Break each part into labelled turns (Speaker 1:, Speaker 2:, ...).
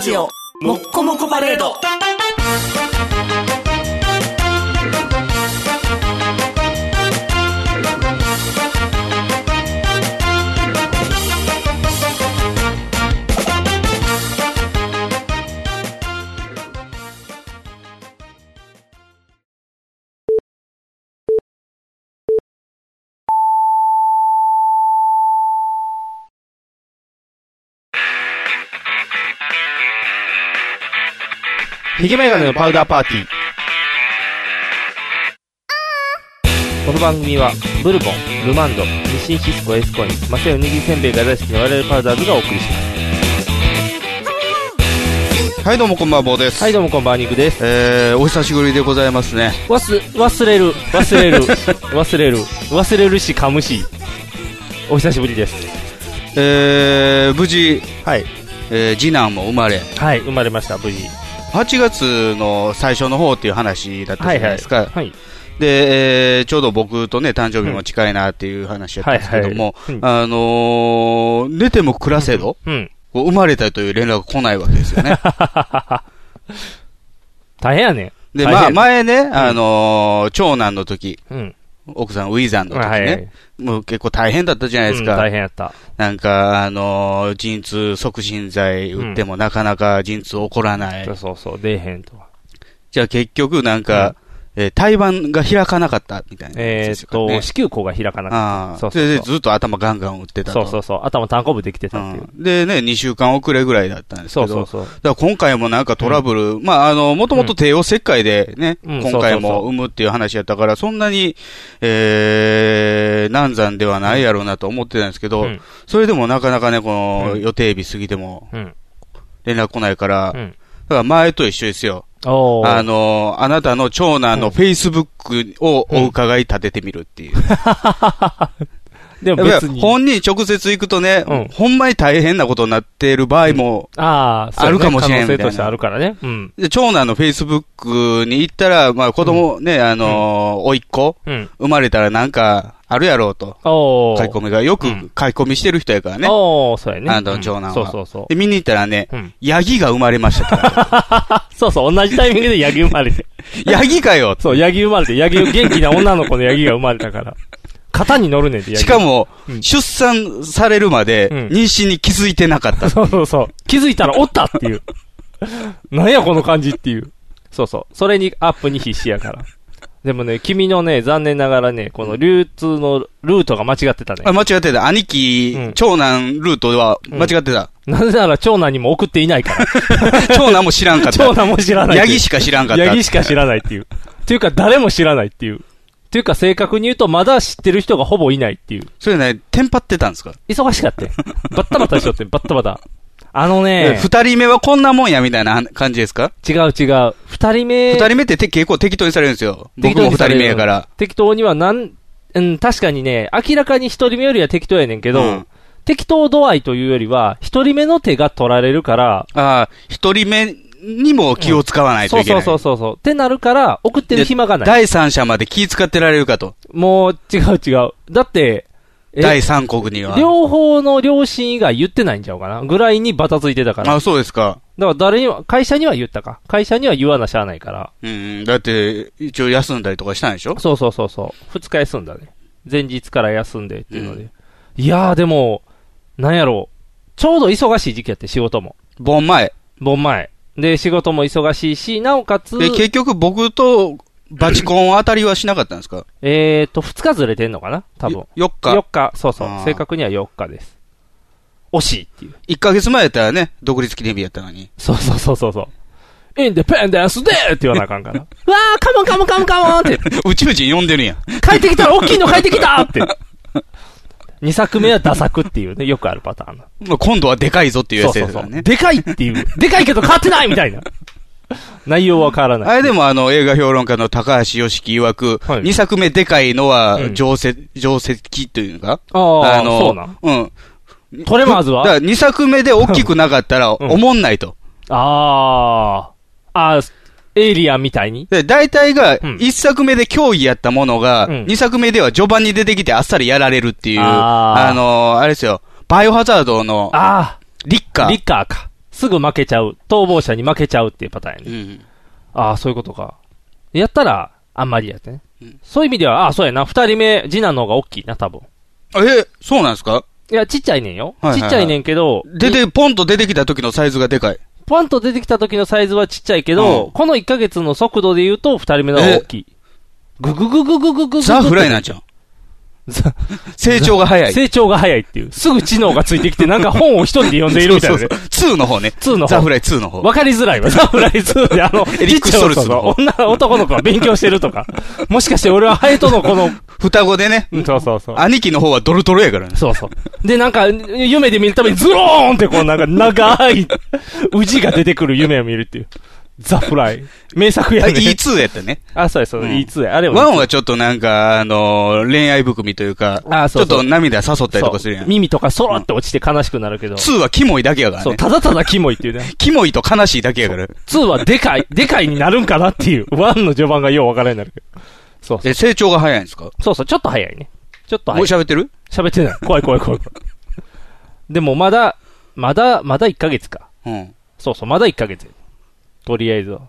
Speaker 1: ジオもっこもこパレード
Speaker 2: ヒゲメガネのパウダーパーティー。この番組は、ブルボン、ルマンド、日清シスコ、エスコイン、マセオにぎりせんべいが大好きな我々パウダーズがお送りしま
Speaker 3: はい、どうもこんばんは、坊です。
Speaker 2: す。はい、どうもこんばんは、肉です。
Speaker 3: えー、お久しぶりでございますね。
Speaker 2: 忘、忘れる、忘れる、忘れる、忘れるし、噛むし。お久しぶりです。
Speaker 3: えー、無事、
Speaker 2: はい。
Speaker 3: えー、次男も生まれ、
Speaker 2: はい、生まれました、無事。
Speaker 3: 8月の最初の方っていう話だったじゃないですか。
Speaker 2: はい。
Speaker 3: で、えー、ちょうど僕とね、誕生日も近いなっていう話だったんですけども、
Speaker 2: はいはい
Speaker 3: あのー、寝ても暮らせど、
Speaker 2: うん。
Speaker 3: こう生まれたという連絡が来ないわけですよね。
Speaker 2: 大変やね。
Speaker 3: で、
Speaker 2: 大
Speaker 3: まあ、
Speaker 2: 変
Speaker 3: 前ね、あのー、長男の時、
Speaker 2: うん。
Speaker 3: 奥さんウィザンの時ね、
Speaker 2: はいはい。
Speaker 3: もう結構大変だったじゃないですか。
Speaker 2: うん大変やった。
Speaker 3: なんか、あのー陣痛促進剤打ってもなかなか陣痛起こらない。
Speaker 2: そうそうそう、出えへんと。
Speaker 3: じゃあ結局、なんか、えー胎盤が開かなかったみたいなやつ
Speaker 2: え
Speaker 3: で
Speaker 2: ー
Speaker 3: す
Speaker 2: っ
Speaker 3: よ
Speaker 2: と、
Speaker 3: ね、
Speaker 2: 子宮口が開かなかっ
Speaker 3: ああ
Speaker 2: そう
Speaker 3: そ
Speaker 2: そうそう
Speaker 3: れでずっと頭ガンガン打って
Speaker 2: た。
Speaker 3: た
Speaker 2: そ
Speaker 3: と。
Speaker 2: うそうそう、頭単行部できてたっていう。
Speaker 3: うんでね、2週間遅れぐらいだったんですけ
Speaker 2: そ
Speaker 3: ど。
Speaker 2: うそうそう。
Speaker 3: だから今回もなんかトラブル、まあ、あの、もともと帝王切開でね、
Speaker 2: うん
Speaker 3: 今回
Speaker 2: そうそう
Speaker 3: も
Speaker 2: そう
Speaker 3: 産むっていう話やったから、そんなに、えー、難産ではないやろうなと思ってたんですけど、
Speaker 2: うん
Speaker 3: それでもなかなかね、この
Speaker 2: うん
Speaker 3: 予定日過ぎても
Speaker 2: うん。
Speaker 3: 連絡来ないから、
Speaker 2: うん。
Speaker 3: だから前と一緒ですよ。
Speaker 2: お
Speaker 3: あ
Speaker 2: ー。
Speaker 3: の、あなたの長男のフェイスブックをお伺い立ててみるっていう。
Speaker 2: でも
Speaker 3: やっ ぱ
Speaker 2: 別
Speaker 3: り
Speaker 2: に。
Speaker 3: 本人直接行くとね、
Speaker 2: うん
Speaker 3: ほんまに大変なことになっている場合も、
Speaker 2: ああ、そうやね
Speaker 3: あるかもしれんみたいな
Speaker 2: 可能性としてあるからね。うん。
Speaker 3: で長男のフェイスブックに行ったら、まあ子供ね、あの、甥っ子、
Speaker 2: うん。
Speaker 3: 生まれたらなんかあるやろうと、
Speaker 2: おー。
Speaker 3: 書き込みが。よく
Speaker 2: う
Speaker 3: 書き
Speaker 2: ん
Speaker 3: 込みしてる人やからね。
Speaker 2: おー、そうやね。
Speaker 3: あの長男は
Speaker 2: うんそうそうそ
Speaker 3: で、見に行ったらね
Speaker 2: う。う、ん。
Speaker 3: ヤギが生まれました から。
Speaker 2: そうそう、同じタイミングでヤギ生まれて。
Speaker 3: ヤギかよ
Speaker 2: そう、ヤギ生まれて、ヤギ、元気な女の子のヤギが生まれたから。肩に乗るねんて、ヤギ。
Speaker 3: しかも
Speaker 2: う、ん
Speaker 3: 出産されるまで、
Speaker 2: うん
Speaker 3: 妊娠に気づいてなかった。
Speaker 2: そうそうそう。気づいたらおったっていう。なんやこの感じっていう。そうそう。それにアップに必死やから。でもね、君のね、残念ながらね、この流通のルートが間違ってたね
Speaker 3: あ、。間違ってた。兄貴、
Speaker 2: うん
Speaker 3: 長男ルートは間違ってた。
Speaker 2: なぜなら長男にも送っていないから。
Speaker 3: 長男も知らんかった。
Speaker 2: 長男も知らない。
Speaker 3: ヤギしか知らんかった。
Speaker 2: ヤギしか知らないっていう。っていうか、誰も知らないっていう。っていうか、正確に言うと、まだ知ってる人がほぼいないっていう。
Speaker 3: それね、テンパってたんですか
Speaker 2: 忙しかったよ。バッタバタしとって、バッタバタ。あのね、
Speaker 3: 二、人目はこんなもんや、みたいな感じですか
Speaker 2: 違う違う。二人目。
Speaker 3: 二、人目ってて結構適当にされるんですよ。僕も二人目やから。
Speaker 2: 適当にはなん、うん、確かにね、明らかに一人目よりは適当やねんけど、
Speaker 3: うん
Speaker 2: 適当度合いというよりは、一人目の手が取られるから、
Speaker 3: ああ、一人目にも気を使わないと
Speaker 2: そ
Speaker 3: いうけ
Speaker 2: そ
Speaker 3: な
Speaker 2: う
Speaker 3: い。
Speaker 2: そうそうそう。ってなるから、送ってる暇がない。
Speaker 3: 第三者まで気使ってられるかと。
Speaker 2: もう、違う違う。だって、え
Speaker 3: 第三国には。
Speaker 2: 両方の両親以外言ってないんちゃうかなぐらいにバタついてたから。だか
Speaker 3: あ、そうですか。
Speaker 2: ら誰には、会社には言ったか。会社には言わなしゃあないから。
Speaker 3: うん、だって、一応休んだりとかしたんでしょ
Speaker 2: そうそうそうそう。二日休んだね。前日から休んでっていうので。いやーでも、なんやろう。ちょうど忙しい時期やって仕事も。
Speaker 3: 盆前。
Speaker 2: 盆前。で、仕事も忙しいし、なおかつ、
Speaker 3: で、結局僕とバチコンあたりはしなかったんですか
Speaker 2: えーと、2日ずれてんのかな多分。
Speaker 3: 4日。
Speaker 2: 4日、そうそ
Speaker 3: あ
Speaker 2: う。
Speaker 3: ー
Speaker 2: 正確には4日です。惜しいっていう。
Speaker 3: 一ヶ月前やったらね、独立記念日やったのに。
Speaker 2: そうそうそうそうそう。インデペンデンスデーって言わなあかんから。 わー、カモンカモンカモンカモンって。
Speaker 3: 宇宙人呼んでるやん。
Speaker 2: 帰ってきたら大きいの帰ってきたって。2作目は打作っていうね、よくあるパターンの。
Speaker 3: まあ、今度はでかいぞっていう
Speaker 2: そ
Speaker 3: や
Speaker 2: う
Speaker 3: つ
Speaker 2: そ
Speaker 3: やか
Speaker 2: うそ
Speaker 3: ら
Speaker 2: う。
Speaker 3: ね。
Speaker 2: でかいっていう。でかいけど変わってないみたいな。内容は変わらない。
Speaker 3: あれでもあの、映画評論家の高橋良樹曰く、
Speaker 2: は
Speaker 3: 二
Speaker 2: い
Speaker 3: 作目でかいの
Speaker 2: う
Speaker 3: は
Speaker 2: ん
Speaker 3: 定石、定石というのか
Speaker 2: あー
Speaker 3: の、
Speaker 2: そうなん。
Speaker 3: うん。
Speaker 2: トレマーズは
Speaker 3: だから二作目で大きくなかった ら、
Speaker 2: ん
Speaker 3: おもんないと。
Speaker 2: あー。あー、エイリアンみたいに
Speaker 3: で、大体が
Speaker 2: うん、
Speaker 3: 一作目で競技やったものが、
Speaker 2: うん
Speaker 3: 二作目では序盤に出てきてあっさりやられるっていう、
Speaker 2: あー
Speaker 3: あのー、あれですよ、バイオハザードの
Speaker 2: あ
Speaker 3: リッカ
Speaker 2: ー、リ
Speaker 3: ー
Speaker 2: ッカーか。すぐ負けちゃう。逃亡者に負けちゃうっていうパターンやね。
Speaker 3: うん。
Speaker 2: ああ、そういうことか。やったら、あんまりやってね。
Speaker 3: うん
Speaker 2: そういう意味では、ああ、そうやな。二人目、次男の方が大きいな、多分。
Speaker 3: え、そうなんですか
Speaker 2: いや、ちっちゃいねんよ。
Speaker 3: はいはいはい
Speaker 2: ちっちゃいねんけど、
Speaker 3: 出て、ポンと出てきた時のサイズがでかい。
Speaker 2: ポンと出てきた時のサイズはちっちゃいけど、
Speaker 3: うん
Speaker 2: この1ヶ月の速度で言うと、二人目の方が大きい。ぐぐぐぐぐぐぐぐ。
Speaker 3: ザ・フライなんちゃう
Speaker 2: ザ
Speaker 3: 成長が早い。
Speaker 2: 成長が早いっていう。すぐ知能がついてきて、なんか本を一人で読んでいるみたいなね。
Speaker 3: 2の方ね。
Speaker 2: 2の方
Speaker 3: ザ・フライ2の方。
Speaker 2: わかりづらいわ。ザ・フライ2で、あの、
Speaker 3: エリック
Speaker 2: ちっちゃい
Speaker 3: ソルツの
Speaker 2: 男の女、男の子が勉強してるとか。もしかして俺はハエとのこの、
Speaker 3: 双子でね、
Speaker 2: うんそうそうそう。
Speaker 3: 兄貴の方はドロドロやからね。
Speaker 2: そうそう。で、なんか、夢で見るためにズローンってこう、なんか長い、宇治が出てくる夢を見るっていう。ザ・フライ。名作や
Speaker 3: あ
Speaker 2: ね。
Speaker 3: E2 やったね。
Speaker 2: あ、そうや、そうや、
Speaker 3: うん
Speaker 2: E2 や。あれ
Speaker 3: ワンはちょっとなんか、あのー恋愛含みというか、
Speaker 2: あそうそう
Speaker 3: ちょっと涙誘ったりとかするや。
Speaker 2: そうん耳とかそろって落ちて悲しくなるけど。
Speaker 3: 2はキモいだけやから
Speaker 2: そう、
Speaker 3: ね。
Speaker 2: ただただキモいっていうね。
Speaker 3: キモいと悲しいだけやから。
Speaker 2: 2はでかい、でかいになるんかなっていう。1の序盤がようわからんようになるけど。そうそう。
Speaker 3: え、成長が早いんですかも
Speaker 2: そうそう、ちょっと早いね。ちょっと
Speaker 3: う
Speaker 2: 早い。
Speaker 3: 喋ってる
Speaker 2: 喋ってない。怖い怖い怖い怖い。でもまだ、まだ、まだ1ヶ月か。
Speaker 3: うん。
Speaker 2: そうそう、まだ1ヶ月。とりあえずは。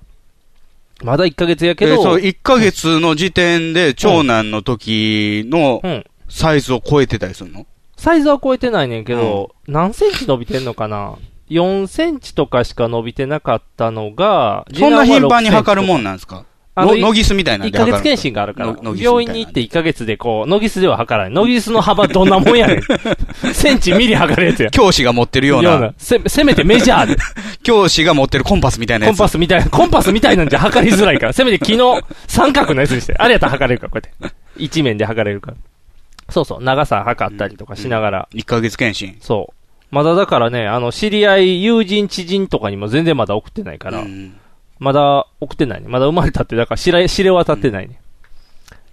Speaker 2: まだ1ヶ月やけ
Speaker 3: え、
Speaker 2: ど、
Speaker 3: そう、1ヶ月の時点で、長男の時の
Speaker 2: うん。
Speaker 3: サイズを超えてたりするの
Speaker 2: サイズは超えてないねんけど、何センチ伸びてんのかな ?4 センチとかしか伸びてなかったのが、
Speaker 3: そんな頻繁に測る
Speaker 2: ん
Speaker 3: もんなんですか
Speaker 2: あの、
Speaker 3: の、
Speaker 2: い
Speaker 3: ノギスみたいなん
Speaker 2: 1
Speaker 3: で
Speaker 2: ヶ
Speaker 3: 測る
Speaker 2: 月検診があるから
Speaker 3: のノ、ギスみたいな
Speaker 2: 病院に行って1ヶ月でこう、ノギスでは測らない。ノギスの幅どんなもんやね ん。センチミリ測るやつや。
Speaker 3: 教師が持ってるよう
Speaker 2: よ
Speaker 3: な
Speaker 2: うな、せ、せめてメジャーで。
Speaker 3: 教師が持ってるコンパスみたいな
Speaker 2: コ
Speaker 3: や
Speaker 2: ン
Speaker 3: つ。
Speaker 2: パスみたいな、コンパスみたいなんじゃ測りづらいから。せめて昨日、三角のやつにして。あれやったら測れるから、こうやって。一面で測れるから。そうそう、長さ測ったりとかしながら。
Speaker 3: 1ヶ月検診。
Speaker 2: そう。まだだからね、あの、知り合い、友人、知人とかにも全然まだ送ってないから、
Speaker 3: うん
Speaker 2: まだ送ってないね。まだ生まれたって、だから知れ、知れ渡ってないね。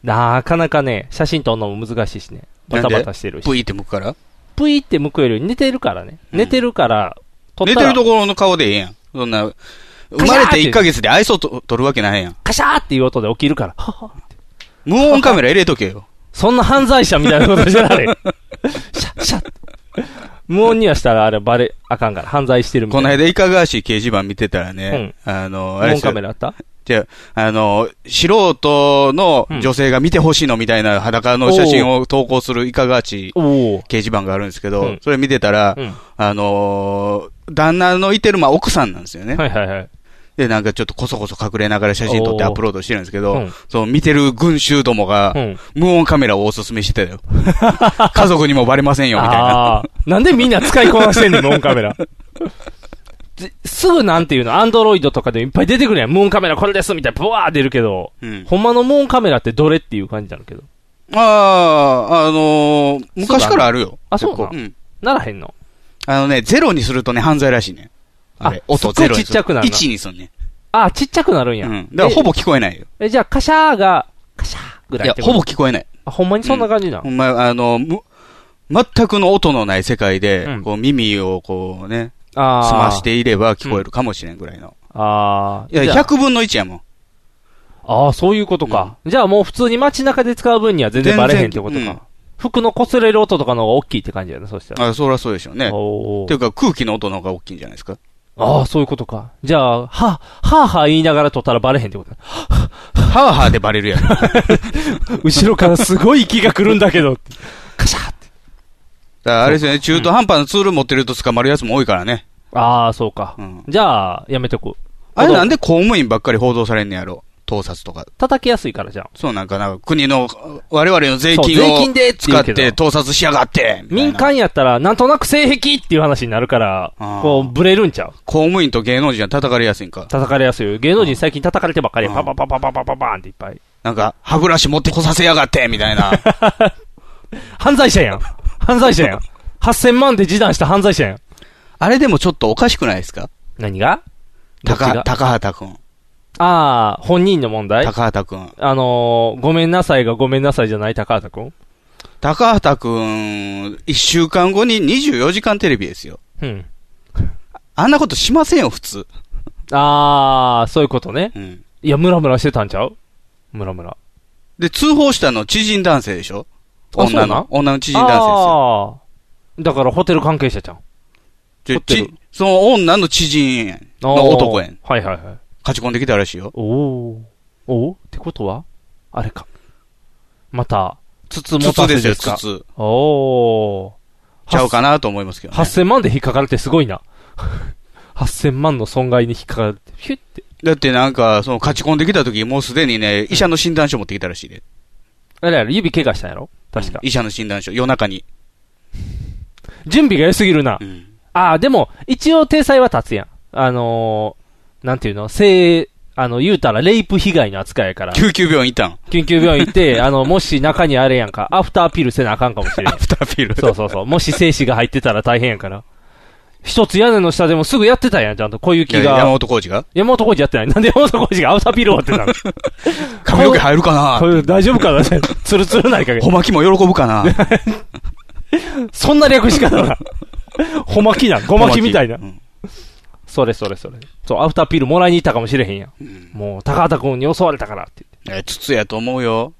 Speaker 2: なかなかね、写真撮るのも難しいしね。バタバタしてるし。
Speaker 3: プイって向くから
Speaker 2: ぷいって向くより寝てるからね。
Speaker 3: うん
Speaker 2: 寝てるから、撮っ
Speaker 3: 寝
Speaker 2: た
Speaker 3: てる
Speaker 2: ら
Speaker 3: と、ころの顔でええやん。そんな、生まれて1ヶ月で愛想と取るわけないやん。
Speaker 2: カシャーっていう音で起きるから、はっはっ
Speaker 3: 無音カメラ入れとけよ。
Speaker 2: そんな犯罪者みたいなことじゃない。 シャッシャッ。無音にはしたらあれバレ、あかんから、犯罪してるみた
Speaker 3: こ
Speaker 2: い
Speaker 3: の
Speaker 2: な。
Speaker 3: 間、いかがわしい掲示板見てたらね、あの、あれで
Speaker 2: 無音
Speaker 3: すよ
Speaker 2: カメラあった
Speaker 3: じゃあ、あの、素人の女性が見てほしいのみたいな裸の写真を投稿するいかがわしい
Speaker 2: おお。
Speaker 3: 掲示板があるんですけど、
Speaker 2: うん
Speaker 3: それ見てたら、
Speaker 2: うん。
Speaker 3: あのー旦那のいてる、まあ、奥さんなんですよね。
Speaker 2: はいはいはい。
Speaker 3: で、なんかちょっとこそこそ隠れながら写真撮って
Speaker 2: お
Speaker 3: ア
Speaker 2: ー
Speaker 3: ップロードしてるんですけど、
Speaker 2: うん
Speaker 3: その見てる群衆どもが、
Speaker 2: うん。
Speaker 3: 無音カメラをおすすめしてた よ。家族にもバレませんよ、みたいな。
Speaker 2: ああー。なんでみんな使いこなしてんねん、無音カメラ。ぜすぐなんていうの、アンドロイドとかでもいっぱい出てくるやん。無音カメラこれですみたいな、ブワー出るけど、
Speaker 3: うん、
Speaker 2: ほんまの無音カメラってどれっていう感じなのけど。
Speaker 3: ああ、あのー昔からあるよ。
Speaker 2: あそうなん
Speaker 3: 結構ん。
Speaker 2: ならへんの
Speaker 3: あのね、ゼロにするとね、犯罪らしいね。あれ、
Speaker 2: あ
Speaker 3: 音ゼロに
Speaker 2: そこちっちゃくなるの
Speaker 3: 1にすんね。
Speaker 2: ああ、ちっちゃくなるん
Speaker 3: う
Speaker 2: や。
Speaker 3: ん。だからほぼ聞こえないよ。
Speaker 2: え。え、じゃあ、カシャーが、カシャーぐら
Speaker 3: い
Speaker 2: い
Speaker 3: や
Speaker 2: って、こと
Speaker 3: ほぼ聞こえない。
Speaker 2: あほんまにそんな感じなの、
Speaker 3: ほんま、あの、む全くの音のない世界で、
Speaker 2: うん
Speaker 3: こう耳をこうね、
Speaker 2: ああ。
Speaker 3: 澄まし。ていれば聞こえるかもしれんぐらいの。
Speaker 2: ああ。
Speaker 3: いや、
Speaker 2: じゃあ
Speaker 3: 100分の1やもん。
Speaker 2: ああ、そういうことか、じゃあもう普通に街中で使う分には全然バレへんってことか。
Speaker 3: 全然うん
Speaker 2: 服の擦れる音とかの方が大きいって感じやな、そしたら。
Speaker 3: あ、そりゃそうでしょうね。
Speaker 2: おー
Speaker 3: っていうか空気の音の方が大きいんじゃないですか。
Speaker 2: ああ、そういうことか。じゃあ、は、はあはあ言いながら撮ったらバレへんってことだ
Speaker 3: ハーハーでバレるやん。
Speaker 2: 後ろからすごい息が来るんだけど。カシャって。
Speaker 3: だからあれですよね、中途半端なツール持ってると捕まるやつも多いからね。
Speaker 2: ああ、そうか。
Speaker 3: うん。
Speaker 2: じゃあ、やめとく。
Speaker 3: あれなんで公務員ばっかり報道されんねやろ盗撮とか。
Speaker 2: 叩きやすいからじゃん。
Speaker 3: そうなんかな、国の、我々の税金
Speaker 2: そう税金で
Speaker 3: を
Speaker 2: って
Speaker 3: 使
Speaker 2: 言う
Speaker 3: っ
Speaker 2: けど
Speaker 3: て盗撮しやがってみたいな
Speaker 2: 民間やったら、なんとなく性癖っていう話になるから、
Speaker 3: あー
Speaker 2: こう、ブレるんちゃう
Speaker 3: 公務員と芸能人は叩かれやすいんか。
Speaker 2: 叩かれやすいよ。芸能人最近叩かれてばっかりや
Speaker 3: うん
Speaker 2: パパパパパパパパーンっていっぱい。
Speaker 3: なんか、歯ブラシ持ってこさせやがってみたい な。
Speaker 2: 犯罪者やん。犯罪者やん。8000万で示談した犯罪者やん。
Speaker 3: あれでもちょっとおかしくないですか
Speaker 2: 何がどっち
Speaker 3: 高、
Speaker 2: が
Speaker 3: 高畑くん。
Speaker 2: ああ、本人の問題
Speaker 3: 高畑くん。
Speaker 2: あのー、ごめんなさいがごめんなさいじゃない高畑くん
Speaker 3: 高畑くん、一週間後に24時間テレビですよ。
Speaker 2: うん。
Speaker 3: あんなことしませんよ、普通。
Speaker 2: ああ、そういうことね。
Speaker 3: うん。
Speaker 2: いや、ムラムラしてたんちゃうムラムラ。
Speaker 3: で、通報したの知人男性でしょ
Speaker 2: あそうな
Speaker 3: 女
Speaker 2: ん
Speaker 3: の、女の知人男性ですよ。
Speaker 2: あーだからホテル関係者じゃん。ホテ
Speaker 3: ち
Speaker 2: ル
Speaker 3: その女の知人の男やん。
Speaker 2: はいはいはい。
Speaker 3: 勝ち込んできたらしいよ。
Speaker 2: おおー。おおってことはあれか。また、筒持た
Speaker 3: 筒
Speaker 2: せ
Speaker 3: です
Speaker 2: で
Speaker 3: よ、
Speaker 2: すか。
Speaker 3: 筒。
Speaker 2: おおー。
Speaker 3: ちゃうかなと思いますけど、ね。
Speaker 2: 8000万で引っかかるってすごいな。8000万の損害に引っかかるって、ヒュって。
Speaker 3: だってなんか、その勝ち込んできた時、もうすでにね、医者の診断書持ってきたらしいで。
Speaker 2: あれやろ指怪我したんやろ確か
Speaker 3: うん。医者の診断書、夜中に。
Speaker 2: 準備が良すぎるな
Speaker 3: う。ん。
Speaker 2: ああ、でも、一応、体裁は立つやん。あのー、なんていうの性、あの、言うたら、レイプ被害の扱いやから。
Speaker 3: 救急病院行ったん。
Speaker 2: 緊急病院行って、あの、もし中にあれやんか、アフターピルせなあかんかもしれん
Speaker 3: ア。フターピ ル。
Speaker 2: そうそうそう。もし精子が入ってたら大変やから。一つ屋根の下でもすぐやってたやん、ちゃんと。小
Speaker 3: いや
Speaker 2: 雪
Speaker 3: 山
Speaker 2: が。
Speaker 3: 本浩二が
Speaker 2: 山本浩二やってない。なんで山本浩二がアウターピルをってたの
Speaker 3: 髪の毛入るか
Speaker 2: こ
Speaker 3: な
Speaker 2: れ大丈夫かな つるつるないかげ
Speaker 3: ほまきも喜ぶかな
Speaker 2: そんな略しかな。 ほまきなん。 ご
Speaker 3: ほ
Speaker 2: まきみたいな
Speaker 3: う。ん
Speaker 2: それそれそれ。そう、アフターピルもらいに行ったかもしれへんやん。もう、高畑君に襲われたからって言って。
Speaker 3: え、筒やと思うよ。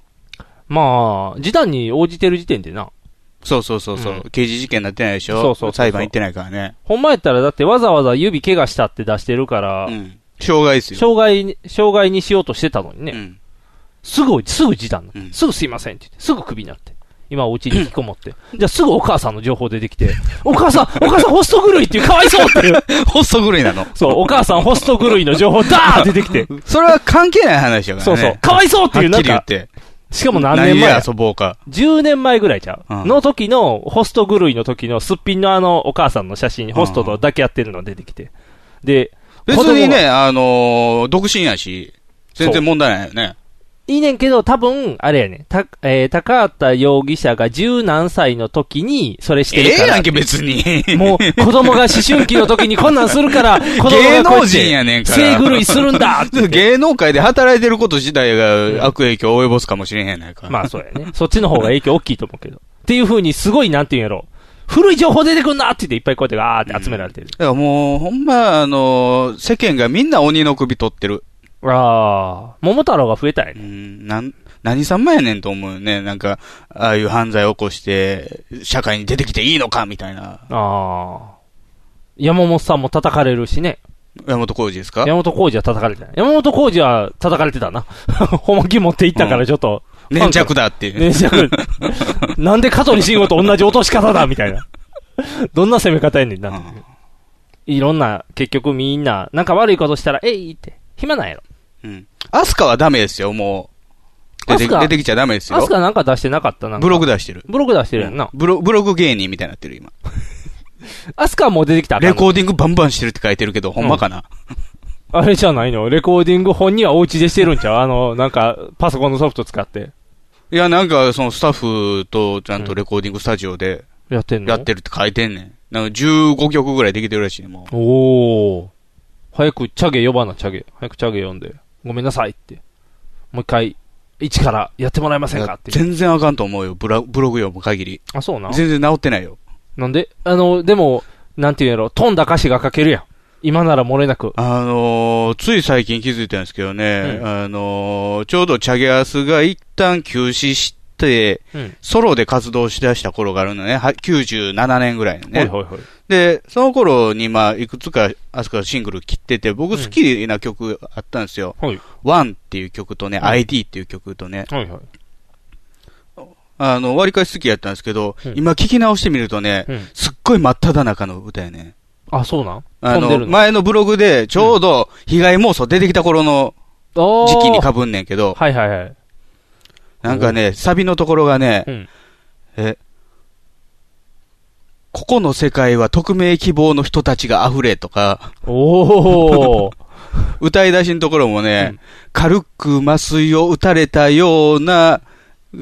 Speaker 2: まあ、示談に応じてる時点でな。。
Speaker 3: そうそうそうそううん刑事事件になってないでしょ
Speaker 2: そうそうそうそう
Speaker 3: 裁判行ってないからね。
Speaker 2: ほんまやったらだってわざわざ指怪我したって出してるから、
Speaker 3: うん。障害ですよ。
Speaker 2: 障害に、障害にしようとしてたのにね。
Speaker 3: うん。
Speaker 2: すぐ、すぐ時短な、
Speaker 3: うん
Speaker 2: すぐすいませんって言って、すぐクビになって。今お家に引きこもって。じゃあすぐお母さんの情報出てきて、お母さん、お母さんホスト狂いっていう、かわいそうっていう。
Speaker 3: ホスト狂いなの。
Speaker 2: そう、お母さんホスト狂いの情報、ダー出てきて。
Speaker 3: それは関係ない話だからね。
Speaker 2: そうそう、かわいそうっていう、
Speaker 3: は
Speaker 2: な
Speaker 3: っ
Speaker 2: ん
Speaker 3: きり言っ
Speaker 2: か、
Speaker 3: て。
Speaker 2: しかも何年前や
Speaker 3: で遊ぼうか。
Speaker 2: 10年前ぐらいちゃう、
Speaker 3: うん
Speaker 2: の時の、ホスト狂いの時のすっぴんのあのお母さんの写真、ホストと抱き合ってるの出てきて。で、
Speaker 3: 別に
Speaker 2: 子供
Speaker 3: ね、あのー、独身やし、全然問題ないよね。
Speaker 2: いいねんけど、多分、あれやね、た、えー高畑容疑者が十何歳の時に、それして
Speaker 3: ええ
Speaker 2: るから。
Speaker 3: やんけ、別に。
Speaker 2: もう、子供が思春期の時にこんなんするから、子供がこうや
Speaker 3: 芸
Speaker 2: って
Speaker 3: 能人やねんから。
Speaker 2: 性狂いするんだっ て
Speaker 3: 芸能界で働いてること自体が悪影響を及ぼすかもしれへんやないか。
Speaker 2: まあそうやね。そっちの方が影響大きいと思うけど。っていう風に、すごい、なんていうんやろ。古い情報出てくんなって言って、いっぱいこうやってガーって集められてる。
Speaker 3: だからもう、ほんま、あのー、世間がみんな鬼の首取ってる。
Speaker 2: ああ、桃太郎が増えたんや
Speaker 3: う
Speaker 2: ね。
Speaker 3: ん、なん、何様やねんと思うよね。なんか、ああいう犯罪を起こして、社会に出てきていいのか、みたいな。
Speaker 2: ああ。山本さんも叩かれるしね。
Speaker 3: 山本浩二ですか
Speaker 2: 山本浩二は叩かれてない。山本浩二は叩かれてたな。 ほまき持っていったからちょっと。
Speaker 3: 粘着だっていう。
Speaker 2: ねじゃあなんで加藤慎吾と同じ落とし方だみたいな。どんな攻め方やねん
Speaker 3: う
Speaker 2: な。
Speaker 3: ん
Speaker 2: いろんな、結局みんな、なんか悪いことしたら、えいって。暇なんやろ。
Speaker 3: うん。アスカはダメですよ、もう。出て
Speaker 2: アスカ
Speaker 3: 出てきちゃダメです
Speaker 2: ア
Speaker 3: よ
Speaker 2: ス。カなんか出してなかったな。
Speaker 3: ブログ
Speaker 2: で。
Speaker 3: 出してる。
Speaker 2: ブログ出してるやんな。
Speaker 3: ブロブログ芸人みたいになってる、今。
Speaker 2: アスカはもう出てきたらあ
Speaker 3: レ
Speaker 2: かんの
Speaker 3: コーディングバンバンしてるって書いてるけど、ほんまかな。
Speaker 2: あれじゃないのレコーディング本にはお家でしてるんちゃうあの、なんか、パソコンのソフト使って。
Speaker 3: いや、なんか、そのスタッフとちゃんとレコーディングスタジオで
Speaker 2: やってんの
Speaker 3: やってるって書いてんねん。なんか15曲ぐらいできてるらしいね、もう。
Speaker 2: おお。早くチャゲ呼ばな、チャゲ。早くチャゲ読んで。ごめんなさいって。もう一回、一からやってもらえませんかっていう。
Speaker 3: 全然あかんと思うよ、ブラブログ読む限り。
Speaker 2: あ、そうな。
Speaker 3: 全然治ってないよ。
Speaker 2: なんであの、でも、なんていうんやろ、飛んだ歌詞が書けるやん。今なら漏れなく。
Speaker 3: あのー、つい最近気づいたんですけどね、
Speaker 2: うん
Speaker 3: あのー、ちょうどチャゲアスが一旦休止して、
Speaker 2: うん。
Speaker 3: ソロで活動しだした頃があるのね、は97年ぐらいの
Speaker 2: ほい
Speaker 3: ね。
Speaker 2: ほいほい。
Speaker 3: で、その頃に、まあ、いくつか、アスカシングル切ってて、僕
Speaker 2: うん
Speaker 3: 好きな曲あったんですよ。
Speaker 2: はい
Speaker 3: ワンっていう曲とね、
Speaker 2: うん
Speaker 3: ID っていう曲とね、
Speaker 2: はいはい。
Speaker 3: あの、割り返し好きやったんですけど、
Speaker 2: うん
Speaker 3: 今聞き直してみるとね、
Speaker 2: うん。
Speaker 3: すっごい真っ只中の歌やね。
Speaker 2: あ、そうなん
Speaker 3: あ
Speaker 2: 飛んでる
Speaker 3: の、
Speaker 2: の。
Speaker 3: 前のブログで、ちょうど、被害妄想出てきた頃の
Speaker 2: おー
Speaker 3: 時期にかぶんねんけど、
Speaker 2: はいはいはい。
Speaker 3: なんかね、サビのところがね、
Speaker 2: うん。
Speaker 3: え、ここの世界は匿名希望の人たちが溢れとか、
Speaker 2: おー。
Speaker 3: 歌い出しのところもね、
Speaker 2: うん
Speaker 3: 軽く麻酔を打たれたような、う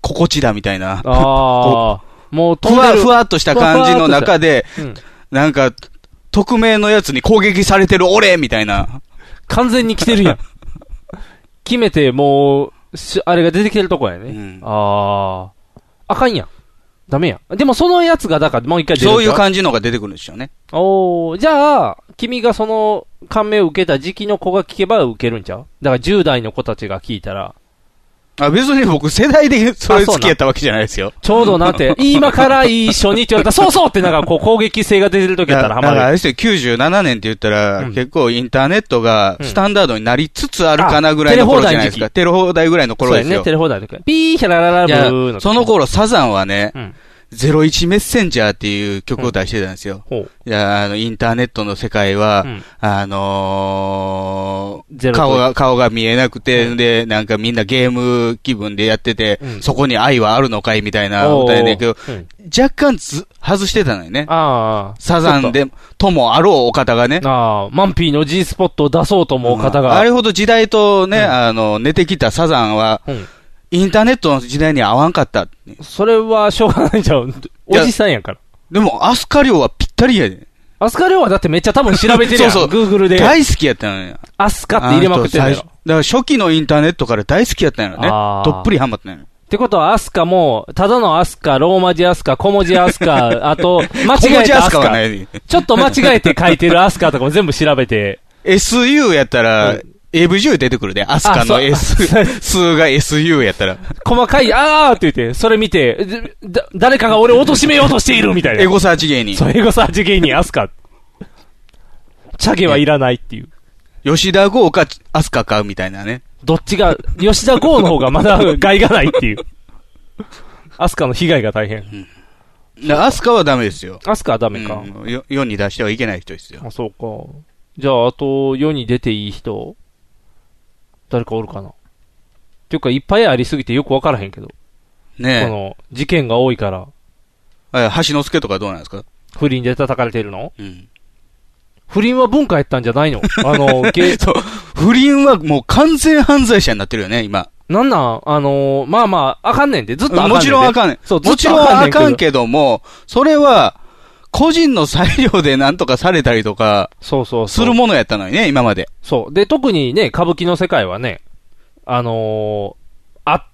Speaker 3: 心地だみたいな、
Speaker 2: あー。もう飛
Speaker 3: ふ
Speaker 2: んで
Speaker 3: わ
Speaker 2: る。
Speaker 3: ふわっとした感じの中で、
Speaker 2: うん
Speaker 3: なんか、匿名のやつに攻撃されてる俺みたいな。
Speaker 2: 完全に来てるやん。決めて、もう、しあれが出てきてるとこやね。
Speaker 3: うん
Speaker 2: ああ。あかんやん。ダメやん。でもそのやつが、だからもう一回出るんちゃ。
Speaker 3: そういう感じのが出てくるんですよね。
Speaker 2: おーじゃあ、君がその感銘を受けた時期の子が聞けば受けるんちゃうだから10代の子たちが聞いたら、
Speaker 3: あ、別に僕世代でそれ付き合ったわけじゃないですよ。
Speaker 2: ちょうどなんて、今から一緒にって言われたら、そうそうってなんかこう攻撃性が出てる時やったらハ
Speaker 3: だからあ
Speaker 2: マ
Speaker 3: れ
Speaker 2: る。
Speaker 3: ですよ、97年って言ったら、
Speaker 2: うん
Speaker 3: 結構インターネットが
Speaker 2: うん
Speaker 3: スタンダードになりつつあるかなぐらいの頃じゃないですか。
Speaker 2: あ
Speaker 3: テレ放題ぐらいの
Speaker 2: そ
Speaker 3: 頃
Speaker 2: う
Speaker 3: で
Speaker 2: や
Speaker 3: す
Speaker 2: ね、
Speaker 3: よ。
Speaker 2: テレ放題の時。ピーヒャラララ
Speaker 3: い
Speaker 2: ブ
Speaker 3: や
Speaker 2: ーの時
Speaker 3: その。頃、サザンはね、
Speaker 2: うん。
Speaker 3: 01メッセンジャーっていう曲を出してたんですよ。
Speaker 2: ほう。
Speaker 3: いや、あの、インターネットの世界は、
Speaker 2: うん
Speaker 3: あの
Speaker 2: ゼ
Speaker 3: ー、
Speaker 2: ロ
Speaker 3: 顔が、顔が見えなくて、
Speaker 2: うん
Speaker 3: で、なんかみんなゲーム気分でやってて、
Speaker 2: うん
Speaker 3: そこに愛はあるのかいみたいな歌やねんけど、
Speaker 2: おーうん
Speaker 3: 若干ず、外してたのよね。
Speaker 2: ああ。
Speaker 3: サザンで、ともあろうお方がね。
Speaker 2: ああ、マンピーの G スポットを出そうと思う方
Speaker 3: うん
Speaker 2: が。
Speaker 3: あれほど時代とね、
Speaker 2: うん
Speaker 3: あの、寝てきたサザンは、
Speaker 2: うん
Speaker 3: インターネットの時代に合わんかった。
Speaker 2: それはしょうがないじゃん。お
Speaker 3: や
Speaker 2: じさんやから。
Speaker 3: でも、アスカリオはぴったりやで。
Speaker 2: アスカ亮はだってめっちゃ多分調べてる やん。
Speaker 3: そうそう
Speaker 2: Google で。
Speaker 3: 大好きやったのよ。
Speaker 2: アスカって入れまくってる
Speaker 3: あの
Speaker 2: やろ
Speaker 3: 人最初。だから初期のインターネットから大好きやったんやろね
Speaker 2: あ。ー
Speaker 3: どっぷりハマったんやろ。
Speaker 2: ってことは、アスカも、ただのアスカ、ローマ字アスカ、小文字ア スカ、あと、間違え
Speaker 3: ジ
Speaker 2: た
Speaker 3: ア
Speaker 2: ア
Speaker 3: ス
Speaker 2: スカ
Speaker 3: カはない。
Speaker 2: ちょっと間違えて書いてるアスカとかも全部調 べて。
Speaker 3: SU やった
Speaker 2: う
Speaker 3: ら
Speaker 2: ん、
Speaker 3: AV10 出てくるで。アスカ
Speaker 2: あそ
Speaker 3: の
Speaker 2: う
Speaker 3: S、数が SU やったら。
Speaker 2: 細かい、あーって言って、それ見て、でだ誰かが俺を貶めようとしているみたいな。
Speaker 3: エゴサーチ芸人。
Speaker 2: そう、エゴサーチ芸人、アスカ。チャゲはいらないっていう。
Speaker 3: 吉田豪かアスカかみたいなね。
Speaker 2: どっちが、吉田剛の方がまだ害がないっていう。アスカの被害が大変。
Speaker 3: だからアスカはダメですよ。
Speaker 2: アスカはダメか。
Speaker 3: うんよ世に出してはいけない人ですよ。
Speaker 2: あ、そうか。じゃあ、あと、世に出ていい人、誰かおるかな。っていうか、いっぱいありすぎてよくわからへんけど。こ
Speaker 3: ね
Speaker 2: の、事件が多いから、
Speaker 3: え。あ橋之助とかどうなんですか
Speaker 2: 不倫で叩かれてるの
Speaker 3: うん。
Speaker 2: 不倫は文化やったんじゃないのあの、ゲ
Speaker 3: そう。不倫はもう完全犯罪者になってるよね、今。
Speaker 2: なんなんあの、まあまあ、あかんねんで、ずっとあかんねんで。
Speaker 3: もちろんあかんねん。
Speaker 2: そう、ずっ
Speaker 3: もちろ
Speaker 2: と
Speaker 3: ん
Speaker 2: あかん
Speaker 3: あ
Speaker 2: ねんけど。
Speaker 3: かんけども、それは、個人の裁量で何とかされたりとか、
Speaker 2: そうそう
Speaker 3: す
Speaker 2: そう。
Speaker 3: るものやったのにね、今まで。
Speaker 2: そう。で、特にね、歌舞伎の世界はね、あのー、あ、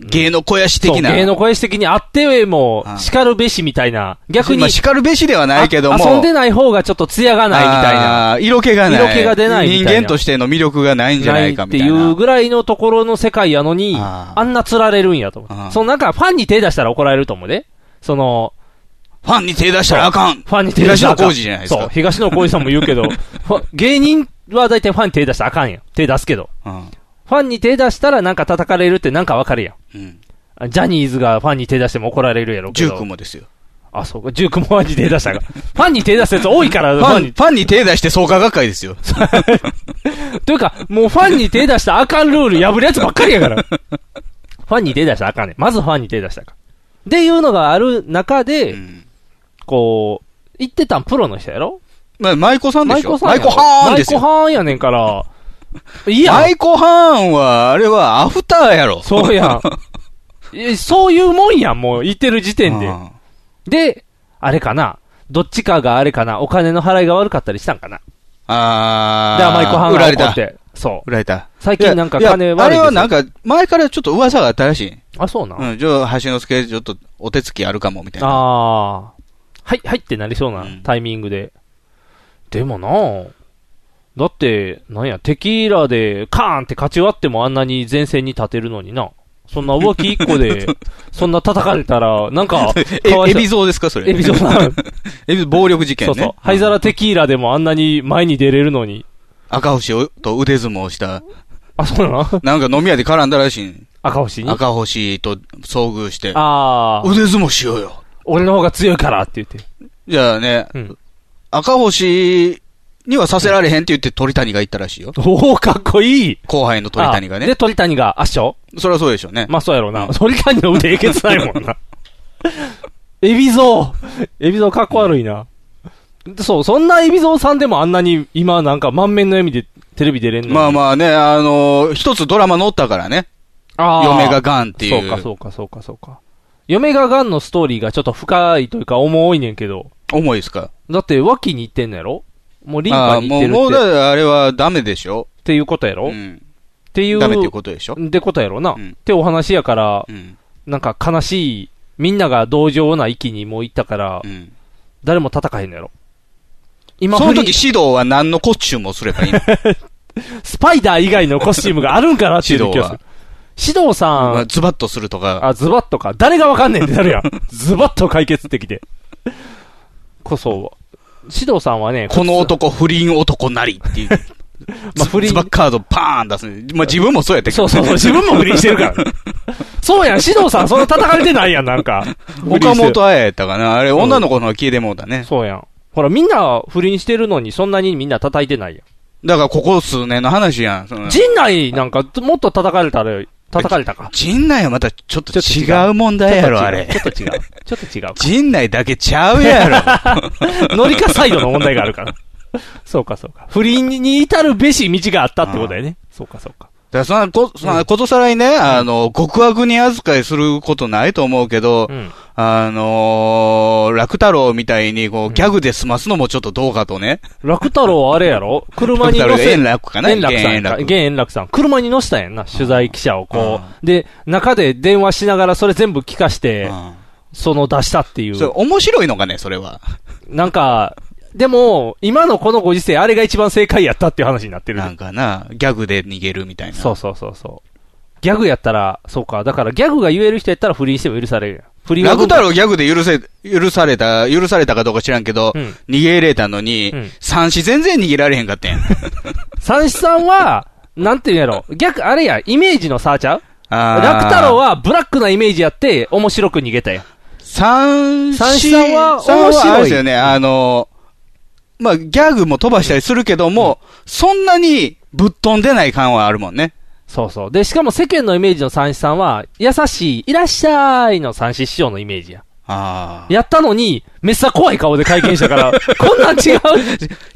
Speaker 3: 芸の肥やし的な。
Speaker 2: そう芸の声的にあっても
Speaker 3: あ、
Speaker 2: 叱るべしみたいな、逆に
Speaker 3: まあ、、叱るべしではないけども。
Speaker 2: あ遊んでない方がちょっと艶がないみたいな。
Speaker 3: あー。色気がない。
Speaker 2: 色気が出ないみたいな
Speaker 3: 人間としての魅力がないんじゃないかみたい
Speaker 2: っ
Speaker 3: な。
Speaker 2: ていうぐらいのところの世界やのに、
Speaker 3: あ
Speaker 2: あ
Speaker 3: ー
Speaker 2: んな釣られるんやと思っ
Speaker 3: あー
Speaker 2: て。そのなんかファンに手出したら怒られると思うで。その、
Speaker 3: ファンに手出したらあかん。
Speaker 2: ファンに手出したらあか
Speaker 3: 東野
Speaker 2: ん。
Speaker 3: 幸治じゃないですか
Speaker 2: そう、東野浩二さんも言う けど、ファ芸人は大体ファンに手出したらあかんやん。手出すけど。
Speaker 3: うん
Speaker 2: ファンに手出したらなんか叩かれるってなんかわかるや
Speaker 3: う
Speaker 2: ん
Speaker 3: ん。
Speaker 2: あ。ジャニーズがファンに手出しても怒られるやろうけ
Speaker 3: ジュ
Speaker 2: ど。
Speaker 3: ークもですよ。
Speaker 2: あ、そうか。ジュークもファンに手出し たが。ファンに手出すやつ多いから、
Speaker 3: フ
Speaker 2: ファ
Speaker 3: ァ
Speaker 2: ン
Speaker 3: ン、
Speaker 2: に
Speaker 3: フ。ァンに手出して創価学会ですよ。
Speaker 2: というか、もうファンに手出したらあかんルール破るやつばっかり やから。ファンに手出したらあかんねん。まずファンに手出したらあかん。っていうのがある中で、
Speaker 3: うん
Speaker 2: こう、言ってたんプロの人やろ
Speaker 3: まあ、舞妓さんで
Speaker 2: マイ
Speaker 3: しょ
Speaker 2: コさんやろ。
Speaker 3: ハーンです
Speaker 2: マイ
Speaker 3: よ。
Speaker 2: コはーんやねんから。いやん、
Speaker 3: 舞妓ハーンは、あれはアフターやろ。
Speaker 2: そうやんえ。そういうもんやん、もう。言ってる時点で。
Speaker 3: うん
Speaker 2: で、あれかな。どっちかがあれかな。お金の払いが悪かったりしたんかな。
Speaker 3: あー。
Speaker 2: で、マイコハ
Speaker 3: 売
Speaker 2: ンが
Speaker 3: られ。
Speaker 2: 怒ったて。そう。
Speaker 3: 売られた。
Speaker 2: 最近なんか
Speaker 3: い
Speaker 2: 金
Speaker 3: や
Speaker 2: 悪いん
Speaker 3: あ
Speaker 2: です
Speaker 3: れ
Speaker 2: よ
Speaker 3: はなんか、前からちょっと噂があったらしい。
Speaker 2: あ、そうなん。
Speaker 3: うん、じゃあ、橋之助、ちょっとお手つきあるかも、みたいな。
Speaker 2: ああ。はい、はいってなりそうな
Speaker 3: うん
Speaker 2: タイミングで。でもなあだって、なんや、テキーラでカーンって勝ち割ってもあんなに前線に立てるのにな。そんな浮気一 個で、そんな叩かれたら、なんか、
Speaker 3: え
Speaker 2: かわ、い
Speaker 3: エ
Speaker 2: そう
Speaker 3: ビ。ゾですか、それ。
Speaker 2: エビゾさん。
Speaker 3: エビ暴力事件
Speaker 2: そ
Speaker 3: ね。
Speaker 2: うそう。灰皿テキーラでもあんなに前に出れるのに。
Speaker 3: 赤星をと腕相撲をした。
Speaker 2: あ、そうなの
Speaker 3: なんか飲み屋で絡んだらしい。
Speaker 2: 赤星に。あ
Speaker 3: 赤星と遭遇して。
Speaker 2: あー。
Speaker 3: 腕相撲しようよ。
Speaker 2: 俺の方が強いからって言って。
Speaker 3: じゃあね、
Speaker 2: うん
Speaker 3: 赤星にはさせられへんって言って鳥谷が言ったらしいよ。
Speaker 2: おお、かっこいい
Speaker 3: 後輩の鳥谷が
Speaker 2: あで、
Speaker 3: ね。
Speaker 2: 鳥谷が圧勝
Speaker 3: そりゃそうでしょうね。
Speaker 2: まあそうやろう
Speaker 3: う。
Speaker 2: なん鳥谷の腕えげつないも んな。エビゾー。エビゾーかっこ悪いな。そう、そんなエビゾーさんでもあんなに今なんか満面の笑みでテレビ出れんのに
Speaker 3: まあまあね、あのー一つドラマ載ったからね。
Speaker 2: あー
Speaker 3: 嫁がガンっていう。
Speaker 2: そうかそうかそうかそうか。嫁がガンのストーリーがちょっと深いというか重いねんけど。
Speaker 3: 重いですか。
Speaker 2: だって脇に行ってんのやろもうリン
Speaker 3: あ
Speaker 2: パ
Speaker 3: あ
Speaker 2: に行
Speaker 3: も
Speaker 2: って
Speaker 3: う、
Speaker 2: る
Speaker 3: もう
Speaker 2: って
Speaker 3: だからあれはダメでしょ。
Speaker 2: っていうことやろ、
Speaker 3: う
Speaker 2: っ
Speaker 3: ん。
Speaker 2: ていう。
Speaker 3: ダメっていうことでしょ。
Speaker 2: ってことやろな、
Speaker 3: うん
Speaker 2: ってお話やから
Speaker 3: う、ん。
Speaker 2: なんか悲しい、みんなが同情な域にもう行ったから、
Speaker 3: うん。
Speaker 2: 誰も叩かへんのやろ。今
Speaker 3: その時
Speaker 2: フリー
Speaker 3: 指導は何のコスチュームをすればいいの
Speaker 2: スパイダー以外のコスチュームがあるんかなっていう
Speaker 3: 指
Speaker 2: 気
Speaker 3: 導
Speaker 2: がす
Speaker 3: は
Speaker 2: る。。指導さん、
Speaker 3: ズバッとするとか、
Speaker 2: あ、ズバッとか。誰がわかんねえってな るやん。ズバッと解決できて。こそ、指導さんはね、
Speaker 3: この男不倫男なりっていう。
Speaker 2: まあ不倫
Speaker 3: ズバッカードパーン出すね。まあ自分もそうやって
Speaker 2: そうそうそう、自分も不倫してるから。そうやん、指導さん、そんな叩かれてないやん、なんか。
Speaker 3: 岡本綾やったかなあれ、
Speaker 2: ん
Speaker 3: 女の子の方消えてもうだね。
Speaker 2: そうやん。ほら、みんな不倫してるのに、そんなにみんな叩いてないや
Speaker 3: だからここ数年の話やん。その
Speaker 2: ん。陣内なんか、もっと叩かれたら、叩かれたか。
Speaker 3: 陣内はまたちょっと
Speaker 2: ちょっ
Speaker 3: 違
Speaker 2: と違
Speaker 3: う問題やろ、あれ。
Speaker 2: ちょっと違う。ちょっと違う。ちょっ
Speaker 3: 陣内だけちゃうやろ。
Speaker 2: と違う。ノリカサイドの問題があるから。そうか、そうか。不倫に至るべし道があったってことやね。そうか、そうか。
Speaker 3: だからそんなこ、そんなことさらにね、あの、極悪に扱いすることないと思うけど、
Speaker 2: うん。
Speaker 3: あのー、楽太郎みたいに、こ
Speaker 2: う
Speaker 3: う、
Speaker 2: ん
Speaker 3: ギャグで済ますのもちょっとどうかとね。
Speaker 2: 楽太郎はあれやろ車に
Speaker 3: 楽太郎
Speaker 2: 乗
Speaker 3: が
Speaker 2: せ
Speaker 3: 円楽かな
Speaker 2: 円楽さんやんか。
Speaker 3: 円
Speaker 2: 現
Speaker 3: 楽
Speaker 2: 円楽さん。車に乗せたんやんな、取材記者をこ
Speaker 3: あ
Speaker 2: う。で、中で電話しながらそれ全部聞かし
Speaker 3: う
Speaker 2: て、
Speaker 3: ん
Speaker 2: その出したってい。
Speaker 3: そうれ、面白いのかね、それは。
Speaker 2: なんか、でも、今のこのご時世、あれが一番正解やったっていう話になってる。
Speaker 3: なんかな、ギャグで逃げるみたいな。
Speaker 2: そうそうそうそう。ギャグやったら、そうか。だからギャグが言える人やったら不倫しても許されるやん。不倫は
Speaker 3: 楽太郎ギャグで許せ、許された、許されたかどうか知らんけど、
Speaker 2: うん
Speaker 3: 逃げれたのに、
Speaker 2: うん
Speaker 3: 三子全然逃げられへんかった やん。
Speaker 2: 三枝さんは、なんていうんやろ。逆、あれや、イメージの差ちゃう
Speaker 3: あー
Speaker 2: 楽太郎、はブラックなイメージやって、面白く逃げたやん。
Speaker 3: 三子、
Speaker 2: 三子さんは面白
Speaker 3: 三
Speaker 2: い
Speaker 3: 子はあれですよね、あの、まあ、ギャグも飛ばしたりするけども、そんなにぶっ飛んでない感はあるもんね。
Speaker 2: そうそう。で、しかも世間のイメージの三枝さんは、優しい、いらっしゃいの三枝師匠のイメージや。
Speaker 3: ああ。
Speaker 2: やったのに、めっさ怖い顔で会見した から、こんなん違う。
Speaker 3: し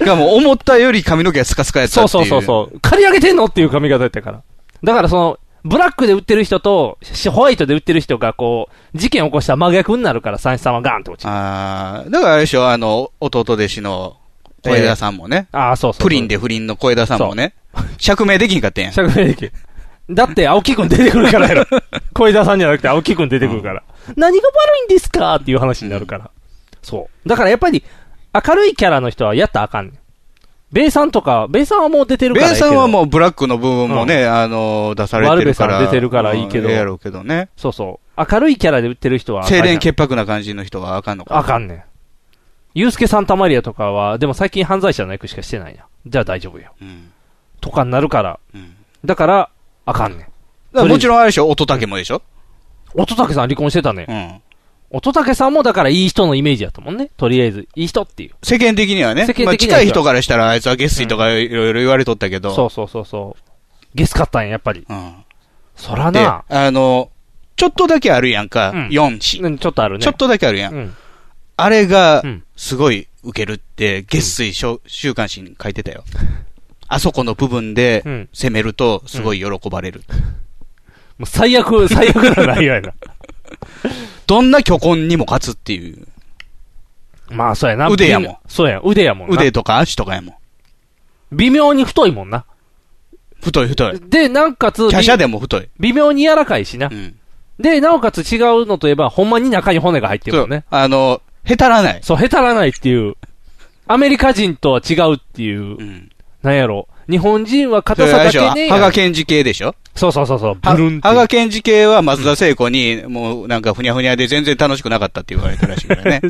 Speaker 3: かも、思ったより髪の毛がスカスカやった
Speaker 2: そ
Speaker 3: って
Speaker 2: う
Speaker 3: い。
Speaker 2: そううそうそう。借り上げてんのっていう髪型やったから。だからその、ブラックで売ってる人と、しホワイトで売ってる人がこう、事件起こしたら真逆になるから、三枝さんはガーンって落ちる。
Speaker 3: ああ。だからあれでしょ、あの、弟弟子の小枝さんもね。
Speaker 2: ああ、そうそうそう。
Speaker 3: プリン。で不倫の小枝さんもね。釈明できんかったやん。
Speaker 2: 釈明できるだって、青木くん出てくるから やろ。小枝さんじゃなくて青木くん出てくるから。何が悪いんですかっていう話になるから。そう。だからやっぱり、明るいキャラの人はやったらあかんねん。ベイさんとか、ベイさんはもう出てるから
Speaker 3: ベ
Speaker 2: ええ
Speaker 3: イ
Speaker 2: けど
Speaker 3: さんはもうブラックの部分もね、あの、出されてるから。
Speaker 2: ワルベさん出てるからいいけど
Speaker 3: うんええやろうけどね。
Speaker 2: そうそう。明るいキャラで売ってる人はあかんや
Speaker 3: 清
Speaker 2: ん。
Speaker 3: 廉潔白な感じの人はあかんのか。
Speaker 2: あかんねん。ユうスケ・サンタマリアとかは、でも最近犯罪者の役しかしてないやん。じゃあ大丈夫よ。
Speaker 3: うん。
Speaker 2: とかになるから。
Speaker 3: うん。
Speaker 2: だから、あかんねん。
Speaker 3: だからもちろんあれでしょ、音竹もでしょ
Speaker 2: 乙武さん離婚してたね
Speaker 3: う。ん。
Speaker 2: 乙武さんもだからいい人のイメージやったもんね。とりあえず、いい人っていう。
Speaker 3: 世間的にはね
Speaker 2: 世間的に、は
Speaker 3: まあ近い人からしたらあいつは下水とかいろいろ言われとったけど。
Speaker 2: そうそうそうそう。ゲスかったんや、やっぱり。
Speaker 3: うん。
Speaker 2: そら
Speaker 3: で、
Speaker 2: な
Speaker 3: あ。の、ちょっとだけあるやんか
Speaker 2: うん、
Speaker 3: 4子。
Speaker 2: うんちょっとあるね。
Speaker 3: ちょっとだけあるやん。
Speaker 2: うん。
Speaker 3: あれが
Speaker 2: うん、
Speaker 3: すごい受けるって、月水しょ週刊誌に書いてたよ。あそこの部分で
Speaker 2: うん
Speaker 3: 攻めると、すごい喜ばれる。
Speaker 2: もう最悪、最悪な内容 やな。
Speaker 3: どんな巨根にも勝つっていう。
Speaker 2: まあ、そうやな。
Speaker 3: 腕やもん
Speaker 2: そうや、腕やもんな。
Speaker 3: 腕とか足とかやもん。
Speaker 2: 微妙に太いもんな。
Speaker 3: 太い太い。
Speaker 2: で、なおかつ、
Speaker 3: キャシャでも太い。
Speaker 2: 微妙に柔らかいしな
Speaker 3: う。ん。
Speaker 2: で、なおかつ違うのといえば、ほんまに中に骨が入ってる
Speaker 3: そ
Speaker 2: もん
Speaker 3: う
Speaker 2: ね。。
Speaker 3: あの、へたらない。
Speaker 2: そう、下手らないっていう。アメリカ人とは違うっていう
Speaker 3: う。ん。
Speaker 2: なんやろ。日本人は
Speaker 3: そ
Speaker 2: 硬
Speaker 3: れ
Speaker 2: さ
Speaker 3: あれ
Speaker 2: だ
Speaker 3: でしょ
Speaker 2: けね。
Speaker 3: 羽賀健二系でしょ
Speaker 2: そうそうそうそう。ブ
Speaker 3: は
Speaker 2: ルン
Speaker 3: 羽
Speaker 2: っていう
Speaker 3: 賀健二系は松田聖子に、もうなんかふにゃふにゃで全然楽しくなかったって言われたらしいから ね。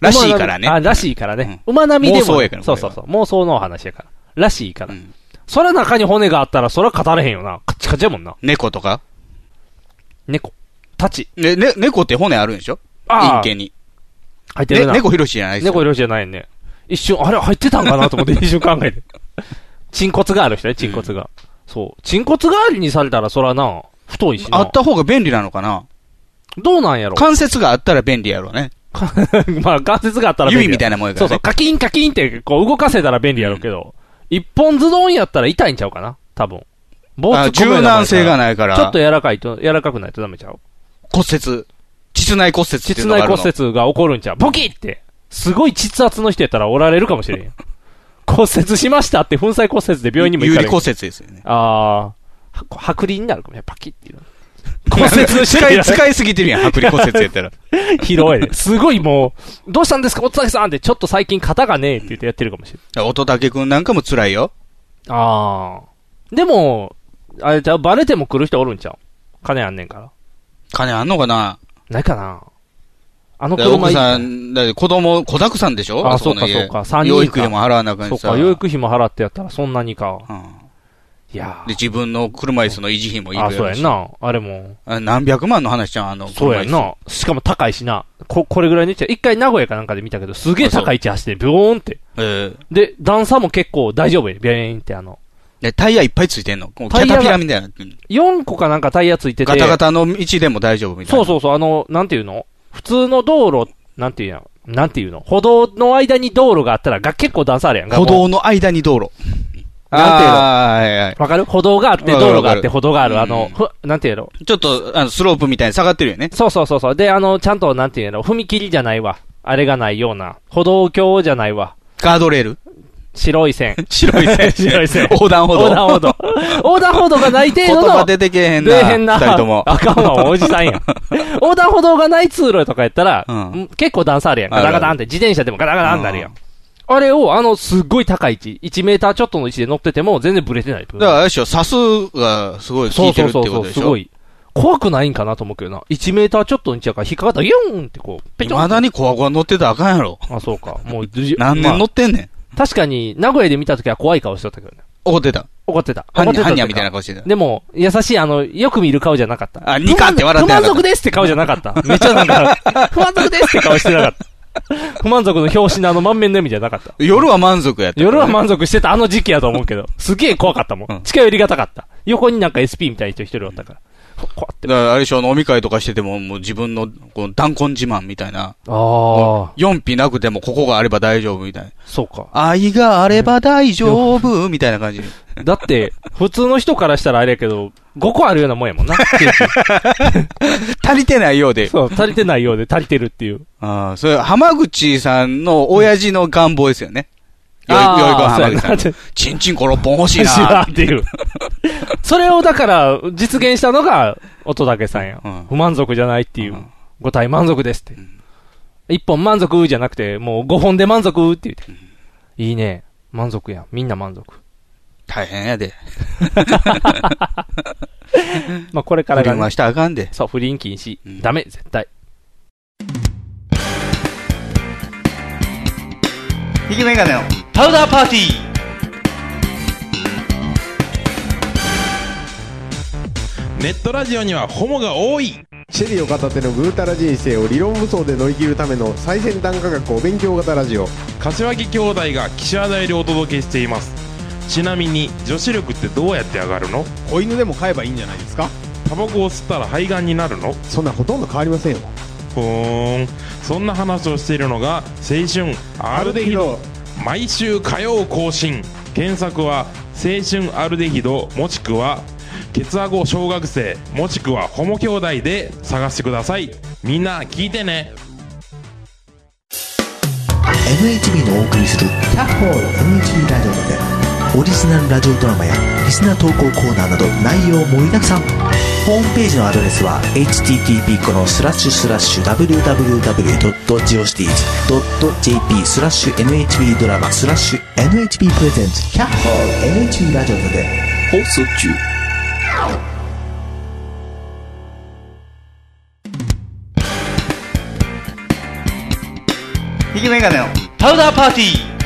Speaker 3: らしいからね。
Speaker 2: あ、らしいからね。馬並みでも。
Speaker 3: 妄想やから
Speaker 2: そうそうそう。妄想のお話やから。らしいから。
Speaker 3: うん
Speaker 2: そら中に骨があったら、そら語れへんよな。カチカチやもんな。
Speaker 3: 猫とか
Speaker 2: 猫。たち。
Speaker 3: ね、ね、猫って骨あるんでしょ
Speaker 2: ああ。
Speaker 3: 陰茎に。
Speaker 2: 入って
Speaker 3: ね
Speaker 2: るな。
Speaker 3: 猫ひろしじゃないですよ。
Speaker 2: 猫色じゃないね。一瞬、あれ入ってたんかなと思って一瞬考 えて。沈骨がある人ね、沈骨が。そう。沈骨代わりにされたら、そらな、太いしな。
Speaker 3: あった方が便利なのかな
Speaker 2: どうなんやろ
Speaker 3: 関節があったら便利やろうね。
Speaker 2: まあ、関節があったら便利
Speaker 3: 指みた
Speaker 2: い
Speaker 3: いなもんやか
Speaker 2: そ
Speaker 3: ら
Speaker 2: うそう、
Speaker 3: ね。
Speaker 2: カキンカキンって、こう、動かせたら便利やろうけど、一本ズドンやったら痛いんちゃうかな多分。棒
Speaker 3: あ
Speaker 2: 突っ込むよ
Speaker 3: 柔
Speaker 2: うなもんやから
Speaker 3: 軟性がないから、
Speaker 2: ちょっと柔らかいと、柔らかくないとダメちゃう
Speaker 3: 骨折。膣内骨折っていう
Speaker 2: 膣
Speaker 3: の
Speaker 2: 内
Speaker 3: がある
Speaker 2: 骨
Speaker 3: の。
Speaker 2: 折が起こるんちゃうボキってすごい膣圧の人やったらおられるかもしれんよ。骨折しましたって粉砕骨折で病院にも行
Speaker 3: 有
Speaker 2: か
Speaker 3: 利
Speaker 2: れる
Speaker 3: 骨。折ですよね。
Speaker 2: あー、は剥離になるかもね、パキっていう。 骨折し
Speaker 3: 使
Speaker 2: て
Speaker 3: い、 使いすぎてるやん、剥離骨折やったら。
Speaker 2: 広いで。すごいもう、どうしたんですか、おつさんって、ちょっと最近型がねえって言ってやってるかもしれん
Speaker 3: 音竹くんなんかも辛いよ。
Speaker 2: ああ。でも、あれちゃうバレても来る人おるんちゃう金あんねんから。
Speaker 3: 金あんのかな
Speaker 2: ないかなあの
Speaker 3: だから
Speaker 2: 車
Speaker 3: 奥
Speaker 2: い
Speaker 3: さん、だって子供、子沢山でしょ
Speaker 2: あ
Speaker 3: この家
Speaker 2: そうかそうか三人か
Speaker 3: 養育費も払わなあかん
Speaker 2: そ
Speaker 3: し
Speaker 2: う
Speaker 3: さ。
Speaker 2: か、養育費も払ってやったらそんなにか。
Speaker 3: うん
Speaker 2: いや
Speaker 3: で、自分の車椅子の維持費もい
Speaker 2: ー。
Speaker 3: る
Speaker 2: あ、そうや
Speaker 3: し
Speaker 2: んな。あれも。
Speaker 3: あ何百万の話じゃん、あの。
Speaker 2: そうやんな。しかも高いしな。こ、これぐらいの位置や一回名古屋かなんかで見たけど、すげえ高い位置走って、ビョーンって。
Speaker 3: 車椅子。え
Speaker 2: で、段差も結構大丈夫や。ビョーンってあの。
Speaker 3: えでタイヤいっぱいついてんの。こうキ
Speaker 2: タ
Speaker 3: ャ
Speaker 2: イヤが
Speaker 3: タピラみたいな。うん
Speaker 2: 4個かなんかタイヤついてて。
Speaker 3: ガタガタの道でも大丈夫みたい
Speaker 2: そう
Speaker 3: な。う
Speaker 2: そうそう、あの、なんていうの普通の道路、なんていうやん。なんていうの歩道の間に道路があったら、が結構段差あるやん。
Speaker 3: 歩道の間に道路。
Speaker 2: なんていうの
Speaker 3: あーはいはい。
Speaker 2: わかる歩道があって、
Speaker 3: わかる
Speaker 2: 道路があ
Speaker 3: わか
Speaker 2: って、
Speaker 3: る
Speaker 2: 歩道がある。あの
Speaker 3: うん、
Speaker 2: ふなんていうの
Speaker 3: ちょっと、あの、スロープみたいに下がってるよね。
Speaker 2: そうそうそうそう。で、あの、ちゃんと、なんていうの踏切じゃないわ。あれがないような。歩道橋じゃないわ。
Speaker 3: ガードレール。
Speaker 2: 白い線。
Speaker 3: 白い線。
Speaker 2: 白い線
Speaker 3: 横断歩道。
Speaker 2: 横断歩道。横断歩道がない程
Speaker 3: 言
Speaker 2: 度
Speaker 3: 葉
Speaker 2: の。
Speaker 3: 出てけへん
Speaker 2: 出
Speaker 3: な。
Speaker 2: えへんな。
Speaker 3: 二人とも。
Speaker 2: あかんわ、おじさん やん。横断歩道がない通路とかやったら、
Speaker 3: うん
Speaker 2: うん結構段差あるやん。ガタガタンって、自転車でもガタガタンってなるやん。あれを、あの、すっごい高い位置、1メーターちょっとの位置で乗ってても、全然ブレてない。
Speaker 3: だから、あれでしょ、サスがすごい効
Speaker 2: そ
Speaker 3: いうてるって
Speaker 2: そうそ
Speaker 3: こ
Speaker 2: うそ
Speaker 3: と
Speaker 2: う、
Speaker 3: ですしょ
Speaker 2: ご。い。怖くないんかなと思うけどな。1メーターちょっとの位置やから、引っかかったら、ギューンってこう、ペチョ
Speaker 3: ま
Speaker 2: ン。
Speaker 3: だにコアコア乗ってたらあかんやろ。
Speaker 2: あ、そうか。もう、じ
Speaker 3: 何年乗
Speaker 2: ま
Speaker 3: ってんねん。
Speaker 2: あ確かに、名古屋で見た時は怖い顔しとったけどね。
Speaker 3: 怒ってた。
Speaker 2: 怒ってた。
Speaker 3: ハ
Speaker 2: 怒っ
Speaker 3: ンニ
Speaker 2: て
Speaker 3: ャ、ハ
Speaker 2: たっ
Speaker 3: ン
Speaker 2: て
Speaker 3: ニャ
Speaker 2: いう
Speaker 3: み
Speaker 2: か
Speaker 3: たいな顔してた。
Speaker 2: でも、優しい、あの、よく見る顔じゃなかった。
Speaker 3: あニカンって笑ってなかった
Speaker 2: 不満足ですって顔じゃなかった。めっちゃなんか、 不満足ですって顔してなかった。不満足の表紙のあの満面の意味じゃなかった。
Speaker 3: 夜は満足やった。
Speaker 2: 夜は満足してたあの時期やと思うけど、すげえ怖かったも。
Speaker 3: うんん
Speaker 2: 近寄りがたかった。横になんか SP みたいな人一人おったから。こうやって。
Speaker 3: だから、あれでしょ、飲み会とかしてても、もう自分の、この弾痕自慢みたいな。
Speaker 2: ああ、
Speaker 3: 4匹なくてもここがあれば大丈夫みたいな。
Speaker 2: そうか。
Speaker 3: 愛があれば大丈夫みたいな感じ。
Speaker 2: だって、普通の人からしたらあれやけど、5個あるようなもん やもんな。ケーキ
Speaker 3: 足りてないようで。
Speaker 2: そう、足りてないようで足りてるっていう。
Speaker 3: ああ、それ、浜口さんの親父の願望ですよね。よい、よいこ
Speaker 2: あー
Speaker 3: 浜口
Speaker 2: そう
Speaker 3: さ
Speaker 2: や
Speaker 3: ん
Speaker 2: な
Speaker 3: の。ちんちんこ6本欲しい
Speaker 2: 知ら
Speaker 3: な。
Speaker 2: んっ ていう。それをだから、実現したのが、音竹さんや。
Speaker 3: うん。
Speaker 2: 不満足じゃないっていううん五体満足ですって。一本満足じゃなくて、もう五本で満足って言って。いいね。満足やん。みんな満足。
Speaker 3: 大変やで。
Speaker 2: まあこれから
Speaker 3: 振り
Speaker 2: が、ね
Speaker 3: 回、したらあかんで。
Speaker 2: そう、不倫禁止
Speaker 3: う。ん
Speaker 2: ダメ、絶対。
Speaker 3: 引きメガネの。
Speaker 1: パウダーパーティー
Speaker 4: ネットラジオにはホモが多い
Speaker 5: シェリーを片手のぐうたら人生を理論武装で乗り切るための最先端科学お勉強型ラジオ
Speaker 4: 柏木兄弟が岸和田よりお届けしていますちなみに女子力ってどうやって上がるの
Speaker 5: 子犬でも飼えばいいんじゃないですか
Speaker 4: タバコを吸ったら肺がんになるの
Speaker 5: そんなほとんど変わりませんよ
Speaker 4: ふーんそんな話をしているのが青春アルデヒド毎週火曜更新検索は青春アルデヒドもしくはケツアゴ小学生もしくはホモ兄弟で探してくださいみんな聞いてね
Speaker 6: NHB のお送りする「キャッホール NHB ラジオ」でオリジナルラジオドラマやリスナー投稿コーナーなど内容盛りだくさんホームページのアドレスは http このスラッシュスラッシュ www.geocities.jp スラッシュ NHB ドラマスラッシュ NHB プレゼンツキャッホール NHB ラジオで
Speaker 1: 放送中
Speaker 3: 引きメガネの。
Speaker 1: パウダーパーティー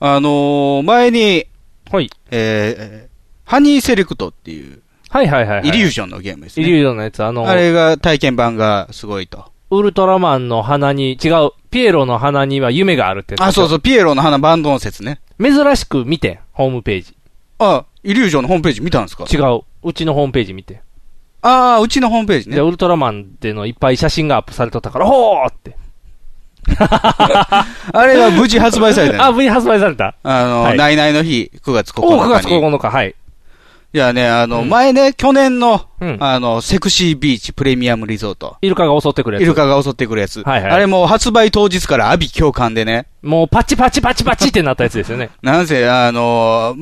Speaker 3: あのー、前に、
Speaker 2: はい。
Speaker 3: えー、ハニーセレクトっていう、
Speaker 2: はいはいはいはい。
Speaker 3: イリュージョンのゲームです
Speaker 2: イ
Speaker 3: ね。
Speaker 2: リュージョンのやつ、あの、
Speaker 3: あれが体験版がすごいと。
Speaker 2: ウルトラマンの鼻に、違う、ピエロの鼻には夢があるってやつ
Speaker 3: あ、そうそう、ピエロの花バンドの説ね。
Speaker 2: 珍しく見て、ホームページ。
Speaker 3: あ、イリュージョンのホームページ見たんですか
Speaker 2: 違う、うちのホームページ見て。
Speaker 3: ああ、うちのホームページ
Speaker 2: で、
Speaker 3: ね。
Speaker 2: ウルトラマンでのいっぱい写真がアップされとったから、ほーって。
Speaker 3: あれが無事発売された
Speaker 2: あ、
Speaker 3: の。
Speaker 2: V 発売された。
Speaker 3: あの、
Speaker 2: はい
Speaker 3: ナイナイの日、9月9日に。
Speaker 2: お、9月9日、はい。
Speaker 3: いやね、あの、
Speaker 2: うん
Speaker 3: 前ね、去年の、
Speaker 2: うん
Speaker 3: あの、セクシービーチプレミアムリゾート。
Speaker 2: イルカが襲ってくれ
Speaker 3: イ
Speaker 2: るや
Speaker 3: ルカが襲ってくるやつ。
Speaker 2: はいはい
Speaker 3: あれもう発売当日から阿ビ共感でね。
Speaker 2: つ。もう、パチパチパチパチってなったやつです よね。
Speaker 3: なんせ、あの、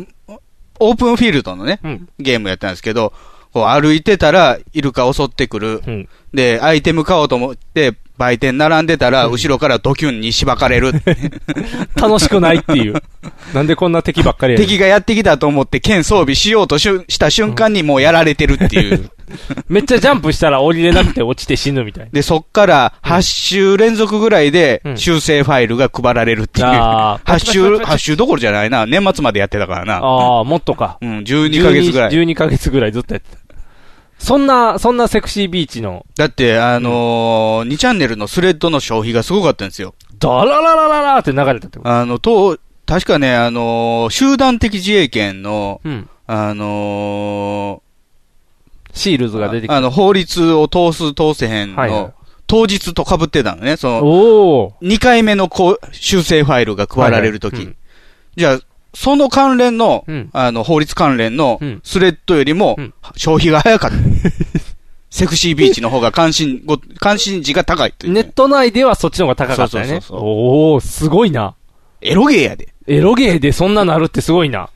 Speaker 3: オープンフィールドのね、
Speaker 2: うん。
Speaker 3: ゲームやったんですけど、こう歩いてたら、イルカ襲ってくる。
Speaker 2: うん。
Speaker 3: で、アイテム買おうと思って、売店並んでたら、後ろからドキュンにしばかれる。
Speaker 2: 楽しくないっ ていう。なんでこんな敵ばっかりやねん
Speaker 3: 敵がやってきたと思って剣装備しようとしゅした瞬間にもうやられてるっていう。
Speaker 2: めっちゃジャンプしたら降りれなくて落ちて死ぬみたい
Speaker 3: で、そっから8週連続ぐらいで
Speaker 2: うん
Speaker 3: 修正ファイルが配られるっていう。
Speaker 2: な。あー
Speaker 3: 8週、8週どころじゃないな。年末までやってたからな。
Speaker 2: あー、もっとか。
Speaker 3: うん、12ヶ月ぐらい。
Speaker 2: 12 12ヶ月ぐらいずっとやってた。そんな、そんなセクシービーチの、
Speaker 3: だって、あのー、2チャンネルのスレッドの消費がすごかったんですよ。
Speaker 2: ダラララララーって流れたってこと。
Speaker 3: あの、と、確かね、あのー、集団的自衛権の、
Speaker 2: うん。
Speaker 3: あの
Speaker 2: シールズが出て
Speaker 3: ー、
Speaker 2: きた。
Speaker 3: あの、法律を通す、通せへん
Speaker 2: はいはい
Speaker 3: の、当日と被ってたのね、その、
Speaker 2: おー。
Speaker 3: 2回目のこう修正ファイルが配られるとき、
Speaker 2: はいはい
Speaker 3: じゃあ、その関連の、
Speaker 2: うん
Speaker 3: あの、法律関連の
Speaker 2: うん
Speaker 3: スレッドよりも
Speaker 2: うん、
Speaker 3: 消費が早 かった。セクシービーチの方が関心ご、関心値が高いという、
Speaker 2: ネット内ではそっちの方が高かったよね。
Speaker 3: そうそうそうそう
Speaker 2: おー、すごいな。
Speaker 3: エロゲーやで。
Speaker 2: エロゲーでそんななるってすごいな。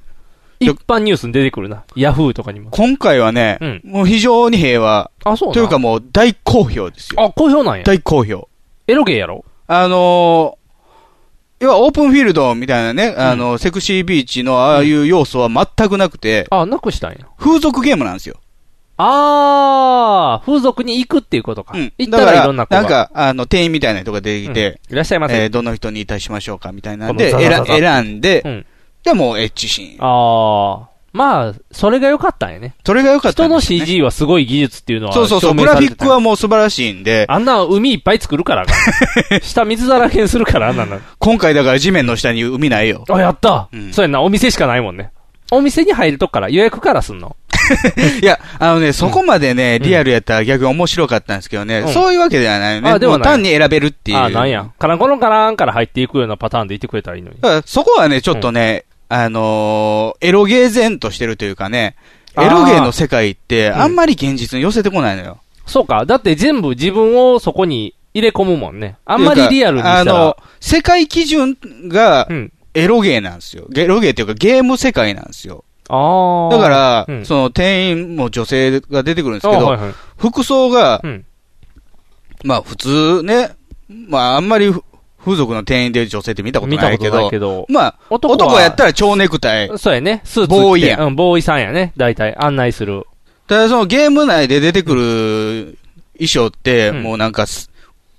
Speaker 3: で
Speaker 2: 一般ニュースに出てくるな。ヤフーとかにも。
Speaker 3: 今回はね、
Speaker 2: うん
Speaker 3: もう非常に平和。
Speaker 2: あ、そうな
Speaker 3: というか、もう大好評ですよ。
Speaker 2: あ、好評なんや。
Speaker 3: 大好評。
Speaker 2: エロゲーやろ
Speaker 3: あのー要はオープンフィールドみたいなね、あの、セクシービーチのああいう要素は全くなくて、
Speaker 2: あ、なくしたんや。
Speaker 3: 風俗ゲームなんですよ。
Speaker 2: あー、風俗に行くっていうことか。
Speaker 3: うん。
Speaker 2: 行ったらいろんな子が。
Speaker 3: だから、なんか、あの、店員みたいな人が出てきて、
Speaker 2: いらっしゃいませ。
Speaker 3: えーどの人にいたしましょうかみたいなんで、
Speaker 2: このザザザザ
Speaker 3: 選選んで、
Speaker 2: うん
Speaker 3: で、もうエッチシーン。
Speaker 2: あー。まあ、それが良かったんやね。
Speaker 3: それが良かった
Speaker 2: 人
Speaker 3: んで
Speaker 2: の
Speaker 3: すね、
Speaker 2: CG はすごい技術っていうのは
Speaker 3: そうそうそう、
Speaker 2: 証
Speaker 3: グ
Speaker 2: 明
Speaker 3: ラ
Speaker 2: さ
Speaker 3: フ
Speaker 2: れ
Speaker 3: ィ
Speaker 2: て
Speaker 3: ッ
Speaker 2: た
Speaker 3: クはもう素晴らしいんで、
Speaker 2: あんな海いっぱい作 るからあかん下水だらけにするからあんなんな
Speaker 3: 今回だから地面の下に海ないよ。
Speaker 2: あ、やった、
Speaker 3: うん
Speaker 2: そうやんな、お店しかないもんね。お店に入るとこから予約からすんの。
Speaker 3: いや、あのね、そこまでね、
Speaker 2: うん
Speaker 3: リアルやったら逆に面白かったんですけどね、
Speaker 2: うん
Speaker 3: そういうわけではないよね。
Speaker 2: あで
Speaker 3: も
Speaker 2: は
Speaker 3: う
Speaker 2: ない
Speaker 3: 単に選べるっていう。
Speaker 2: あ、なんや。カランコロンカランから入っていくようなパターンでいてくれたらいいのに。
Speaker 3: だからそこはね、ちょっとね、あのーエロゲー前としてるというかね、
Speaker 2: あー
Speaker 3: エロゲーの世界って、
Speaker 2: うん
Speaker 3: あんまり現実に寄せてこないのよ。
Speaker 2: そうか。だって全部自分をそこに入れ込むもんね。あんまりリアルにした
Speaker 3: っていうかあの
Speaker 2: ら。、
Speaker 3: 世界基準が
Speaker 2: うん。
Speaker 3: エロゲーなんですよ。エロゲーっていうかゲーム世界なんですよ。
Speaker 2: ああ。
Speaker 3: だから、
Speaker 2: うん
Speaker 3: その店員も女性が出てくるんです
Speaker 2: あ
Speaker 3: けど、
Speaker 2: はいはい。
Speaker 3: 服装が、
Speaker 2: うん。
Speaker 3: まあ普通ね、まああんまりふ風俗の店員で女性って見たこと
Speaker 2: 見
Speaker 3: な
Speaker 2: た
Speaker 3: い
Speaker 2: こ
Speaker 3: け
Speaker 2: とない
Speaker 3: ど、
Speaker 2: けど。
Speaker 3: まあ
Speaker 2: 男は
Speaker 3: 男やったら蝶ネクタイ。
Speaker 2: そうやね。スーツ着て。
Speaker 3: ボーイや
Speaker 2: うん、ボーイさんやね。大体、案内する。
Speaker 3: ただそのゲーム内で出てくる衣装って、
Speaker 2: うん
Speaker 3: もうなんかす、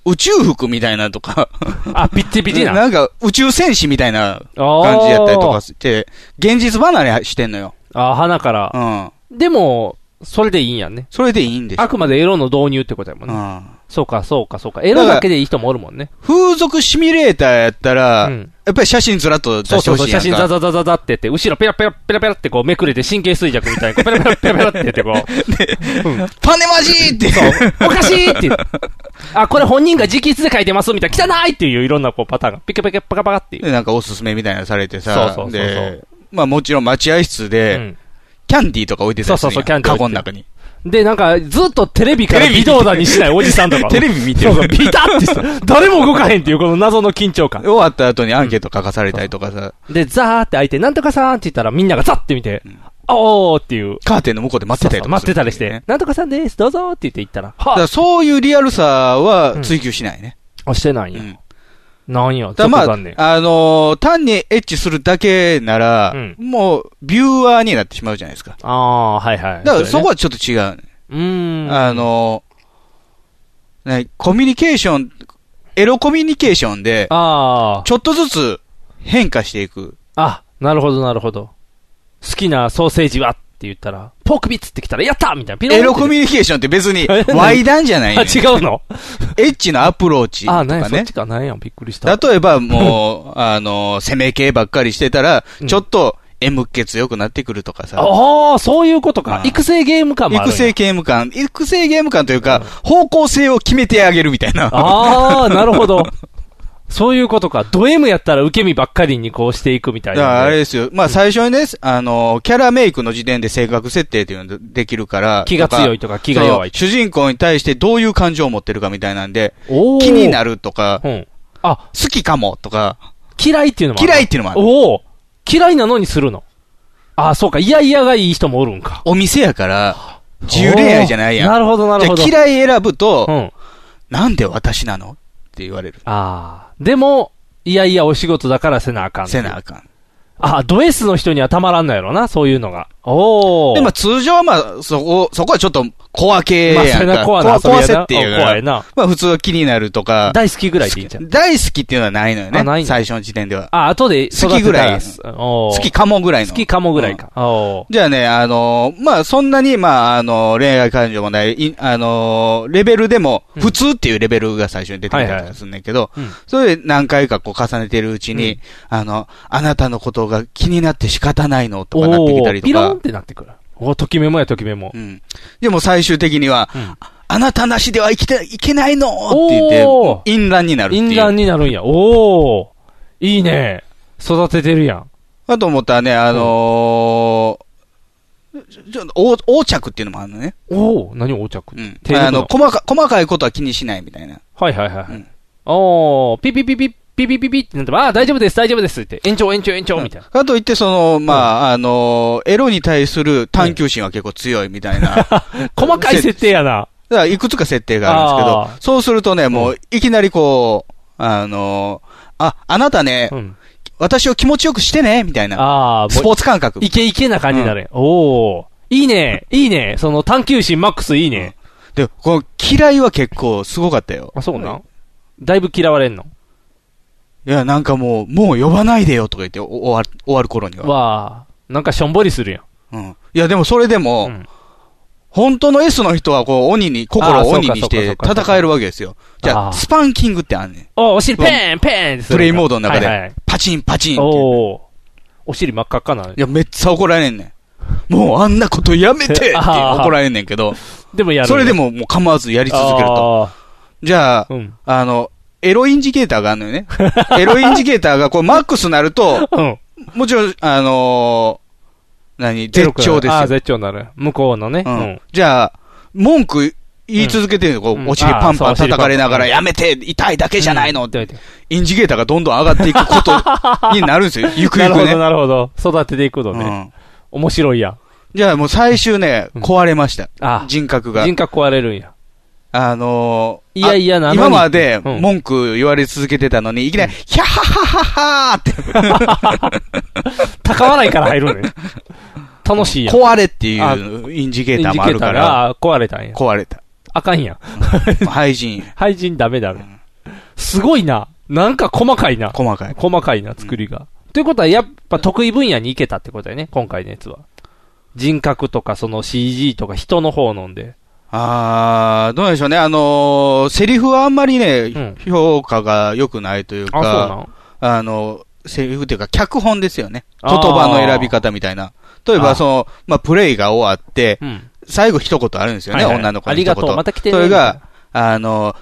Speaker 3: 宇宙服みたいなとか、
Speaker 2: あ、ピッチピチな。
Speaker 3: なんか宇宙戦士みたいな
Speaker 2: 感
Speaker 3: 感じやったりとか。して、現実離れしてんのよ。
Speaker 2: あー鼻から
Speaker 3: う。ん。
Speaker 2: でも、それでいいんやんね。
Speaker 3: それでいいんでしょ。
Speaker 2: あくまでエロの導入ってことやもん
Speaker 3: う
Speaker 2: ね。
Speaker 3: ん。
Speaker 2: そうか、そうか、そうか。エロだけでいい人もおるもんね。
Speaker 3: 風俗シミュレーターやったら、
Speaker 2: うん
Speaker 3: やっぱり写真ずらっと出
Speaker 2: そう
Speaker 3: して
Speaker 2: そ
Speaker 3: ほ
Speaker 2: うそう、
Speaker 3: しいや
Speaker 2: 写
Speaker 3: んか。
Speaker 2: 真ザザザザザってやって、後ろペラペラペラペラってこうめくれて神経衰弱みたいに、こうペラペラペラペラってやってこう、
Speaker 3: パネマジーって
Speaker 2: おかしいって言う。あ、これ本人が直筆で書いてますみたいな、汚いっていういろんなこうパターンが、ピカピカパカパカってい う。
Speaker 3: でなんかおすすめみたいなのされてさ、
Speaker 2: そうそうそうそう
Speaker 3: で、まあもちろん待合室
Speaker 2: う
Speaker 3: で、
Speaker 2: ん
Speaker 3: キャンディーとか置いてたりする
Speaker 2: そうそうそうキャンディー
Speaker 3: カ
Speaker 2: 置い
Speaker 3: ゴ
Speaker 2: て
Speaker 3: の中に。
Speaker 2: で、なんか、ずっとテレビから微動だにしないおじさんとか。
Speaker 3: テレビ見て
Speaker 2: そうそう、
Speaker 3: る。
Speaker 2: ビタってした。誰も動かへんっていう、この謎の緊張感
Speaker 3: 終。わった後にアンケート書かされたりとかさ、
Speaker 2: で、ザーって開いて、なんとかさんって言ったら、みんながザッて見て、あおーっていう。
Speaker 3: カーテンの向こうで待ってたりとか
Speaker 2: 待ってたりし
Speaker 3: するんだよ
Speaker 2: て
Speaker 3: ね。、
Speaker 2: なんとかさんです、どうぞーって言って行ったら、
Speaker 3: だか
Speaker 2: は
Speaker 3: ら
Speaker 2: ぁ
Speaker 3: そういうリアルさは追求しないね。
Speaker 2: あ、してないん
Speaker 3: う
Speaker 2: や。
Speaker 3: ん。
Speaker 2: なんや、ちょっ
Speaker 3: だ
Speaker 2: と
Speaker 3: からまあ、
Speaker 2: 残念。
Speaker 3: あのー単にエッチするだけなら、
Speaker 2: うん
Speaker 3: もう、ビューアーになってしまうじゃないですか。
Speaker 2: ああー、はいはい。
Speaker 3: だからそこ
Speaker 2: は、
Speaker 3: はちょっと違うね、
Speaker 2: うーん。
Speaker 3: あ、のーね、コミュニケーション、エロコミュニケーションで、
Speaker 2: ああ、
Speaker 3: ちょっとずつ変化していく。
Speaker 2: あ、なるほどなるほど。好きなソーセージはって言ったら、ポークビッツってきたら、やったーみたいな。ピロン
Speaker 3: エロコ
Speaker 2: って
Speaker 3: ミュニケーションって別 に
Speaker 2: え、何
Speaker 3: 歪談じゃない
Speaker 2: あ、
Speaker 3: ねん
Speaker 2: 違うの
Speaker 3: エッチのアプローチと
Speaker 2: あー、なんや、
Speaker 3: か
Speaker 2: そっ
Speaker 3: ね
Speaker 2: ち。か、なんや、びっくりした。
Speaker 3: 例えばもう、あのー攻め系ばっかりしてたら、ちょっと、M 血良くなってくるとかさ。
Speaker 2: ああ、そういうこと
Speaker 3: あ
Speaker 2: か。
Speaker 3: ー
Speaker 2: 育成ゲーム感もあるん
Speaker 3: 育
Speaker 2: や。
Speaker 3: 成刑務官、育成刑務官というか、方向性を決めてあげるみたいな。
Speaker 2: ああ、なるほど。そういうことか。ド M やったら受け身ばっかりにこうしていくみた
Speaker 3: だ
Speaker 2: い
Speaker 3: か
Speaker 2: なね、
Speaker 3: らあれですよ。まあ最初にね、あの、キャラメイクの時点で性格設定っていうのができるから。
Speaker 2: 気が強い
Speaker 3: と
Speaker 2: と
Speaker 3: か
Speaker 2: か気が弱いとか。
Speaker 3: その主人公に対してどういう感情を持ってるかみたいなんで、
Speaker 2: おー
Speaker 3: 気になるとか、
Speaker 2: うん。あ、
Speaker 3: 好きかもとか、
Speaker 2: 嫌いっていうのもある
Speaker 3: 嫌いっていうのもある。
Speaker 2: おお嫌いなのにするの。あ、そうか。いやいやがいい人もおるんか。
Speaker 3: お店やから、自由恋愛じゃないやん。
Speaker 2: なるほど、なるほど。
Speaker 3: じゃあ嫌い選ぶと、
Speaker 2: うん。
Speaker 3: なんで私なのって言われる。
Speaker 2: ああ。でも、いやいやお仕事だからせなあかん。
Speaker 3: せなあかん。
Speaker 2: あ、ド S の人にはたまらんのやろな、そういうのが。おお。
Speaker 3: で、まあ通常はまあ、そこ、そこはちょっと、小分け
Speaker 2: まあ、
Speaker 3: や
Speaker 2: そ
Speaker 3: ん
Speaker 2: れ
Speaker 3: か。
Speaker 2: な、コアな
Speaker 3: 小
Speaker 2: 遊
Speaker 3: 分
Speaker 2: びや
Speaker 3: け
Speaker 2: な。
Speaker 3: っていう
Speaker 2: お
Speaker 3: か
Speaker 2: 怖いな。
Speaker 3: まあ普通は気になるとか、
Speaker 2: 大好きぐらいでいいんじゃん。
Speaker 3: 大好きっていうのはないのよね
Speaker 2: あない。の
Speaker 3: 最初の時点では。
Speaker 2: あ、後で育てた
Speaker 3: 好きぐらい
Speaker 2: おー
Speaker 3: 好きかもぐらいの。
Speaker 2: 好きかもぐらいか。おー
Speaker 3: じゃあね、あのーまあ、そんなに、まあ、あのー恋愛感情もない、いあのーレベルでも、
Speaker 2: うん
Speaker 3: 普通っていうレベルが最初に出てき
Speaker 2: は
Speaker 3: た
Speaker 2: いは
Speaker 3: り
Speaker 2: い
Speaker 3: するんだけど、
Speaker 2: うん
Speaker 3: それで何回かこう重ねてるうちに、
Speaker 2: う
Speaker 3: あの、あなたのことが気になって仕方ないのと
Speaker 2: お
Speaker 3: かなってきた
Speaker 2: ー
Speaker 3: りと
Speaker 2: ピロンっ
Speaker 3: か、
Speaker 2: てなってくる。おーときめもやときめも
Speaker 3: う。ん。でも最終的には、
Speaker 2: うん
Speaker 3: あなたなしでは生きていけないのって言って、
Speaker 2: おー
Speaker 3: もう淫乱になるっていう。
Speaker 2: 淫乱になるんや。おおいいね。育ててるやん。
Speaker 3: あと思ったらね、あのーちょちょ横横着っていうのもあるのね。
Speaker 2: おお何横着
Speaker 3: う。ん。
Speaker 2: 手抜くの
Speaker 3: あの、細か、細かいことは気にしないみたいな。
Speaker 2: はいはいは
Speaker 3: う
Speaker 2: い
Speaker 3: ん。
Speaker 2: おおピピピピ、ピピピピってなっても、ああ、大丈夫です、大丈夫ですって。延長、延長、延長、みたいな。
Speaker 3: かといって、その、まあ、あの、エロに対する探求心は結構強いみたい な。だか
Speaker 2: 細かい設定やな。
Speaker 3: ら、いくつか設定があるんですけ
Speaker 2: あ
Speaker 3: ど、そうするとね、も
Speaker 2: う
Speaker 3: う、いきなりこう、あの、あ、あなたね
Speaker 2: う、ん。
Speaker 3: 私を気持ちよくしてね、みたいな。
Speaker 2: ああ、
Speaker 3: ス
Speaker 2: も
Speaker 3: ポーツ感覚
Speaker 2: う、。いけいけな感じになる。おおいいね、いいね。その探求心マックスいいね。
Speaker 3: で、この嫌いは結構すごかったよ。
Speaker 2: あ、そうなんだいぶ嫌われんの。
Speaker 3: いや、なんかもう、もう呼ばないでよとか言ってお終わる、終わる頃には。
Speaker 2: わあ、なんかしょんぼりするやん。
Speaker 3: うん。いや、でもそれでも、
Speaker 2: うん
Speaker 3: 本当の S の人はこう、鬼に、心
Speaker 2: あー
Speaker 3: を
Speaker 2: そうか
Speaker 3: 鬼にし
Speaker 2: そ
Speaker 3: て
Speaker 2: うかそうか
Speaker 3: 戦えるわけですよ。じゃ
Speaker 2: あ
Speaker 3: あ、
Speaker 2: ー
Speaker 3: スパンキングってあんねん。
Speaker 2: おーお尻ペン、ペンってする
Speaker 3: プレイモードの中で
Speaker 2: はいはい
Speaker 3: パチンパチンっていう。
Speaker 2: おおお尻真っ赤っかな。
Speaker 3: いや、めっちゃ怒られんねん。もうあんなことやめてって
Speaker 2: あー
Speaker 3: 怒られんねんけど、
Speaker 2: でもやる。
Speaker 3: それでももう構わずやり続けると。
Speaker 2: あ
Speaker 3: じゃあ
Speaker 2: ー。う、ん。
Speaker 3: あの、エロインジケーターがあるのよ ね。エロインジケーターがこうマックスになると、
Speaker 2: うん。
Speaker 3: もちろん、あのー何、絶頂です
Speaker 2: ああー、
Speaker 3: よ。
Speaker 2: 絶頂になる。向こうのね。
Speaker 3: う
Speaker 2: うんん。
Speaker 3: じゃあ、文句言い続けてるの、こ
Speaker 2: う
Speaker 3: うんお尻パンパン
Speaker 2: あーそうお尻
Speaker 3: 叩
Speaker 2: パンパン
Speaker 3: かれながら、やめて、痛いだけじゃないの
Speaker 2: う
Speaker 3: っ
Speaker 2: ん
Speaker 3: て、インジケーターがどんどん上がっていくことになるんで すよ。ゆくゆ
Speaker 2: なる
Speaker 3: く
Speaker 2: ほ
Speaker 3: ね
Speaker 2: ど、。なるほど。育てていくの
Speaker 3: う
Speaker 2: ね。
Speaker 3: ん
Speaker 2: 面白いやん。
Speaker 3: じゃあもう最終ね、
Speaker 2: うん
Speaker 3: 壊れました。
Speaker 2: あ
Speaker 3: 人格
Speaker 2: あ。
Speaker 3: が
Speaker 2: 人。格壊れるんや。
Speaker 3: あのー、
Speaker 2: いやいや
Speaker 3: あ
Speaker 2: なのに
Speaker 3: 今まで
Speaker 2: うん
Speaker 3: 文句言われ続けてたのに、いきなり、ヒャハハハハ
Speaker 2: 高笑いから入 るね。楽しい
Speaker 3: ーっ
Speaker 2: や
Speaker 3: て、。壊
Speaker 2: ん
Speaker 3: れっていうインジケ
Speaker 2: イン
Speaker 3: ーター
Speaker 2: ジ
Speaker 3: も
Speaker 2: ケ
Speaker 3: ある
Speaker 2: ータ
Speaker 3: か
Speaker 2: ー
Speaker 3: ら、
Speaker 2: が壊れたんや。
Speaker 3: 壊れた。
Speaker 2: あかんやん。
Speaker 3: 廃人、
Speaker 2: 廃人ダメだろ。すごいな。なんか細かいな。
Speaker 3: 細かい。
Speaker 2: 細かいな、作りが。ということは、やっぱ得意分野に行けたってことやね、今回のやつは。人格とか、その CG とか、人の方のんで。
Speaker 3: あー、どうなんでしょうね。あのー、セリフはあんまりね、
Speaker 2: うん
Speaker 3: 評価が良くないという
Speaker 2: あ、そうな
Speaker 3: か、
Speaker 2: ん
Speaker 3: あの、セリフっていうか、脚本ですよね。言
Speaker 2: あー
Speaker 3: 葉の選び方みたいな。例え
Speaker 2: あ
Speaker 3: ば、
Speaker 2: ー
Speaker 3: その、まあ、プレイが終わって、
Speaker 2: うん。
Speaker 3: 最後一言あるんですよね、
Speaker 2: はいはい
Speaker 3: 女の子
Speaker 2: あ
Speaker 3: の一
Speaker 2: り
Speaker 3: 言。
Speaker 2: がとう、また来てね。
Speaker 3: それが、あの、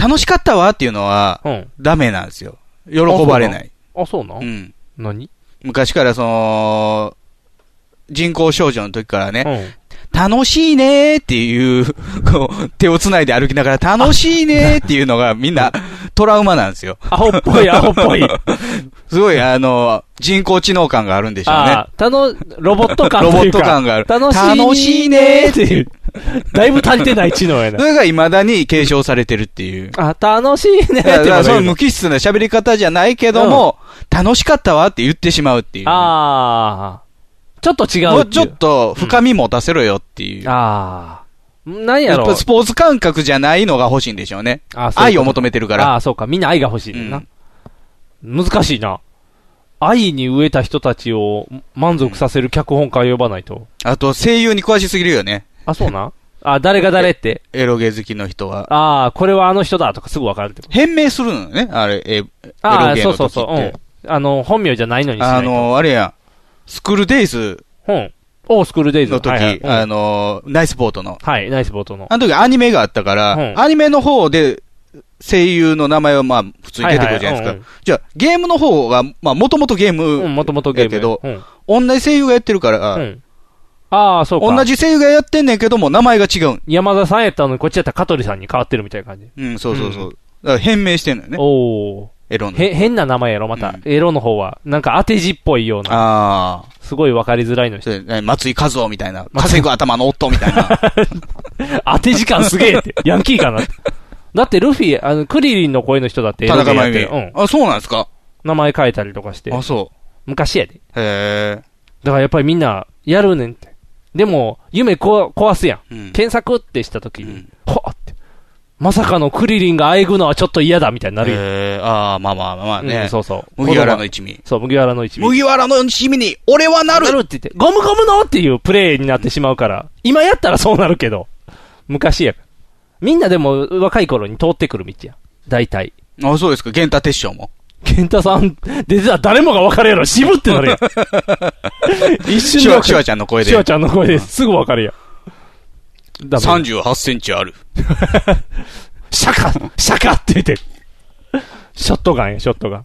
Speaker 3: 楽しかったわっていうのは、
Speaker 2: うん。
Speaker 3: ダメなんですよ。喜ばれない。
Speaker 2: あ、そうなん、
Speaker 3: うん。
Speaker 2: 何
Speaker 3: 昔からその、人工少女の時からね、
Speaker 2: うん。
Speaker 3: 楽しいねーっていう、こう、手を繋いで歩きながら楽しいねーっていうのがみんなトラウマなんですよ。
Speaker 2: アホっ ぽい、アホっぽい。
Speaker 3: すごい、あの、人工知能感があるんでしょうね
Speaker 2: あ。あ、たの、ロボット感
Speaker 3: ロ
Speaker 2: と
Speaker 3: ボ
Speaker 2: い
Speaker 3: ッ
Speaker 2: う
Speaker 3: ト
Speaker 2: か。
Speaker 3: 感がある。
Speaker 2: 楽しい
Speaker 3: 楽しいねーっ
Speaker 2: っていう。 だいぶ足りてない知能や
Speaker 3: そ
Speaker 2: な。
Speaker 3: れが未だに継承されてるって いう。
Speaker 2: あ、楽しいねー
Speaker 3: だ
Speaker 2: って
Speaker 3: から
Speaker 2: まだ
Speaker 3: だからその
Speaker 2: 言うの
Speaker 3: 無機質な喋り方じゃないけども、楽しかったわって言ってしまうっていう。
Speaker 2: ああ。ちょっと違
Speaker 3: も
Speaker 2: う
Speaker 3: う
Speaker 2: って
Speaker 3: ち
Speaker 2: い
Speaker 3: ょ
Speaker 2: う。
Speaker 3: っと深み持たせろよっていう。
Speaker 2: ああ。何や
Speaker 3: やっ
Speaker 2: ろ
Speaker 3: ぱスポーツ感覚じゃないのが欲しいんでしょうね。
Speaker 2: あそういうこと
Speaker 3: 愛を求めてるから。
Speaker 2: ああ、そうか。みんな愛が欲しいねんな。難しいな。愛に飢えた人たちを満足させる脚本家呼ばないと。
Speaker 3: あと声優に詳しすぎるよね。
Speaker 2: あ、そうな。あ、誰が誰って。
Speaker 3: エロゲ好きの人は。
Speaker 2: ああ、これはあの人だとかすぐわかるってこと。
Speaker 3: 変名するのね、あれ、 えエロゲ
Speaker 2: ああ、
Speaker 3: ー
Speaker 2: そ
Speaker 3: の
Speaker 2: う
Speaker 3: 時
Speaker 2: そうそう。う
Speaker 3: っ
Speaker 2: ん
Speaker 3: て。。
Speaker 2: あの、本名じゃないのにしな
Speaker 3: あ
Speaker 2: いと。
Speaker 3: の、あれやん。スクールデイズ
Speaker 2: うん。オースクールデイズ
Speaker 3: の時、
Speaker 2: はいはいうん
Speaker 3: あの、ナイスポートの。
Speaker 2: はい、ナイスボートの。
Speaker 3: あの時アニメがあったから、
Speaker 2: うん
Speaker 3: アニメの方で声優の名前はまあ普通に出てくるじゃないですか。
Speaker 2: はいはいうんうん
Speaker 3: じゃあ、ゲームの方が、まあもともとゲー
Speaker 2: うん、
Speaker 3: ム、
Speaker 2: もともとゲーム。
Speaker 3: やけど
Speaker 2: うん。
Speaker 3: 同じ声優がやってるから、
Speaker 2: うん。ああ、そうか。
Speaker 3: 同。じ声優がやってんねんけども、名前が違うん。
Speaker 2: 山田さんやったのに、こっちやったら香取さんに変わってるみたいな感じ。
Speaker 3: うん、そうそうそう。
Speaker 2: う
Speaker 3: だから変名してんのよね。
Speaker 2: おお。
Speaker 3: エロの。
Speaker 2: へ、変な名前やろ、また
Speaker 3: うん。
Speaker 2: エロの方は。なんか当て字っぽいような。
Speaker 3: ああ。
Speaker 2: すごいわかりづらいの
Speaker 3: そ
Speaker 2: 人。
Speaker 3: れ何松井和夫みたい な。稼ぐ頭の夫みたいな。
Speaker 2: 当て時間すげえって。ヤンキーかなって。だってルフィ、あの、クリリンの声の人だって
Speaker 3: 田中
Speaker 2: や
Speaker 3: 真
Speaker 2: って
Speaker 3: 由
Speaker 2: る。う
Speaker 3: 美
Speaker 2: ん。。
Speaker 3: あ、そうなんですか
Speaker 2: 名前変えたりとかして。
Speaker 3: あ、そ
Speaker 2: 昔やで。
Speaker 3: う。へ
Speaker 2: だからやっぱりみんな、やるねんって。でも、夢こ壊すやん。
Speaker 3: え。うん。
Speaker 2: 検索ってした時
Speaker 3: う
Speaker 2: に
Speaker 3: ん、
Speaker 2: ほっって。まさかのクリリンがあえぐのはちょっと嫌だみたいになるやん。
Speaker 3: へえああ、まあまあまあ
Speaker 2: う
Speaker 3: ね
Speaker 2: ん。そうそう。
Speaker 3: 麦わらの
Speaker 2: 子供
Speaker 3: 一味。
Speaker 2: そう、麦わらの一味。
Speaker 3: 麦わらの一味に、俺はなる
Speaker 2: なるって言って、ゴムゴムのっていうプレイになってしまうから、今やったらそうなるけど、昔やから。みんなでも若い頃に通ってくる道や。大体。
Speaker 3: あ、そうですか。玄太鉄匠も。
Speaker 2: ケンタさん、出てたら誰もが分かるやろ。渋っ てなるやん。一瞬
Speaker 3: シ
Speaker 2: で
Speaker 3: ュ
Speaker 2: わ
Speaker 3: ワ、
Speaker 2: か
Speaker 3: シュ
Speaker 2: る
Speaker 3: ワちゃんの声で
Speaker 2: シュ。ワちゃんの声ですぐ分かるやん。だめ。
Speaker 3: 38センチある。
Speaker 2: シャカシャカって言って。ショットガンや、ショットガン。っ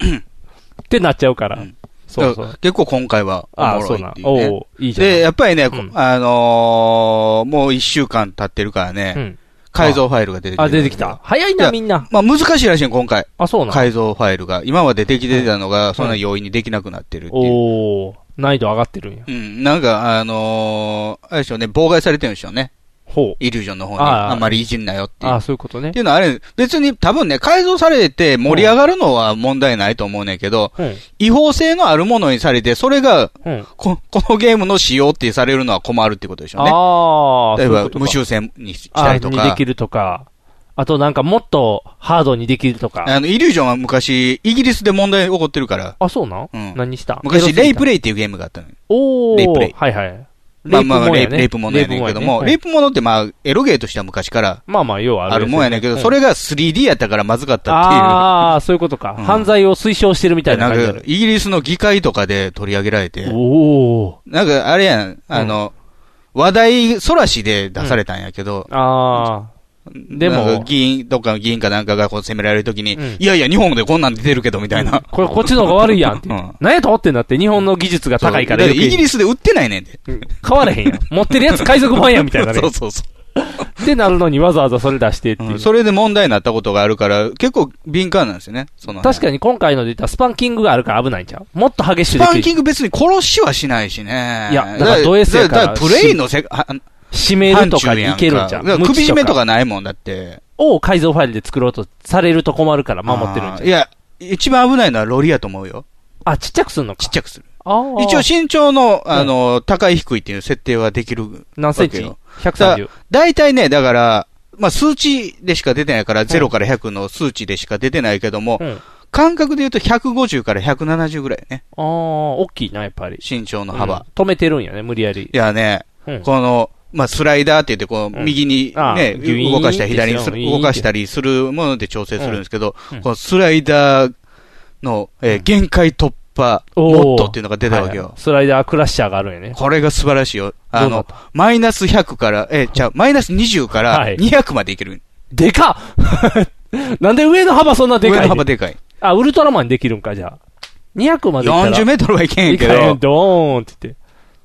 Speaker 2: てなっちゃうから。
Speaker 3: うん
Speaker 2: そうそう
Speaker 3: だから。結構今回は、お
Speaker 2: ああ、
Speaker 3: も
Speaker 2: そ
Speaker 3: ろ
Speaker 2: う
Speaker 3: い
Speaker 2: な
Speaker 3: っ
Speaker 2: ん
Speaker 3: て。いうね。
Speaker 2: おういいじゃん。
Speaker 3: で、やっぱりね、
Speaker 2: ん
Speaker 3: あのー、もう一週間経ってるから
Speaker 2: う
Speaker 3: ね、
Speaker 2: ん。
Speaker 3: 改造ファイルが出てきて
Speaker 2: あ、
Speaker 3: る
Speaker 2: 出てきた。。早い
Speaker 3: い
Speaker 2: な、
Speaker 3: や
Speaker 2: みんな。
Speaker 3: まあ難しいらしいよ、今回。
Speaker 2: あ、そうなん
Speaker 3: 改造ファイルが。今までできてたのが、そんな容易にできなくなってるっていう。
Speaker 2: おお難易度上がってるんや。
Speaker 3: うん、なんか、あのー、あれでしょうね、妨害されてるんでしょうね。
Speaker 2: ほう。
Speaker 3: イリュージョンの方に。
Speaker 2: ああ
Speaker 3: あんまりいじんなよっていう
Speaker 2: あ。あ、そういうことね
Speaker 3: ってい。うのはあれ、別に多分ね、改造されて盛り上がるのは問題ないと思うねんけど、
Speaker 2: うん。
Speaker 3: 違法性のあるものにされて、それが
Speaker 2: うん。
Speaker 3: こ、このゲームの仕様ってされるのは困るってことでしょうね。
Speaker 2: ああ、
Speaker 3: 例え
Speaker 2: そういう
Speaker 3: ば
Speaker 2: こ、とか
Speaker 3: 無修正にしたりと
Speaker 2: あにで
Speaker 3: か
Speaker 2: き。るとか。あとなんかもっとハードにできるとか。
Speaker 3: あの、イリュージョンは昔、イギリスで問題起こってるから、
Speaker 2: あ、そうなん、
Speaker 3: うん
Speaker 2: 何した
Speaker 3: 昔、レイプ
Speaker 2: レ
Speaker 3: レ
Speaker 2: イ。
Speaker 3: イっていうゲームがあったのよ。
Speaker 2: おー。
Speaker 3: レイプレイ
Speaker 2: はいはい。
Speaker 3: まあまあまあ、レイ
Speaker 2: ね
Speaker 3: レイプものやねんけども、レ
Speaker 2: レイ
Speaker 3: イ
Speaker 2: プもん
Speaker 3: プも
Speaker 2: やね
Speaker 3: のってまあ、エロゲーとしては昔から
Speaker 2: うんまあまあ、要は
Speaker 3: あるもんやねんけど、そ
Speaker 2: れ
Speaker 3: れが 3D やったからまずかったっていう。
Speaker 2: ああ、そういうことか。
Speaker 3: うん
Speaker 2: 犯罪を推奨してるみたい
Speaker 3: な
Speaker 2: な感じあ
Speaker 3: んか
Speaker 2: る、
Speaker 3: イギリスの議会とかで取り上げられて、
Speaker 2: おー。
Speaker 3: なんか、あれやん、あの、話題、ソラシで出されたんやけど、
Speaker 2: あでも
Speaker 3: なんか議員、どっかの議員かなんかがこう責められるときに、
Speaker 2: うん
Speaker 3: いやいや、日本でこんなん出てるけど、みたいな
Speaker 2: あ。。これ、こっちの方が悪いやんって。
Speaker 3: うん
Speaker 2: 何やと思ってんだって、日本の技術が高いから
Speaker 3: そう
Speaker 2: 余
Speaker 3: だ
Speaker 2: 計
Speaker 3: イギ
Speaker 2: に
Speaker 3: リスで売ってないねんで。
Speaker 2: 買われへ んやん。持ってるやつ海賊版やみたいなね
Speaker 3: そ。うそうそう。
Speaker 2: ってなるのにわざわざそれ出してっていう。
Speaker 3: うんそれで問題になったことがあるから、結構敏感なんですよね、その。
Speaker 2: 確
Speaker 3: に。
Speaker 2: かに今回ので言ったらスパンキングがあるから危ないんちゃうもっと激
Speaker 3: ス
Speaker 2: しくで
Speaker 3: パン
Speaker 2: きる
Speaker 3: キ
Speaker 2: し。
Speaker 3: ング別に殺しはしないしね。
Speaker 2: いやだからド S やから
Speaker 3: だだプレイのせ、は
Speaker 2: 締めるとかにいけるんちゃ
Speaker 3: だ
Speaker 2: う
Speaker 3: から首
Speaker 2: 無知
Speaker 3: 絞めとかないもんだって。
Speaker 2: を改造ファイルで作ろうとされると困るから守ってるん
Speaker 3: あー
Speaker 2: ちゃう
Speaker 3: いや、一番危ないのはロリやと思うよ。
Speaker 2: あ、ちっちゃくすんのか
Speaker 3: ちっ。ちゃくする。
Speaker 2: ああ。
Speaker 3: 一応身長の、あの、高い低いっていう設定はできる。
Speaker 2: 何センチ
Speaker 3: わ
Speaker 2: ?130。
Speaker 3: 大体ね、だから、まあ、数値でしか出てないから、0から100の数値でしか出てないけども、
Speaker 2: うん。あ
Speaker 3: 感覚で言うと150から170ぐらいね。
Speaker 2: あ、大きいな、やっぱり。
Speaker 3: 身長の幅。
Speaker 2: うん止めてるんやね、無理やり
Speaker 3: い。やね、
Speaker 2: うん
Speaker 3: この、まあ、スライダーって言って、こう、
Speaker 2: うん
Speaker 3: 右に
Speaker 2: あ
Speaker 3: ね、
Speaker 2: ギュイーン
Speaker 3: 動かしたり左に
Speaker 2: ですす
Speaker 3: る
Speaker 2: よ
Speaker 3: 動かしたりするもので調整するんですけど、
Speaker 2: うん
Speaker 3: このスライダーの、えー限界突破
Speaker 2: おー
Speaker 3: モッドっていうのが出たわけよ。
Speaker 2: はいはいスライダークラッシャーがあるんやね。
Speaker 3: これが素晴らしいよ。あ
Speaker 2: どうなっ
Speaker 3: の、マイナス100から、えー、じゃあ、マイナス20か
Speaker 2: は
Speaker 3: ら
Speaker 2: い
Speaker 3: 200までいける。
Speaker 2: でかっ なんで上の幅そんなで
Speaker 3: 上
Speaker 2: か
Speaker 3: の
Speaker 2: い
Speaker 3: 幅でかい。
Speaker 2: あ、ウルトラマンできるんか、じゃあ。200までいったら。
Speaker 3: 40メートルはいけへん
Speaker 2: い
Speaker 3: け
Speaker 2: かへん
Speaker 3: ど、
Speaker 2: ドーンって言って。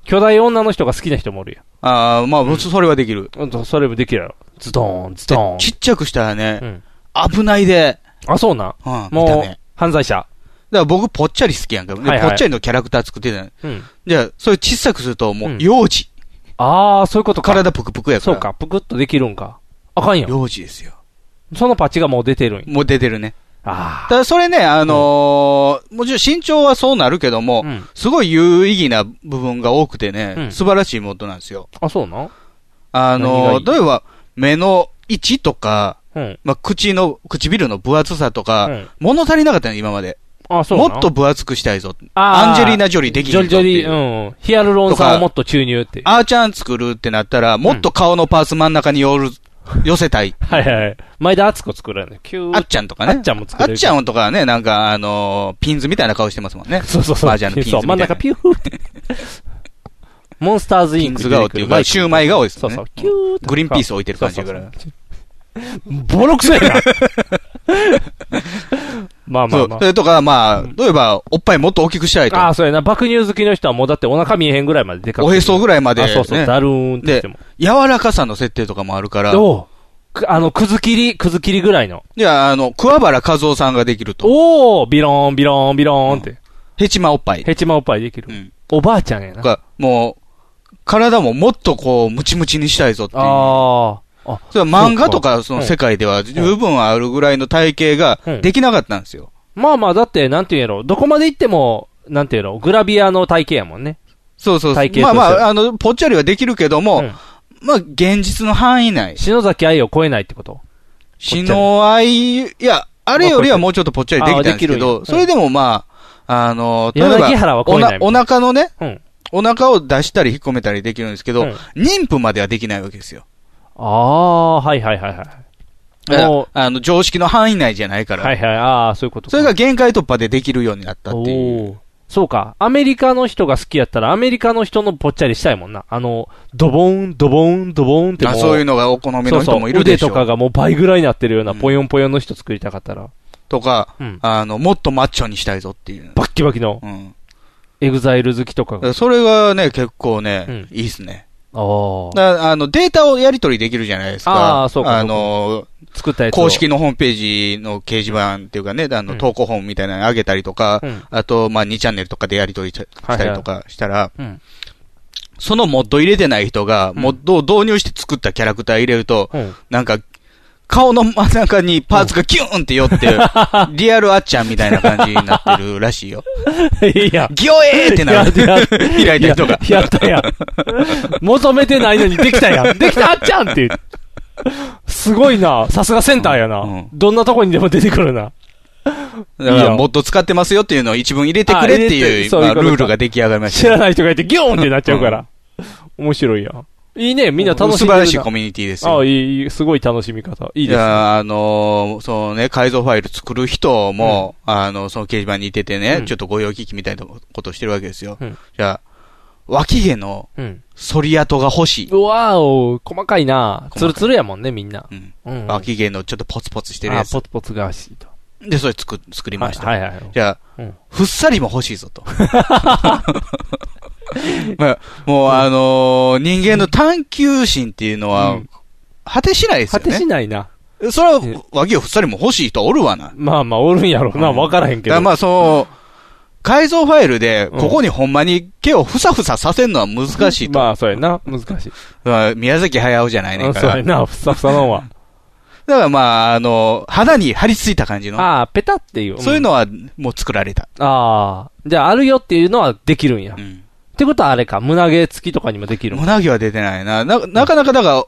Speaker 2: 巨大女の人が好きな人もおるやん
Speaker 3: あーまあ、それはできる。
Speaker 2: うんと。それもできるやろ。ズドーン、ズドーン。
Speaker 3: ちっちゃくしたら
Speaker 2: う
Speaker 3: ね、
Speaker 2: ん。
Speaker 3: 危ないで、
Speaker 2: あ、そうなん。
Speaker 3: うん、見た
Speaker 2: も
Speaker 3: 目
Speaker 2: う。、犯罪者。
Speaker 3: だから僕、ぽっちゃり好きやんか。で
Speaker 2: はいは
Speaker 3: ぽ
Speaker 2: い
Speaker 3: っちゃりのキャラクター作ってたの
Speaker 2: うん。
Speaker 3: じゃあ、それ小さくすると、も
Speaker 2: う、
Speaker 3: うん幼児。
Speaker 2: あー、そういうことか。
Speaker 3: 体ぷくぷくやか
Speaker 2: そ
Speaker 3: ら。
Speaker 2: う。か、ぷくっとできるんか。あかんやん。
Speaker 3: 幼児ですよ。
Speaker 2: そのパッチがもう出てるんや。
Speaker 3: もう出てるね。
Speaker 2: あ
Speaker 3: ただ、それね、あのーもちろん身長はそうなるけども
Speaker 2: ー。う、ん。
Speaker 3: すごい有意義な部分が多くて
Speaker 2: う
Speaker 3: ね、
Speaker 2: ん
Speaker 3: 素晴らしいモッドなんですよ。
Speaker 2: あ、そうなん
Speaker 3: あの
Speaker 2: 何がい
Speaker 3: 例えば、目の位置とか、
Speaker 2: うん。
Speaker 3: まあ、口の、唇の分厚さとか、
Speaker 2: うん
Speaker 3: 物足りなかったの、今まで。
Speaker 2: あ、そうな
Speaker 3: も
Speaker 2: ん
Speaker 3: っと分厚くしたいぞ。
Speaker 2: あー
Speaker 3: アンジェリーナ・ジョリーでき
Speaker 2: ジ
Speaker 3: る
Speaker 2: ョリジョリ、うん。ヒアルロン酸をもっと注入って。
Speaker 3: アーチャン作るってなったら、もっと顔のパーツ真ん中に寄る、寄せ たい。
Speaker 2: はいはい。前田敦子作るんだよ。キュー
Speaker 3: あっちゃんとかね。
Speaker 2: あっちゃんも作れる
Speaker 3: あっちゃんとかはね、なんか、あのーピンズみたいな顔してますもんね。
Speaker 2: そうそうそう。
Speaker 3: 麻雀のピンズみたい
Speaker 2: そ、
Speaker 3: うな
Speaker 2: 真ん中ピ ューって。モンスターズイ
Speaker 3: ピ
Speaker 2: ン
Speaker 3: ン
Speaker 2: ク
Speaker 3: ズ顔っていうか、シューマイ顔です
Speaker 2: そ
Speaker 3: よね。
Speaker 2: うそう、キューって。
Speaker 3: グリーンピース置いてる感じぐらい。
Speaker 2: ボロクソや な。まあま
Speaker 3: そ
Speaker 2: あ
Speaker 3: う、
Speaker 2: ま
Speaker 3: それとか、まあ、例えば、おっぱいもっと大きくしたいと
Speaker 2: あ。。ああ、そうやな。爆乳好きの人はもうだってお腹見えへんぐらいまででかく
Speaker 3: おへそぐらいまで、
Speaker 2: あ、
Speaker 3: ね。
Speaker 2: そうそう、だるーんって言っても。
Speaker 3: 柔らかさの設定とかもあるから、
Speaker 2: どうくあの、くず切り、くず切りぐらいの。
Speaker 3: じゃあ、あの、桑原和夫さんができると。
Speaker 2: おービローン、ビローン、ビローンって。
Speaker 3: ヘチマおっぱい。
Speaker 2: ヘチマおっぱいできる。
Speaker 3: うん。
Speaker 2: おばあちゃんや
Speaker 3: と
Speaker 2: な。あ
Speaker 3: か、もう、体ももっとこう、ムチムチにしたいぞっていう。
Speaker 2: あー。あ
Speaker 3: それは漫画とかそ
Speaker 2: うん
Speaker 3: の世界では十分あるぐらいの体系が
Speaker 2: うん
Speaker 3: できなかったんですよ。
Speaker 2: まあまあ、だって、なんていうんやろ、どこまで行っても、なんていうんやろ、グラビアの体型やもんね。
Speaker 3: そうそうそう
Speaker 2: 体系として
Speaker 3: まあまあ、あの、ぽっちゃりはできるけども、
Speaker 2: うん
Speaker 3: まあ、現実の範囲内。
Speaker 2: 篠崎愛を超えないってこと。
Speaker 3: 死の愛、いや、あれよりはもうちょっとぽっちゃりできたんですけ
Speaker 2: あ
Speaker 3: ど、
Speaker 2: で
Speaker 3: そ
Speaker 2: きるん
Speaker 3: れ
Speaker 2: や
Speaker 3: でもまあ、あの、例え
Speaker 2: 柳
Speaker 3: ば、
Speaker 2: 原は超
Speaker 3: お
Speaker 2: えな
Speaker 3: ない
Speaker 2: みたい
Speaker 3: お
Speaker 2: な。
Speaker 3: 腹のね、
Speaker 2: うん。
Speaker 3: お腹を出したり引っ込めたりできるんですけど、
Speaker 2: うん
Speaker 3: 妊婦まではできないわけですよ。
Speaker 2: ああ、はいはいはいはい。
Speaker 3: だから
Speaker 2: もう
Speaker 3: あの、常識の範囲内じゃないから。
Speaker 2: はいはい、ああ、そういうことか
Speaker 3: それが限界突破でできるようになったってい
Speaker 2: お
Speaker 3: う。
Speaker 2: ーそうか。アメリカの人が好きやったら、アメリカの人のぽっちゃりしたいもんな。あの、ドボン、ドボン、ドボンっても
Speaker 3: あそういうのがお好み
Speaker 2: そ
Speaker 3: の
Speaker 2: うそ
Speaker 3: 人
Speaker 2: う
Speaker 3: もいるでしょ。
Speaker 2: 腕とかがもう倍ぐらいになってるような、
Speaker 3: うん
Speaker 2: ぽよんぽよんの人作りたかったら。
Speaker 3: とか
Speaker 2: うん。
Speaker 3: あの、もっとマッチョにしたいぞっていう。
Speaker 2: バッキバキの、
Speaker 3: うん。
Speaker 2: エグザイル好きと
Speaker 3: だ
Speaker 2: かが。
Speaker 3: か
Speaker 2: あ
Speaker 3: らそれがね、結構ね、
Speaker 2: うん
Speaker 3: いいっすね。
Speaker 2: あ。
Speaker 3: だからあの、データをやり取りできるじゃないですか。
Speaker 2: あーそうかそうか
Speaker 3: あの、
Speaker 2: 作ったやつを。
Speaker 3: 公式のホームページの掲示板っていうかね、あ
Speaker 2: うん
Speaker 3: の、投稿本みたいなの上げたりとか、
Speaker 2: うん
Speaker 3: あと、まあ、2チャンネルとかでやり取りし
Speaker 2: はいはい
Speaker 3: したりとかしたら、
Speaker 2: うん。
Speaker 3: そのモッド入れてない人が、
Speaker 2: ん
Speaker 3: モッドを導入して作ったキャラクター入れると、
Speaker 2: うん。
Speaker 3: なんか、顔の真ん中にパーツがキューンって寄って、 リアルあっちゃんみたいな感じになってるらし いよ。
Speaker 2: いや。
Speaker 3: ギョエーってなる。
Speaker 2: いや
Speaker 3: 開
Speaker 2: いや
Speaker 3: いた人が。
Speaker 2: いややったやん。求めてないのにできた やん。できたあっちゃんって言う。すごいな。さすがセンターやな、
Speaker 3: うん
Speaker 2: どんなとこにでも出てくるな。
Speaker 3: だから、モッド使ってますよっていうのを一文入れてくれって
Speaker 2: あ入れ
Speaker 3: い
Speaker 2: て
Speaker 3: う、
Speaker 2: そういう
Speaker 3: ま
Speaker 2: こ
Speaker 3: あ、
Speaker 2: とか
Speaker 3: ルールが出来上がりまし
Speaker 2: 知
Speaker 3: た
Speaker 2: ら
Speaker 3: よ。
Speaker 2: ない人がいてギョーンってなっちゃうから。面白いやん。いいね。みんな楽しんで
Speaker 3: 素
Speaker 2: るな。
Speaker 3: 晴らしいコミュニティですよ。
Speaker 2: ああ、いいいい、すごい楽しみ方。いい
Speaker 3: い
Speaker 2: ですね。
Speaker 3: や、あのーそのね、改造ファイル作る人も、あの、その掲示板にいててね、
Speaker 2: うん
Speaker 3: ちょっと御用聞きみたいなことをしてるわけですよ。
Speaker 2: うん
Speaker 3: じゃあ、脇毛の
Speaker 2: うん。
Speaker 3: 剃り跡が欲しい。
Speaker 2: うわーお、細かいな。
Speaker 3: 細か
Speaker 2: ツル
Speaker 3: い
Speaker 2: ツルやもんね、みんな。
Speaker 3: うん。
Speaker 2: うん。
Speaker 3: 脇毛のちょっとポツポツしてる
Speaker 2: あ
Speaker 3: や
Speaker 2: あ、
Speaker 3: つ
Speaker 2: ポ。ツポツがしいと。
Speaker 3: で、それ作、作りました。
Speaker 2: はいはいはい。
Speaker 3: じゃあ、
Speaker 2: うん
Speaker 3: ふっさりも欲しいぞ と。 まあ、もうあのー人間の探求心っていうのは、
Speaker 2: うん
Speaker 3: 果てしないです
Speaker 2: 果
Speaker 3: よ
Speaker 2: てし
Speaker 3: ね。
Speaker 2: ないな。
Speaker 3: それは、脇をふっさりも欲しい人おるわな。
Speaker 2: まあまあ、おるんやろうな。わからへんけ
Speaker 3: だから
Speaker 2: ど。
Speaker 3: まあ、その、改造ファイルで、
Speaker 2: うん
Speaker 3: ここにほんまに毛をふさふささせるのは難しいと。
Speaker 2: まあ、そうやな。難しい。
Speaker 3: まあ宮崎駿じゃないね
Speaker 2: うんん
Speaker 3: か
Speaker 2: そう
Speaker 3: ら。
Speaker 2: や
Speaker 3: だか
Speaker 2: な。ふさふさのは。
Speaker 3: らまあ、あの、肌に張り付いた感じの。
Speaker 2: ああ、ペタっていう。ん
Speaker 3: そういう。のは、もう作られた。
Speaker 2: ああ。じゃあ、あるよっていうのはできるんや。
Speaker 3: う
Speaker 2: っ
Speaker 3: ん。
Speaker 2: てことはあれか。胸毛付きとかにもできるん。
Speaker 3: 胸毛は出てないな。な、なかなかだから、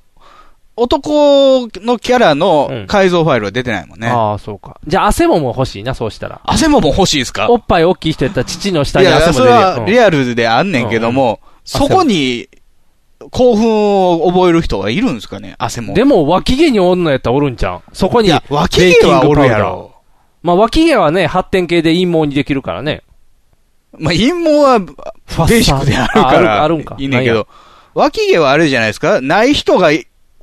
Speaker 3: 男のキャラ
Speaker 2: うん
Speaker 3: の改造ファイルは出てないもんね。
Speaker 2: ああ、そうか。じゃあ、汗ももう欲しいな、そうしたら。
Speaker 3: 汗もも欲しいですか
Speaker 2: おっぱい大きい人やったら、父の下
Speaker 3: い
Speaker 2: に
Speaker 3: や、
Speaker 2: 汗も
Speaker 3: そ
Speaker 2: 出
Speaker 3: れ
Speaker 2: る
Speaker 3: はリ
Speaker 2: やん。
Speaker 3: アルであんねんけども、そこに、興奮を覚える人はいるんですかね汗
Speaker 2: う
Speaker 3: も。
Speaker 2: んでも、脇毛におんのやったらおるんちゃん。そこ
Speaker 3: い
Speaker 2: に。
Speaker 3: や、脇毛はおるやろ。
Speaker 2: まあ、脇毛はね、発展系で陰謀にできるからね。
Speaker 3: まあ、陰謀は、
Speaker 2: ファ
Speaker 3: ベーシックであるか
Speaker 2: あ
Speaker 3: ら、
Speaker 2: あるんか。
Speaker 3: いいねんけど、脇毛はあれじゃないですかない人が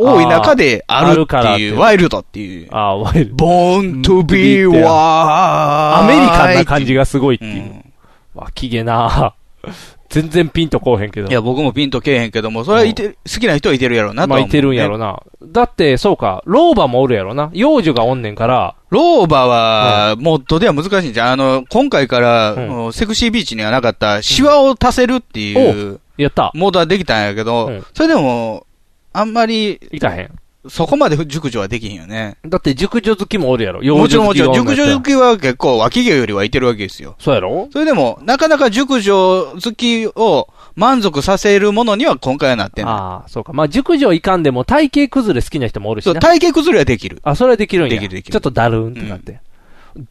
Speaker 3: 多い中であるって
Speaker 2: あーあるからってい
Speaker 3: いうう、ワイルドっていう。
Speaker 2: ああ、ワイルド。
Speaker 3: born to be wild.
Speaker 2: ア
Speaker 3: ア
Speaker 2: メリカンな感じ
Speaker 3: が。
Speaker 2: がすごいって
Speaker 3: う
Speaker 2: いう。
Speaker 3: ん。
Speaker 2: 脇毛な全然ピンとこうへんけど。
Speaker 3: いや、僕もピンとけえへんけども、それはいて、好きな人はいてるやろうなと
Speaker 2: ま
Speaker 3: は
Speaker 2: あ、
Speaker 3: 思う、
Speaker 2: いてるんやろ
Speaker 3: ね。
Speaker 2: な。だって、そうか、老婆もおるやろな。幼女がおんねんから、
Speaker 3: 老婆は、モッドでは難しいんじゃん。あの、今回から、
Speaker 2: うん
Speaker 3: あのセクシービーチにはなかった、シワを足せるっていう、
Speaker 2: やった。
Speaker 3: モードはできたんやけど、
Speaker 2: うん
Speaker 3: それでも、あんまり、
Speaker 2: いかへん。
Speaker 3: そこまで熟女はできへんよね。
Speaker 2: だって、熟女好きもおるやろ。幼
Speaker 3: もち
Speaker 2: 女
Speaker 3: ろんも
Speaker 2: 好き
Speaker 3: ちろ
Speaker 2: が
Speaker 3: ん、
Speaker 2: おん
Speaker 3: 熟
Speaker 2: ねんやった
Speaker 3: 女好きは結構脇毛よりはいてるわけですよ。
Speaker 2: そうやろ
Speaker 3: それでも、なかなか熟女好きを満足させるものには今回はなってない。
Speaker 2: ああ、そうか。まあ、熟女いかんでも体型崩れ好きな人もおるし
Speaker 3: そう、
Speaker 2: な。
Speaker 3: 体型崩れはできる。
Speaker 2: あ、それはできるんや。
Speaker 3: できるできる
Speaker 2: ちょっとだるんってなって。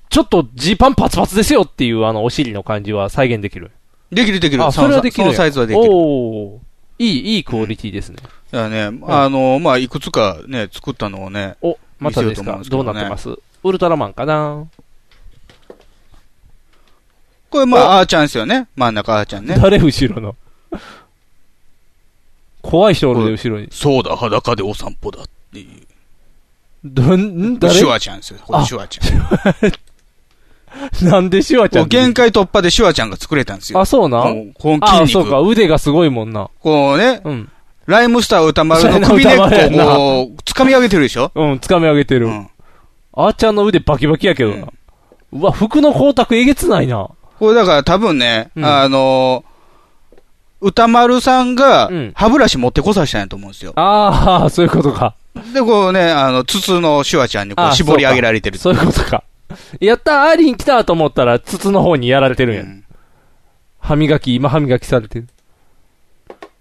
Speaker 2: ちょっとジーパンパツパツですよっていうあのお尻の感じは再現できる。
Speaker 3: できるできる。
Speaker 2: あ、
Speaker 3: そ
Speaker 2: それ
Speaker 3: の
Speaker 2: はできる
Speaker 3: そ
Speaker 2: んや。
Speaker 3: のサイズはできる。
Speaker 2: おーいい、いいクオリティですね。
Speaker 3: だからね、あの、まあ、いくつかね、作ったのをね、
Speaker 2: お、またです
Speaker 3: 見せようと思うん
Speaker 2: か
Speaker 3: ですけ
Speaker 2: ど
Speaker 3: ど
Speaker 2: う
Speaker 3: ね
Speaker 2: なってますウルトラマンかな
Speaker 3: これまあ、あーちゃんですよね。真ん中あーちゃんね。
Speaker 2: 誰後ろの怖い人おるで、後ろに。
Speaker 3: そうだ、裸でお散歩だっていう。
Speaker 2: どん、ん誰
Speaker 3: シュワちゃんですよ。これ
Speaker 2: あ
Speaker 3: シュワちゃん。
Speaker 2: なんでシュワちゃ
Speaker 3: こ
Speaker 2: ん
Speaker 3: う限界突破でシュワちゃんが作れたんですよ。
Speaker 2: あ、そうな
Speaker 3: こうこの
Speaker 2: あ、
Speaker 3: 筋
Speaker 2: そうか、
Speaker 3: 肉。
Speaker 2: 腕がすごいもんな。
Speaker 3: こうね、
Speaker 2: うん。
Speaker 3: ライムスター歌丸の首根っこをこう、掴み上げてるでしょ
Speaker 2: うん、掴み上げてる
Speaker 3: う。ん。
Speaker 2: あーちゃんの腕バキバキやけどな。うわ、服の光沢えげつないな。
Speaker 3: これだから多分ね、
Speaker 2: うん
Speaker 3: あの歌丸さんが
Speaker 2: うん
Speaker 3: 歯ブラシ持ってこさせたんやと思うんですよ。
Speaker 2: ああ、そういうことか。
Speaker 3: で、こうね、あの、筒のシュワちゃんにこ
Speaker 2: あ
Speaker 3: う絞り上げられてる。
Speaker 2: そういうことか。やったー、アーリン来たと思ったら、筒の方にやられてるんや。
Speaker 3: うん
Speaker 2: 歯磨き、今歯磨きされてる。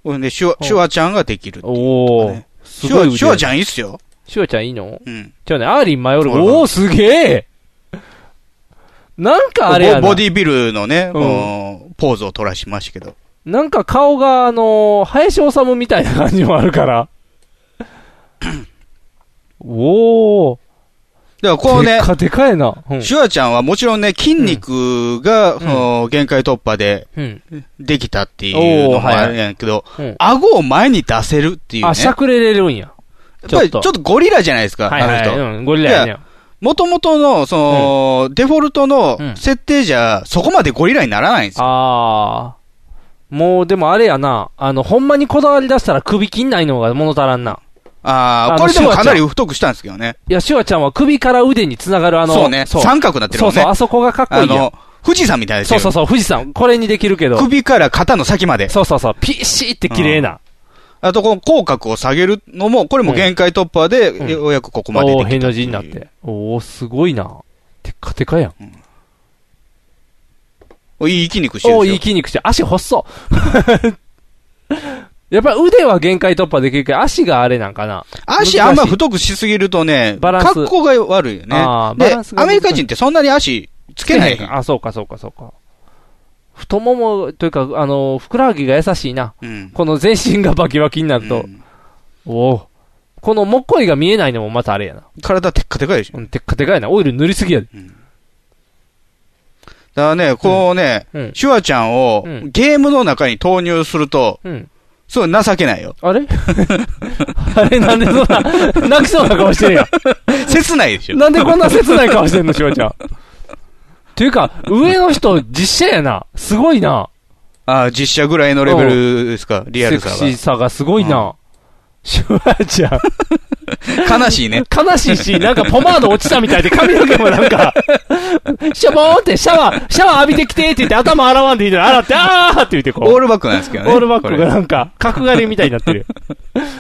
Speaker 3: ほんで、シュワ、シュワちゃんができる。
Speaker 2: おー
Speaker 3: ね。
Speaker 2: す
Speaker 3: シ
Speaker 2: ごい
Speaker 3: ュ
Speaker 2: 腕
Speaker 3: ワ、シュワちゃんいいっすよ。
Speaker 2: シュワちゃんいいの
Speaker 3: うん。
Speaker 2: じゃあね、アーリン迷う。
Speaker 3: そうなの
Speaker 2: おー、すげえなんかあれやな。
Speaker 3: ボボディビルのね、
Speaker 2: うん
Speaker 3: もうポーズを取らしましたけど。
Speaker 2: なんか顔が、あのー、林修みたいな感じもあ るから。おー。
Speaker 3: だからこう
Speaker 2: で
Speaker 3: ね
Speaker 2: っ、かでかいな。うん。
Speaker 3: シュワちゃんはもちろんね、筋肉が、その限界突破で
Speaker 2: うん。
Speaker 3: できたっていうのもあるんやけど、
Speaker 2: はいうん
Speaker 3: 顎を前に出せるっていうね。
Speaker 2: あ、しゃくれれるんや。
Speaker 3: やっぱりちょっとゴリラじゃないですか、
Speaker 2: はいは
Speaker 3: あ
Speaker 2: い。
Speaker 3: の人。
Speaker 2: うん、ゴリラやね。
Speaker 3: もともとの、その、デフォルトの
Speaker 2: うん
Speaker 3: 設定じゃ、そこまでゴリラにならないんですよ。
Speaker 2: あー。もう、でもあれやな。あの、ほんまにこだわり出したら首切んないのが物足らんな。
Speaker 3: ああ、
Speaker 2: あの
Speaker 3: これでも
Speaker 2: シュワちゃ
Speaker 3: か
Speaker 2: ん
Speaker 3: なり太くしたんですけどね。
Speaker 2: いや、シュワちゃんは首から腕につながるあの、
Speaker 3: そうね。
Speaker 2: そう
Speaker 3: 三角になってる
Speaker 2: そ
Speaker 3: も
Speaker 2: うん
Speaker 3: ね。
Speaker 2: そう、あそこがかっこい
Speaker 3: あ
Speaker 2: いやん
Speaker 3: の、富士山みたいです
Speaker 2: そう
Speaker 3: よ。
Speaker 2: そうそう、富士山。これにできるけど。
Speaker 3: 首から肩の先まで。
Speaker 2: そうそうそう、ピシーって綺麗な。
Speaker 3: あと、この口角を下げるのも、これも限界突破で、
Speaker 2: うん
Speaker 3: ようやくここまで
Speaker 2: お
Speaker 3: でき
Speaker 2: おー、
Speaker 3: た
Speaker 2: 変な字になっ
Speaker 3: ってい
Speaker 2: て。おお、すごいな。テッカテカやん。
Speaker 3: う。いい筋肉してる
Speaker 2: お
Speaker 3: ん
Speaker 2: お
Speaker 3: です
Speaker 2: ー、いい
Speaker 3: よ。
Speaker 2: 筋肉して、足細っ。 やっぱ腕は限界突破できるけど、足があれなんかな。
Speaker 3: 足あんま太くしすぎるとね、
Speaker 2: バランス
Speaker 3: 格好が悪いよね
Speaker 2: あー。バ
Speaker 3: で
Speaker 2: ランス、が
Speaker 3: アメリカ人ってそんなに足つけない。
Speaker 2: あ、そうか、そうか、そうか。太もも、というか、あの、ふくらはぎが優しいな。
Speaker 3: うん。
Speaker 2: この全身がバキバキになると
Speaker 3: う。ん
Speaker 2: おお。このもっこりが見えないのもまたあれやな。
Speaker 3: 体テッカテカでしょ。
Speaker 2: うん、テッカテカやな。オイル塗りすぎやで。
Speaker 3: だからね、こうね、
Speaker 2: うん。
Speaker 3: シュワちゃんを
Speaker 2: うん
Speaker 3: ゲームの中に投入すると、
Speaker 2: うん。
Speaker 3: すごい情けない よ。
Speaker 2: あれあれなんでそんな、泣きそうな顔してるやん。
Speaker 3: 切ないでしょ。
Speaker 2: なんでこんな切ない顔してんの、しおちゃん。っていうか、上の人、実写やな。すごいな。
Speaker 3: ああ、実写ぐらいのレベルですか、リアルさ
Speaker 2: セクシー
Speaker 3: が。
Speaker 2: さがすごいな。しおちゃん、
Speaker 3: 悲しい ね。
Speaker 2: 悲しいし、なんかポマード落ちたみたいで髪の毛もなん か、シャボーンってシャワー、シャワー浴びてきてって言って頭洗わんでいいのに洗って、あーって言ってこう。
Speaker 3: オールバックなんですけどね。
Speaker 2: オールバックが
Speaker 3: こ
Speaker 2: なんか、角刈りみたいになって る。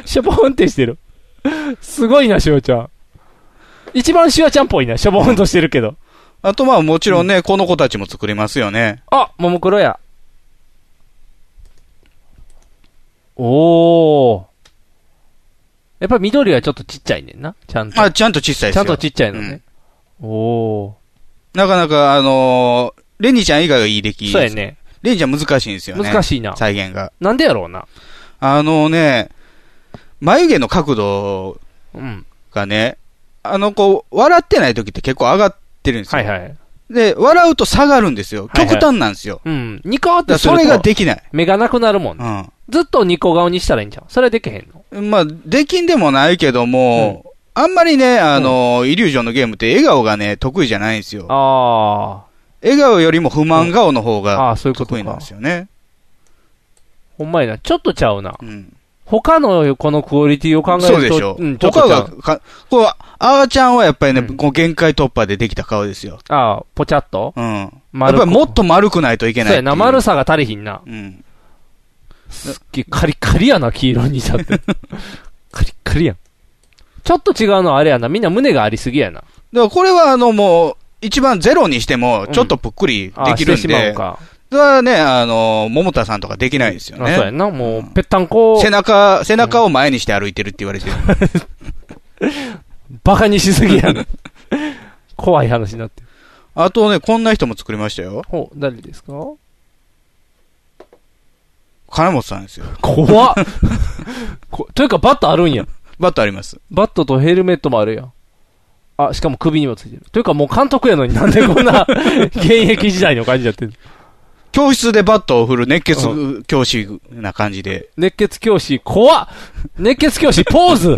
Speaker 2: ショボーンってしてる。すごいな、シュワちゃん。一番シュワちゃんっぽいな、ショボーンとしてるけど。
Speaker 3: れあとまあもちろんね、この子たちも作れますよね。
Speaker 2: あ、ももクロや。おー。やっぱり緑はちょっとちっちゃいねんな。ちゃんと。
Speaker 3: あ、ちゃんと小さいです
Speaker 2: ちゃ
Speaker 3: よ。
Speaker 2: んとちっちゃいのね。おー。
Speaker 3: なかなか、あのーレニーちゃん以外はいい出来。
Speaker 2: そうや。ね。
Speaker 3: レニーちゃん難しいんですよね。
Speaker 2: 難
Speaker 3: し
Speaker 2: しいな。
Speaker 3: 再現が。
Speaker 2: なんでやろうな。
Speaker 3: あのね、眉毛の角度
Speaker 2: うん。
Speaker 3: がね、あの子、笑ってない時って結構上がってるんです
Speaker 2: は
Speaker 3: よ。
Speaker 2: いはい。
Speaker 3: で、笑うと下がるんですよ。
Speaker 2: はいはい
Speaker 3: 極端なんですよ。
Speaker 2: うん。ニコーっ
Speaker 3: だか
Speaker 2: て
Speaker 3: ら
Speaker 2: す
Speaker 3: そ
Speaker 2: る
Speaker 3: れが
Speaker 2: と
Speaker 3: できない。
Speaker 2: 目がなくなるもんね。
Speaker 3: う
Speaker 2: ずっとニコ顔にしたらいいんじゃん。それはできへんの。
Speaker 3: ん。まあ、できんでもないけども、あんまりね、あの、イリュージョンのゲームって笑顔がね、得意じゃないんですよ。
Speaker 2: あ
Speaker 3: 笑顔よりも不満顔の方
Speaker 2: あ。
Speaker 3: が
Speaker 2: ああ、そういうこと
Speaker 3: 得意なん
Speaker 2: か
Speaker 3: で。すよね。
Speaker 2: ほんまやな。ちょっとちゃうな。
Speaker 3: うん。
Speaker 2: 他のこのクオリティを考えると。
Speaker 3: そうでしょ。
Speaker 2: うん、ちょっとちゃ
Speaker 3: 他
Speaker 2: う
Speaker 3: が、かこう、あーちゃんはやっぱりね、
Speaker 2: うん
Speaker 3: こう限界突破でできた顔ですよ。
Speaker 2: ああ、ぽちゃっと
Speaker 3: うん。やっぱ
Speaker 2: 丸
Speaker 3: りもっと丸くないといけ
Speaker 2: そう
Speaker 3: ないってい
Speaker 2: や
Speaker 3: う。
Speaker 2: な、丸さが足りひんな。
Speaker 3: うん。
Speaker 2: すっげえカリカリやな、黄色にし たって。カリカリやん。ちょっと違うのはあれやな。みんな胸がありすぎやな。
Speaker 3: だからこれはあのもう、一番ゼロにしても、ちょっとぷっくり
Speaker 2: あ
Speaker 3: で
Speaker 2: あ
Speaker 3: きるん
Speaker 2: してしまう
Speaker 3: で、
Speaker 2: か。
Speaker 3: それはね、あの、桃田さんとかできないですよ
Speaker 2: あそう
Speaker 3: ね。
Speaker 2: やな。もう、ぺったんこ
Speaker 3: 背中、背中を前にして歩いてるって言われ てる。
Speaker 2: バカにしすぎ やな。怖い話になってる。
Speaker 3: あとね、こんな人も作りましたよ。
Speaker 2: ほう、誰ですか
Speaker 3: 金本さんですよ。
Speaker 2: 怖っこ。というか、バットあるんや。
Speaker 3: バットあります。
Speaker 2: バットとヘルメットもあるやん。あ、しかも首にもついてる。というかもう監督やのになんでこ んな現役時代の感じやってる
Speaker 3: 教室でバットを振る熱
Speaker 2: う
Speaker 3: 血教師な感じで。
Speaker 2: 熱血教師、怖っ熱血教師、ポーズ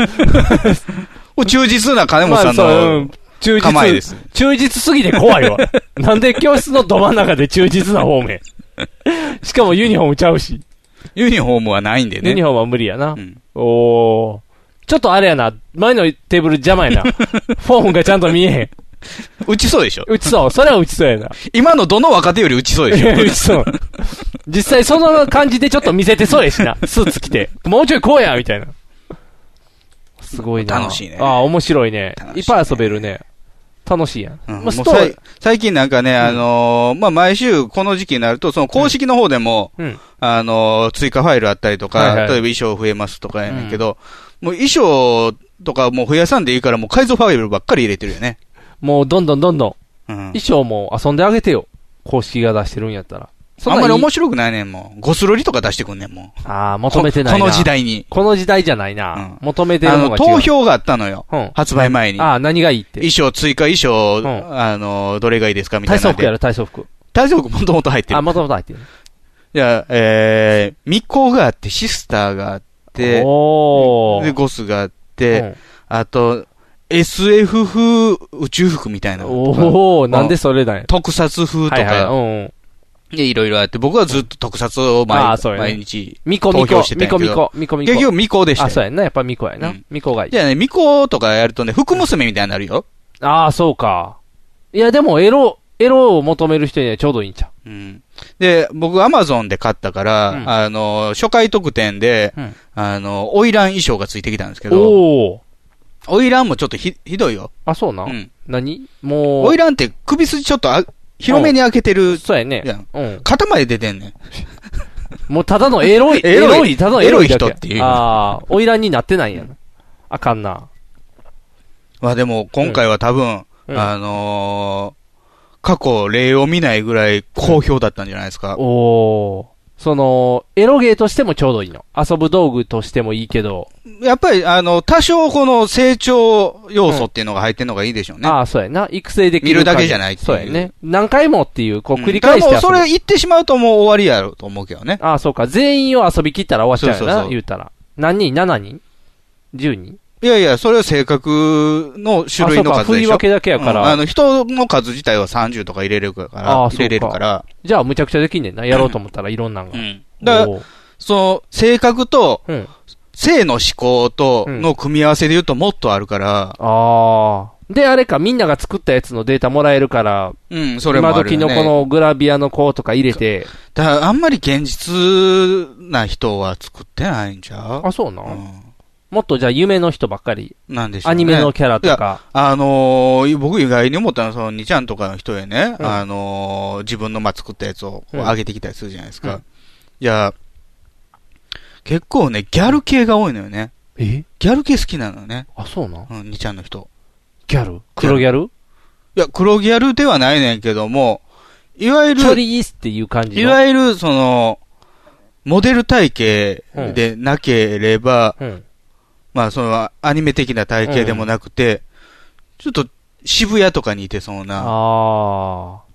Speaker 3: 忠実な金
Speaker 2: ま
Speaker 3: 本さ
Speaker 2: あ
Speaker 3: ん
Speaker 2: そうう
Speaker 3: の
Speaker 2: ん忠実。
Speaker 3: 構えです。
Speaker 2: 忠実すぎて怖 いわ。なんで教室のど真ん中で忠実な方面。しかもユニフォームちゃうし。
Speaker 3: ユニフォームはないんで
Speaker 2: ユニ
Speaker 3: ね。
Speaker 2: フォームは無理やな。
Speaker 3: うん
Speaker 2: おー。ちょっとあれやな。前のテーブル邪魔 やな。フォームがちゃんと見えへん。
Speaker 3: 打ちそうでしょ
Speaker 2: 打ちそう。それは打ちそうやな。
Speaker 3: 今のどの若手より打ちそうで しょ
Speaker 2: 打 ちそう。実際 その感じでちょっと見せてそうやしな。スーツ着て。もうちょいこうやみたいな。すごいな。
Speaker 3: 楽しいね
Speaker 2: ああ、面白いね
Speaker 3: 楽しいね
Speaker 2: いっぱい遊べるね。楽しいやん。
Speaker 3: うん
Speaker 2: まあ、
Speaker 3: も
Speaker 2: ス
Speaker 3: う
Speaker 2: ト
Speaker 3: さ
Speaker 2: ーリ
Speaker 3: い最近なんかね、あのーまあ、毎週この時期になると、その公式の方でも、
Speaker 2: ー。うん。
Speaker 3: あのー追加ファイルあったりとか、
Speaker 2: はいはい
Speaker 3: 例えば衣装増えますとかやねんけど、もう衣装とかもう増やさんでいいから、もう改造ファイルばっかり入れてるよね。
Speaker 2: もう、どんどんどんど
Speaker 3: う
Speaker 2: ん、
Speaker 3: ん。
Speaker 2: 衣装も遊んであげてよ。公式が出してるんやったら。そ
Speaker 3: あんまり面
Speaker 2: い。
Speaker 3: 白くないねん、もう。ゴスロリとか出してくんねん、もう。
Speaker 2: ああ、求めてないな。
Speaker 3: ここの時。代に。
Speaker 2: この時代じゃないな。
Speaker 3: う
Speaker 2: 求めてる
Speaker 3: あ
Speaker 2: の
Speaker 3: の、
Speaker 2: が違う。
Speaker 3: 投。票があったのよ。
Speaker 2: うん。
Speaker 3: 発売前に。
Speaker 2: ああ、何がいいって
Speaker 3: 衣。装追加、衣装、
Speaker 2: うん
Speaker 3: あのー、どれがいいですかみたい
Speaker 2: 体
Speaker 3: な。
Speaker 2: 操服やろ、体操服。
Speaker 3: 体操服もともと入ってる
Speaker 2: あ、。もともと入ってる。
Speaker 3: いや、えー、密航があって、シスターがあって、
Speaker 2: おー。
Speaker 3: で、ゴスがあっ
Speaker 2: う
Speaker 3: て、
Speaker 2: ん
Speaker 3: あと、SF 風宇宙服みたいなのとか、
Speaker 2: おー、なんでそれだよ。
Speaker 3: 特撮風と
Speaker 2: はいはい。う
Speaker 3: か、
Speaker 2: んうん。
Speaker 3: でいろいろあって、僕はずっと特撮を
Speaker 2: あー
Speaker 3: 毎
Speaker 2: そうやね
Speaker 3: 毎日。
Speaker 2: ミコミ
Speaker 3: 投
Speaker 2: コ
Speaker 3: 票して、たん
Speaker 2: ミ
Speaker 3: やけ
Speaker 2: コ
Speaker 3: ど
Speaker 2: ミコ、ミコミコ。
Speaker 3: 結局、ミコでした
Speaker 2: あ、そ
Speaker 3: よ。
Speaker 2: うやんな。やっぱミコやな
Speaker 3: うん。
Speaker 2: ミコがいい
Speaker 3: じ。ゃあね、ミコとかやるとね、福娘みたいになるよ。
Speaker 2: ああ、そうか。いや、でも、エロ、エロを求める人にはちょうどいいんちゃ
Speaker 3: うんで、僕、アマゾンで買ったから、
Speaker 2: うん
Speaker 3: あの、初回特典で、
Speaker 2: うん
Speaker 3: あの、オイラン衣装がついてきたんですけ
Speaker 2: う。
Speaker 3: ど、
Speaker 2: おー。
Speaker 3: オイランもちょっとひ、ひどいよ。
Speaker 2: あ、そうな。
Speaker 3: うん。
Speaker 2: 何もう。
Speaker 3: オイランって首筋ちょっとあ広めに開けてる、
Speaker 2: そうやね。
Speaker 3: いや
Speaker 2: うん。
Speaker 3: 肩まで出てんねん。、
Speaker 2: もうただのエロい
Speaker 3: エロい
Speaker 2: ただのエロいだけ
Speaker 3: エロい人っていう
Speaker 2: ああ、オイランになってないんやな。あかんな。
Speaker 3: まあでも、今回は多分、
Speaker 2: うん
Speaker 3: あのー過去例を見ないぐらい好評だったんじゃないですか。
Speaker 2: おー。その、エロゲーとしてもちょうどいいの。遊ぶ道具としてもいいけど。
Speaker 3: やっぱり、あの、多少この成長要素っていうのが入ってんのがいいでしょうね。
Speaker 2: ああ、そうやな。育成できる。
Speaker 3: 見るだけじゃないっていう
Speaker 2: そうやね。何回もっていう、こう繰り返
Speaker 3: う
Speaker 2: し
Speaker 3: ん
Speaker 2: て
Speaker 3: だ
Speaker 2: 遊
Speaker 3: から
Speaker 2: ぶ。
Speaker 3: もうそれ言ってしまうともう終わりやろうと思うけどね。
Speaker 2: ああ、そうか。全員を遊び切ったら終わっちゃうよな、
Speaker 3: そうそうそう
Speaker 2: 言うたら。何人 ?7 人 ?10 人
Speaker 3: いやいや、それは性格の種類の
Speaker 2: あそうか
Speaker 3: 数
Speaker 2: 振
Speaker 3: で
Speaker 2: り
Speaker 3: しょ。
Speaker 2: 分けだけやから。
Speaker 3: うんあの、人の数自体は30とか入れるから、
Speaker 2: ああ
Speaker 3: 入れれるから。
Speaker 2: じゃあ、むちゃくちゃできんねんな。やろうと思ったらいろんなんが。
Speaker 3: うん。だから、
Speaker 2: おー
Speaker 3: その、性格と、
Speaker 2: うん。
Speaker 3: 性の思考との組み合わせで言うともっとあるから、
Speaker 2: ああ。で、あれか、みんなが作ったやつのデータもらえるから、
Speaker 3: うん、それも
Speaker 2: 今
Speaker 3: ある
Speaker 2: 時
Speaker 3: よ、ね。
Speaker 2: のこのグラビアの子とか入れて、
Speaker 3: だからあんまり現実な人は作ってないんちゃ
Speaker 2: あ、そうな、
Speaker 3: ううん。
Speaker 2: もっとじゃあ夢の人ばっかり、
Speaker 3: なんでしょう、
Speaker 2: ア
Speaker 3: ね。
Speaker 2: ニメのキャラとか、
Speaker 3: あのー僕意外に思ったのは、その、にちゃんとかの人へね、
Speaker 2: うん
Speaker 3: あのー自分のまあ作ったやつを
Speaker 2: うん
Speaker 3: 上げてきたりするじゃないですか。
Speaker 2: うん
Speaker 3: いや、結構ね、ギャル系が多いのよね。
Speaker 2: え
Speaker 3: ギャル系好きなのね。
Speaker 2: あ、そうなん
Speaker 3: うん、にちゃんの人。
Speaker 2: ギャル黒ギャル
Speaker 3: いや、黒ギャルではないねんけども、いわゆ
Speaker 2: チョ
Speaker 3: る、
Speaker 2: リースっていう感じの。
Speaker 3: いわゆる、その、モデル体型でなければ、
Speaker 2: うん。
Speaker 3: まあ、その、アニメ的な体型でもなくて、ちょっと、渋谷とかにいてそうな、
Speaker 2: ああ。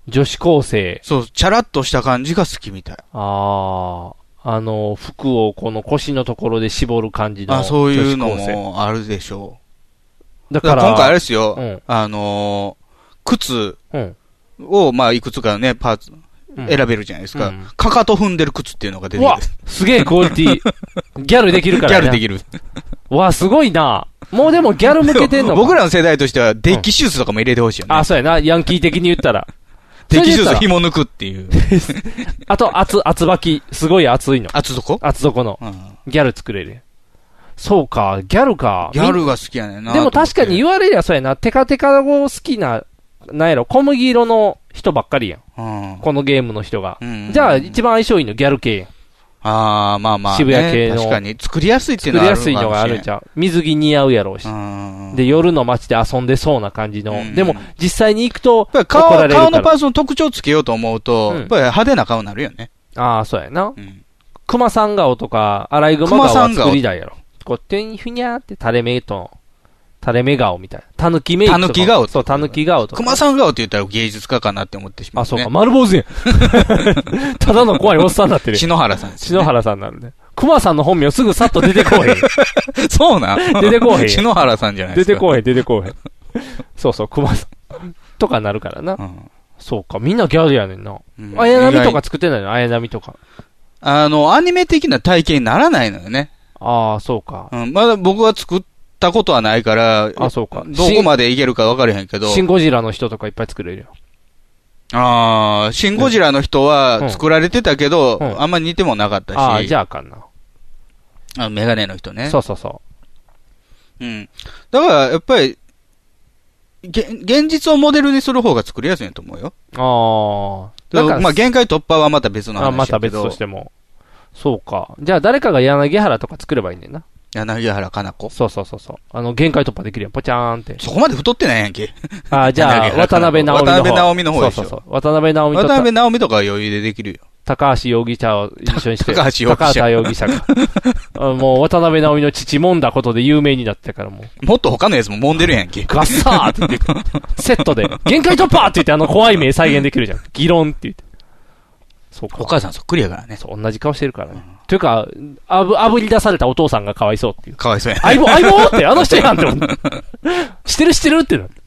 Speaker 2: 女子高生。
Speaker 3: そう、チャラッとした感じが好きみたい。
Speaker 2: ああ。あの、服をこの腰のところで絞る感じの。
Speaker 3: あそういうの
Speaker 2: 女子高
Speaker 3: もあるでしょう。だ
Speaker 2: 生。だか
Speaker 3: から
Speaker 2: ら、
Speaker 3: 今回あれですよ、
Speaker 2: うん
Speaker 3: あのー靴
Speaker 2: うん。
Speaker 3: を、まあ、いくつかね、パーツ
Speaker 2: うん
Speaker 3: 選べるじゃないですか。
Speaker 2: うん
Speaker 3: かかと踏んでる靴っていうのが出
Speaker 2: う
Speaker 3: てく
Speaker 2: わ
Speaker 3: る。
Speaker 2: すげえクオリテ ィ。ギャルできる
Speaker 3: ギ
Speaker 2: から
Speaker 3: ャ
Speaker 2: な
Speaker 3: ルできる。
Speaker 2: わあ、すごいな。もうでもギャル向けてんのか。
Speaker 3: 僕らの世代としては、デッキシューズとかも入れてほしいよね。
Speaker 2: あ、そうやな。ヤンキー的に言っ たら。
Speaker 3: デッキシュー
Speaker 2: そ
Speaker 3: ズ
Speaker 2: れで言っ
Speaker 3: 紐抜くって いう。
Speaker 2: たらあと、厚、厚履き。すごい厚いの。
Speaker 3: 厚底、
Speaker 2: 厚底の。
Speaker 3: うん、
Speaker 2: ギャル作れる。そうか、ギャルか。
Speaker 3: ギャルが好きやねんな
Speaker 2: でも確かに言
Speaker 3: わ、
Speaker 2: われりゃそうやな。テカテカを好きな、なんやろ、小麦色の人ばっかりやん。
Speaker 3: うん
Speaker 2: このゲームの人が。
Speaker 3: うん
Speaker 2: じゃあ、一番相性いいのギャル系やん。
Speaker 3: ああ、まあまあ、ね。
Speaker 2: 渋谷系の
Speaker 3: 確かに。作りやすいっていう
Speaker 2: 作
Speaker 3: のは
Speaker 2: り
Speaker 3: あ
Speaker 2: や
Speaker 3: る
Speaker 2: すいのがあるんちゃう。水着似合うやろうし。
Speaker 3: ゃ
Speaker 2: で、夜の街で遊んでそうな感じ
Speaker 3: う
Speaker 2: の。
Speaker 3: ん
Speaker 2: でも、実際に行くと、
Speaker 3: やっぱり
Speaker 2: 怒
Speaker 3: 顔、
Speaker 2: られるから
Speaker 3: 顔のパーツの特徴つけようと思うと、
Speaker 2: うん
Speaker 3: やっぱり派手な顔になるよね。
Speaker 2: ああ、そうやな。
Speaker 3: うん。
Speaker 2: 熊三顔とか、アライグマ
Speaker 3: 熊
Speaker 2: 顔
Speaker 3: さ
Speaker 2: は
Speaker 3: ん顔
Speaker 2: 作りだやろ。こう、てんふにゃーって垂れ目と、垂れ目顔みたいな。たぬきメイクとか。
Speaker 3: 狸顔
Speaker 2: そう、たぬき顔とか。
Speaker 3: 熊さん顔って言ったら芸術家かなって思ってしまう、ね。
Speaker 2: あ、そうか、丸坊主や ん。ただの怖いおっさんになってる。
Speaker 3: 篠原 さんです、ね。
Speaker 2: 篠原さんになるね。熊さんの本名すぐさっと出てこうへん。
Speaker 3: そうなん
Speaker 2: 出てこうへん
Speaker 3: 篠原さんじゃないで
Speaker 2: 出
Speaker 3: すか。
Speaker 2: てこうへん、出てこうへん。そうそう、熊さん。とかなるからな。
Speaker 3: うん。
Speaker 2: そうか、みんなギャルやねんな。
Speaker 3: うん
Speaker 2: 綾波と
Speaker 3: 意
Speaker 2: か
Speaker 3: 外
Speaker 2: 作ってないの綾波とか。
Speaker 3: あの、アニメ的な体型にならないのよね。
Speaker 2: ああ、そうか。
Speaker 3: うん。まだ僕は作ったことはないから、
Speaker 2: あそうか
Speaker 3: どこまでいけるか分かれへんけど、
Speaker 2: シンゴジラの人とかいっぱい作れるよ。
Speaker 3: ああ、シン・ゴジラの人
Speaker 2: うん
Speaker 3: は作られてたけど、
Speaker 2: うん
Speaker 3: あんま似てもなかったし、
Speaker 2: ああ、じゃああかんな。
Speaker 3: あのメガネの人ね。
Speaker 2: そうそうそう。
Speaker 3: うん。だから、やっぱり、げ現実をモデルにする方が作りやすいと思うよ。
Speaker 2: ああ。
Speaker 3: だから、まあ、
Speaker 2: あ、
Speaker 3: 限界突破はまた別の話
Speaker 2: あまた
Speaker 3: だけ
Speaker 2: 別
Speaker 3: ど、
Speaker 2: としても。そうか。じゃあ誰かが柳原とか作ればいいねんな。
Speaker 3: 柳原かな子。
Speaker 2: そうそうそうそう。あの、限界突破できるやん。ポチャーンって。
Speaker 3: そこまで太ってないやんけ。
Speaker 2: あじゃあ、
Speaker 3: 柳原
Speaker 2: 渡辺直美の方。
Speaker 3: 渡辺直美の方でしょ
Speaker 2: そうそうそう。渡辺直美と
Speaker 3: 渡辺直美とかは余裕でできるよ。
Speaker 2: 高橋容疑者を一緒にして。
Speaker 3: 高橋容疑者
Speaker 2: 高田容疑者が。 あもう、渡辺直美の父もんだことで有名になってからもう、
Speaker 3: もっと他のやつも揉んでるやんけ。
Speaker 2: ガッサーって言って、セットで、限界突破って言ってあの怖い目再現できるじゃん。議論って言って。そうか。
Speaker 3: お母さんそっくりやからね。
Speaker 2: そう、同じ顔してるからね。というか、あぶ、あぶり出されたお父さんがかわいそうっていう。
Speaker 3: かわいそうやな。
Speaker 2: 相棒、相棒って、あの人やんって思って。してるしてるってなって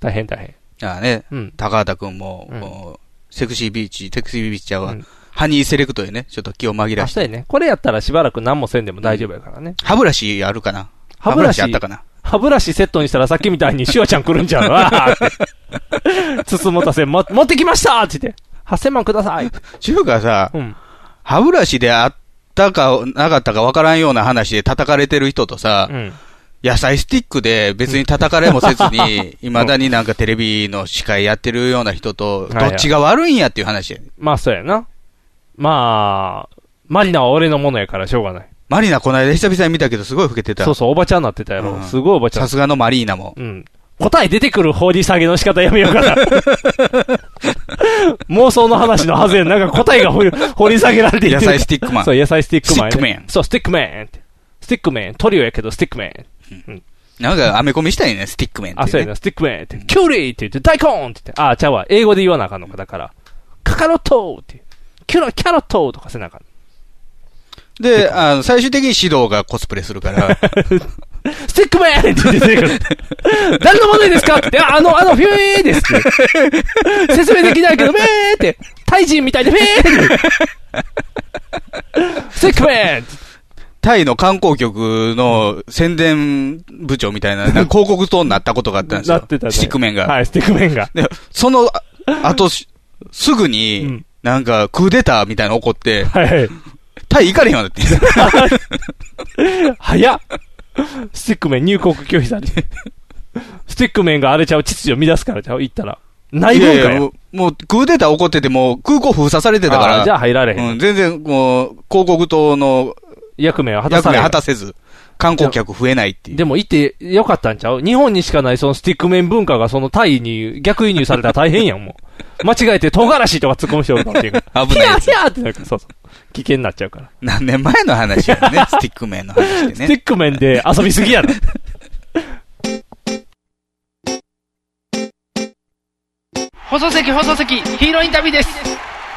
Speaker 2: 大変大変。
Speaker 3: だからね、
Speaker 2: うん。
Speaker 3: 高畑くんも、
Speaker 2: うん
Speaker 3: こうセクシービーチ、セクシービーチちゃうわ、
Speaker 2: うん
Speaker 3: ハニーセレクトでね、ちょっと気を紛ら
Speaker 2: あ、
Speaker 3: わ
Speaker 2: し
Speaker 3: してて。
Speaker 2: ね。これやったらしばらく何もせんでも大丈夫やからね。
Speaker 3: 歯ブラシあるかな
Speaker 2: 歯ブラシ
Speaker 3: あったかな
Speaker 2: 歯ブラシセットにしたらさっきみたいにシュワちゃん来るんじゃ ん。わーって。筒持たせ、も、持ってきましたって言って。8000万ください。
Speaker 3: ちゅうかさ、
Speaker 2: うん。
Speaker 3: 歯ブラシであったかなかったかわからんような話で叩かれてる人とさ、
Speaker 2: うん。
Speaker 3: 野菜スティックで別に叩かれもせず に、未だになんかテレビの司会やってるような人と、
Speaker 2: いは
Speaker 3: ど
Speaker 2: い
Speaker 3: っちが悪いんやっていう話やね
Speaker 2: まあ、そうやな。まあ、マリナは俺のものやからしょうがない。
Speaker 3: マリナこの間久々に見たけどすごい老けてた
Speaker 2: そう。そう、おばちゃんになってたやろ。
Speaker 3: うん
Speaker 2: すごいおばちゃん
Speaker 3: さ。すがのマリーナも。
Speaker 2: うん。答え出てくる放り下げの仕方やめようか な。妄想の話のはずやん。なんか答えが掘り掘り下げられていって
Speaker 3: 野
Speaker 2: る
Speaker 3: 菜スティックマン。
Speaker 2: そう、野菜スティックマン、
Speaker 3: スティックマン
Speaker 2: そう、スティックマンって。スティックマン。トリオやけど、スティックマン。
Speaker 3: なんかアメコミしたいね、スティックメンって、ね。
Speaker 2: あ、そうやな、スティックマンって。キュウリって言って、大根って言って。あ、ちゃうわ。英語で言わなあかんのか。だから、カカロットって。キュロ、キャロットとかせなあかん。
Speaker 3: で、あの、最終的に指導がコスプレする から、
Speaker 2: スティックマンって 言って出てくる。誰のものですかって言って、ああの、あの、フィーですって。説明できないけど、フィーって。タイ人みたいでフィ ーって。スティックマンって
Speaker 3: タイの観光局の宣伝部長みたいな、なんか広告塔になったことがあったんですよ。
Speaker 2: なってたね
Speaker 3: スティックメンが。
Speaker 2: はい、スティックマンが。
Speaker 3: で、その、ああとし、すぐに、
Speaker 2: うん
Speaker 3: なんか、クーデターみたいなの起こって、
Speaker 2: はいはい。
Speaker 3: タイ行かれへんわ、だって。
Speaker 2: 早っスティックメン入国拒否されて。スティックメンが荒れちゃう秩序を乱すからちゃう行ったら。ない文化
Speaker 3: い
Speaker 2: や
Speaker 3: やいやもう、もうクーデター起こってて、もう空港封鎖されてたか
Speaker 2: あ
Speaker 3: ら、
Speaker 2: ーじゃあ入られへん。
Speaker 3: うん、全然、もう、広告塔の
Speaker 2: 役目は果た
Speaker 3: 役
Speaker 2: さ
Speaker 3: 目
Speaker 2: れへん
Speaker 3: 果たせず、観光客増えないっていう。
Speaker 2: でも行ってよかったんちゃう日本にしかないそのスティックメン文化がそのタイに逆輸入されたら大変やん、も う。間違えて唐辛子とか突っ込む人おるかもしれんから。
Speaker 3: 危ないやつ
Speaker 2: ヒヤーヒヤーってなるから、そうそう。危険になっちゃうから。
Speaker 3: 何年前の話や ね、スティックメンの話で
Speaker 2: ス
Speaker 3: ね
Speaker 2: テ。ィックメンで遊びすぎやろ。
Speaker 7: 放送席放送席ヒーローインタビューです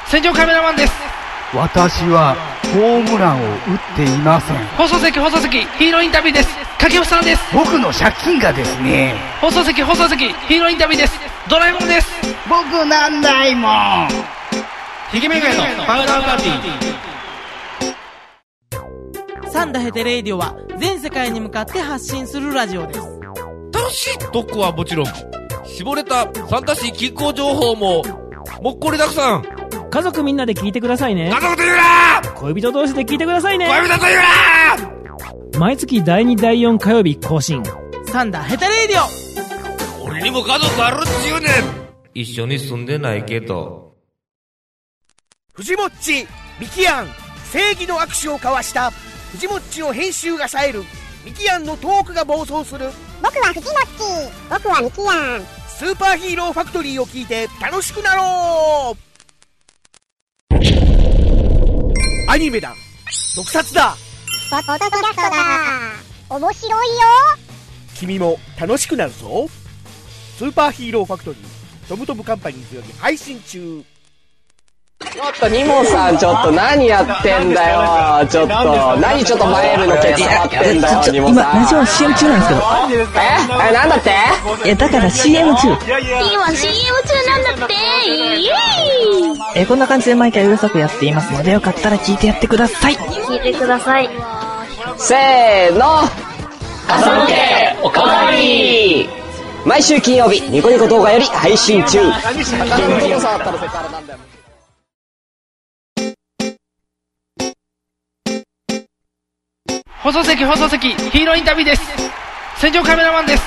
Speaker 7: 戦場カメラマンです
Speaker 8: 私はホームランを打っていません
Speaker 7: 放送席放送席ヒーローインタビューです掛布さんです
Speaker 8: 僕の借金がですね
Speaker 7: 放送席放送席ヒーローインタビューですドラえもんです
Speaker 8: 僕なんないもん
Speaker 7: ひげめがえのパウダーパーティー
Speaker 9: サンダヘテレイディオは全世界に向かって発信するラジオです。
Speaker 10: 楽しい特攻はもちろん、絞れた参加し気候情報も、もっこりたくさん
Speaker 11: 家族みんなで聞いてくださいね
Speaker 10: 家族と言うな
Speaker 11: 恋人同士で聞いてくださいね
Speaker 10: 恋人と言うな
Speaker 11: 毎月第2第4火曜日更新
Speaker 9: サンダヘテレイディオ
Speaker 10: 俺にも家族あるっちゅうねん一緒に住んでないけど。
Speaker 12: 藤もっちミキアン正義の握手を交わした藤もっちの編集が冴えるミキアンのトークが暴走する僕は藤もっち僕はミキアンスーパーヒーローファクトリーを聞いて楽しくなろうアニメだ特撮だ
Speaker 9: ポッドキャストだ面白いよ
Speaker 12: 君も楽しくなるぞスーパーヒーローファクトリートムトムカンパニーズより配信中
Speaker 7: ちょっとニモさんちょっと何やってんだよちょっと何ちょっと前るのケツ触ってんだよニモさん今ラジオ CM 中なんですけどええなんだって
Speaker 11: えだから CM 中
Speaker 9: 今 CM 中なんだってイエーイ
Speaker 11: えこんな感じで毎回うるさくやっていますのでよかったら聞いてやってください
Speaker 9: 聞いてください
Speaker 7: せーの朝向けおかわり毎週金曜日ニコニコ動画より配信中
Speaker 13: 放送席放送席ヒーローインタビューです戦場カメラマンです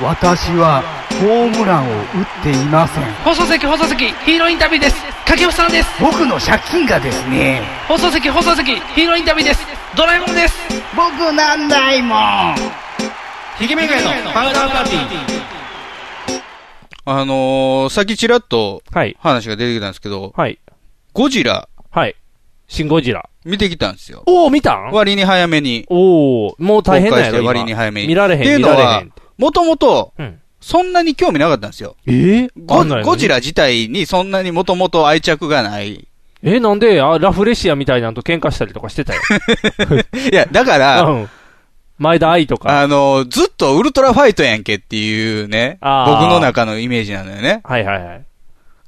Speaker 8: 私はホームランを打っていません
Speaker 13: 放送席放送席ヒーローインタビューです掛布さんです
Speaker 8: 僕の借金がですね
Speaker 13: 放送席放送席ヒーローインタビューですドラえもんです
Speaker 8: 僕なんないもん
Speaker 13: ひげめがえのパウダーパーティー
Speaker 3: あのー、さっきちらっと、話が出てきたんですけど、ゴジラ。
Speaker 2: はい。新ゴジラ。
Speaker 3: 見てきたんですよ。
Speaker 2: おお見たん
Speaker 3: 割に早めに。
Speaker 2: おおもう大変なんや
Speaker 3: 公開
Speaker 2: ろ
Speaker 3: して
Speaker 2: 今
Speaker 3: 割に早めに。
Speaker 2: 見られへん
Speaker 3: っていうの
Speaker 2: 見られへ
Speaker 3: は
Speaker 2: んっ、
Speaker 3: もともと、そんなに興味なかったんですよ。
Speaker 2: え
Speaker 3: ゴ
Speaker 2: あんなんやのに
Speaker 3: ゴジラ自体にそんなにもともと愛着がない。
Speaker 2: え、なんで、あ、ラフレシアみたいなんと喧嘩したりとかしてたよ。
Speaker 3: いや、だから、
Speaker 2: 前田愛とか。
Speaker 3: あのー、ずっとウルトラファイトやんけっていうね、僕
Speaker 2: あー
Speaker 3: の中のイメージなのよね。
Speaker 2: はいはいはい。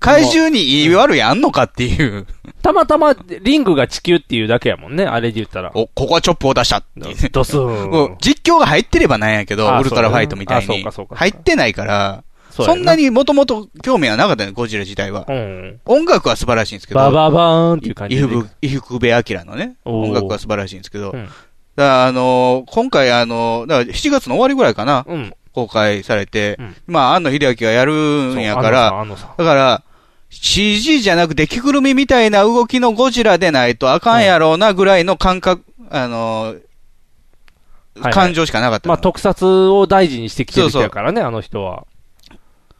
Speaker 3: 怪獣に言い悪いあんのかっていう。
Speaker 2: たまたま、リングが地球っていうだけやもんね、あれで言ったら。
Speaker 3: お、ここはチョップを出したっていう。
Speaker 2: ド スーン
Speaker 3: もう実況が入ってればなんやけど、
Speaker 2: あ
Speaker 3: ウルトラファイトみたい
Speaker 2: そうねあ
Speaker 3: に。
Speaker 2: そうかそうか
Speaker 3: 入ってないから、
Speaker 2: そう
Speaker 3: そ
Speaker 2: やなん
Speaker 3: なにもともと興味はなかったね、ゴジラ自体は。
Speaker 2: うん。
Speaker 3: 音楽は素晴らしいんですけど。
Speaker 2: バババーンっていう感じ
Speaker 3: イ
Speaker 2: で
Speaker 3: フブ、イフクベアキラのね、
Speaker 2: おー
Speaker 3: 音楽は素晴らしいんですけど。
Speaker 2: うん
Speaker 3: だからあのー今回あのーだから7月の終わりぐらいかな。公開されて。まあ、安野秀明がやるんやから。
Speaker 2: そう
Speaker 3: だ
Speaker 2: 安野さん安野さ
Speaker 3: から、CG じゃなくて着ぐるみみたいな動きのゴジラでないとあかんやろうなぐらいの感覚、あのー
Speaker 2: はいはい
Speaker 3: 感情しかなかった。
Speaker 2: まあ、特撮を大事にしてきてる人
Speaker 3: そうそう
Speaker 2: やからね、あの人は。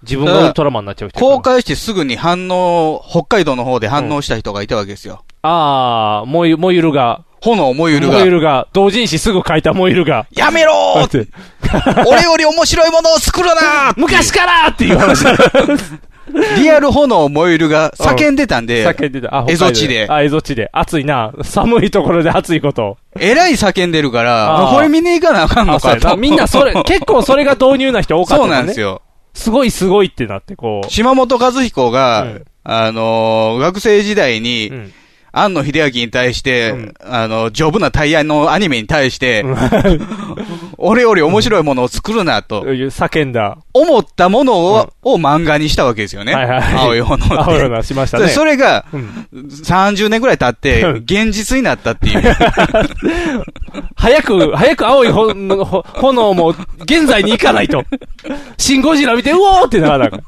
Speaker 2: 自分がウルトラマンになっちゃう人。
Speaker 3: 公開してすぐに反応、北海道の方で反応した人がいたわけですよ。
Speaker 2: ああ、モイモイルが。
Speaker 3: 炎、モイルが
Speaker 2: モイルが。同人誌すぐ書いたモイルが。
Speaker 3: やめろー
Speaker 2: って。
Speaker 3: 俺より面白いものを作るなー
Speaker 2: 昔からっていう話。
Speaker 3: リアル炎燃えるが叫んでたんで、
Speaker 2: 叫んでた。あ、
Speaker 3: エゾ地で
Speaker 2: 北海道あ、エゾ地で。暑いな。寒いところで暑いこと。
Speaker 3: えらい叫んでるか
Speaker 2: あ
Speaker 3: ら、
Speaker 2: ー
Speaker 3: これ見に行かなあかんの
Speaker 2: あ、そう
Speaker 3: か
Speaker 2: やな
Speaker 3: と。
Speaker 2: みんな それ、結構それが導入な人多かった
Speaker 3: そう
Speaker 2: も
Speaker 3: ん
Speaker 2: ね。
Speaker 3: なんですよ。
Speaker 2: すごいすごいってなって、こう。
Speaker 3: 島本和彦が、あのー学生時代に、安野秀明に対して、あの、丈夫なタイヤのアニメに対して、 俺より面白いものを作るなと。
Speaker 2: 叫んだ。
Speaker 3: 思ったものを、を漫画にしたわけですよね。
Speaker 2: はいはい
Speaker 3: 青い炎って。
Speaker 2: 青い炎しましたね
Speaker 3: でそれが、
Speaker 2: うん
Speaker 3: 30年ぐらい経って、現実になったって いう。
Speaker 2: 早く、早く青いほのほ炎も現在に行かないと。シンゴジラ見て、うおーってならなあかん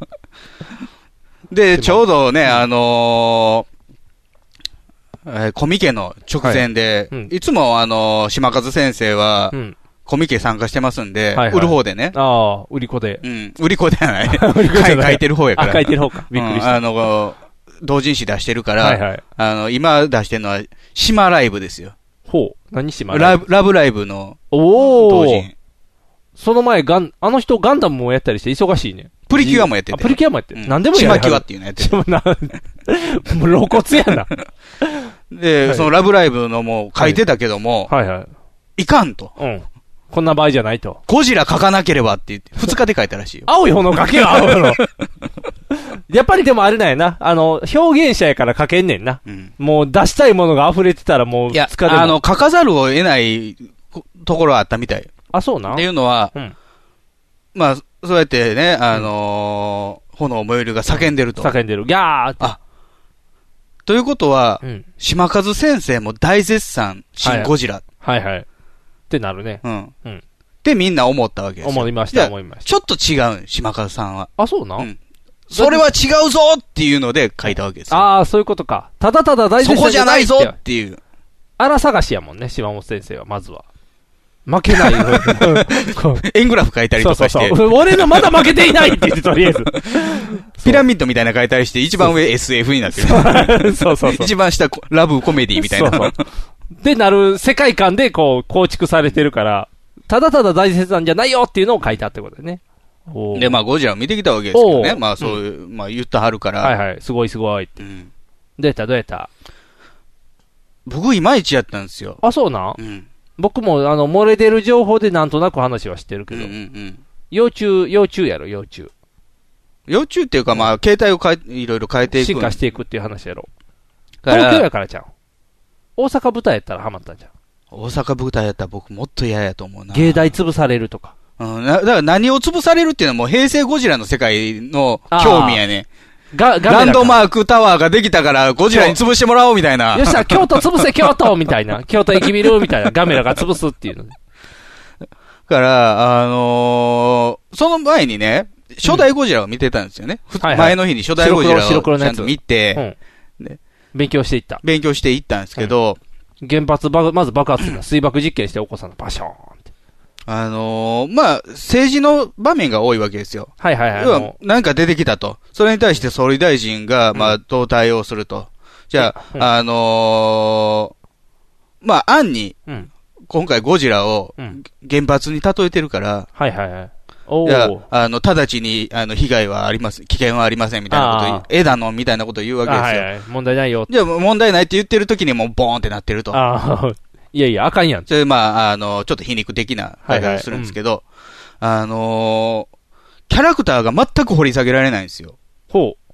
Speaker 3: で、ちょうどね、あのーえーコミケの直前で、いつもあのー島和先生は、
Speaker 2: うん
Speaker 3: コミケ参加してますんで、
Speaker 2: はいはい
Speaker 3: 売る方でね。
Speaker 2: ああ、売り子で。
Speaker 3: うん。売り子じゃ ない。
Speaker 2: じゃ
Speaker 3: 書
Speaker 2: ない
Speaker 3: い書いてる方やから。
Speaker 2: あ書いてる方かびっくりした
Speaker 3: うんあの、同人誌出してるから、
Speaker 2: はいはい
Speaker 3: あの、今出してるのは、島ライブですよ。
Speaker 2: ほう。何しま
Speaker 3: ラブ、ラブライブの、
Speaker 2: お
Speaker 3: 同
Speaker 2: お
Speaker 3: 人。
Speaker 2: その前、ガン、あの人ガンダムもやったりして忙しいね。
Speaker 3: プリキュアもやってて
Speaker 2: あプリキュアもやってる。
Speaker 3: うん
Speaker 2: 何でもやる。
Speaker 3: 島キュアっていうのやって
Speaker 2: る。な もう露骨やな。
Speaker 3: で、
Speaker 2: はい
Speaker 3: そのラブライブのも書いてたけども、。
Speaker 2: はいはい
Speaker 3: かんと。
Speaker 2: うん。こんな場合じゃないと。
Speaker 3: ゴジラ書かなければって言って、2日で書いたらしいよ。
Speaker 2: 青い炎かけよ、青い炎。 やっぱりでもあれなんやな。あの、表現者やから書けんねんな。もう出したいものが溢れてたらもう、
Speaker 3: いや、
Speaker 2: 疲れ
Speaker 3: あの、書かざるを得ないこところはあったみたい。
Speaker 2: あ、そうな
Speaker 3: っていうのは、
Speaker 2: うん
Speaker 3: まあ、そうやってね、あのー炎燃えるが叫んでると。
Speaker 2: 叫んでる。ギャーって。
Speaker 3: あ、ということは、
Speaker 2: ん
Speaker 3: 島和先生も大絶賛、シン・ゴジラ。
Speaker 2: はいはい。ってなるね。
Speaker 3: うん。
Speaker 2: うん。
Speaker 3: ってみんな思ったわけですよ。
Speaker 2: 思いまし
Speaker 3: じゃ
Speaker 2: た、
Speaker 3: あ
Speaker 2: 思いまし
Speaker 3: ちょっと違うん、島和さんは。
Speaker 2: あ、そうな、
Speaker 3: ん、それは違うぞっていうので書いたわけです。
Speaker 2: た。ああー、そういうことか。ただただ大事
Speaker 3: そこじゃないぞ
Speaker 2: って
Speaker 3: っていう。
Speaker 2: 荒探しやもんね、島本先生は、まずは。負けない。
Speaker 3: 円グラフ書いたりとかして。
Speaker 2: そうそうそう俺のまだ負けていないって言って、とりあえず。
Speaker 3: ピラミッドみたいなの書いたりして、一番上 SF になってる。
Speaker 2: そうそうそう
Speaker 3: 一番下こラブコメディみたいな。
Speaker 2: そうそうで、なる世界観でこう、構築されてるから、ただただ大切なんじゃないよっていうのを書いたってことだよね。おー
Speaker 3: で、まあ、ゴジラを見てきたわけですけどね。
Speaker 2: おう
Speaker 3: まあ、そういう、まあ、言ったはるから。
Speaker 2: はいはい、すごいすごいって。どうやったどうやった
Speaker 3: 僕、いまいちやったんですよ。
Speaker 2: あ、そうなん、僕も、あの、漏れてる情報でなんとなく話はしてるけど。要注、要注やろ、要注。
Speaker 3: 幼虫っていうか、まあ、携帯を変え、いろいろ変えていく。
Speaker 2: 進化していくっていう話やろ。
Speaker 3: から
Speaker 2: 東京やからちゃん。大阪舞台やったらハマったんじゃん。
Speaker 3: 大阪舞台やったら僕もっと嫌やと思うな。
Speaker 2: 芸大潰されるとか。
Speaker 3: うん、なだから何を潰されるっていうのはもう平成ゴジラの世界の興味やね。
Speaker 2: が、ガメラ
Speaker 3: ラ
Speaker 2: か
Speaker 3: ンドマークタワーができたから、ゴジラに潰してもらおうみたいな。
Speaker 2: よっしゃ、京都潰せ、京都みたいな。京都駅ビルみたいな。ガメラが潰すっていうのね。
Speaker 3: だから、あのーその前にね、初代ゴジラを見てたんですよね。ふ
Speaker 2: はいはい
Speaker 3: 前の日に初代ゴジラ
Speaker 2: 白黒白黒
Speaker 3: をち
Speaker 2: のや
Speaker 3: ゃ
Speaker 2: つ
Speaker 3: んと見て、
Speaker 2: 勉強していった。
Speaker 3: 勉強していったんですけど、
Speaker 2: 原発ば、まず爆発するの水爆実験して起こさの、バショーンって。
Speaker 3: あのーまあ、政治の場面が多いわけですよ。
Speaker 2: はいはいはい。
Speaker 3: 要
Speaker 2: あ
Speaker 3: は
Speaker 2: の、
Speaker 3: なんか出てきたと。それに対して総理大臣が、まあ、どう対応すると。じゃ
Speaker 2: うん
Speaker 3: あ、あのーまあ、案に、
Speaker 2: うん。
Speaker 3: 今回ゴジラを
Speaker 2: うん。
Speaker 3: 原発に例えてるから、
Speaker 2: はいはいはい。お
Speaker 3: いや
Speaker 2: ー。
Speaker 3: あの、直ちに、あの、被害はあります、危険はありません、みたいなこと
Speaker 2: あ
Speaker 3: を、えだの、みたいなことを言うわけですよ。
Speaker 2: あはいはい問題ないよ。
Speaker 3: じゃあ、問題ないって言ってる時にもう、ボーンってなってると。
Speaker 2: ああ、いやいや、あかんやん。
Speaker 3: それで、まあ、あの、ちょっと皮肉的な
Speaker 2: はいはい
Speaker 3: 配慮をするんですけど、あのーキャラクターが全く掘り下げられないんですよ。
Speaker 2: ほう。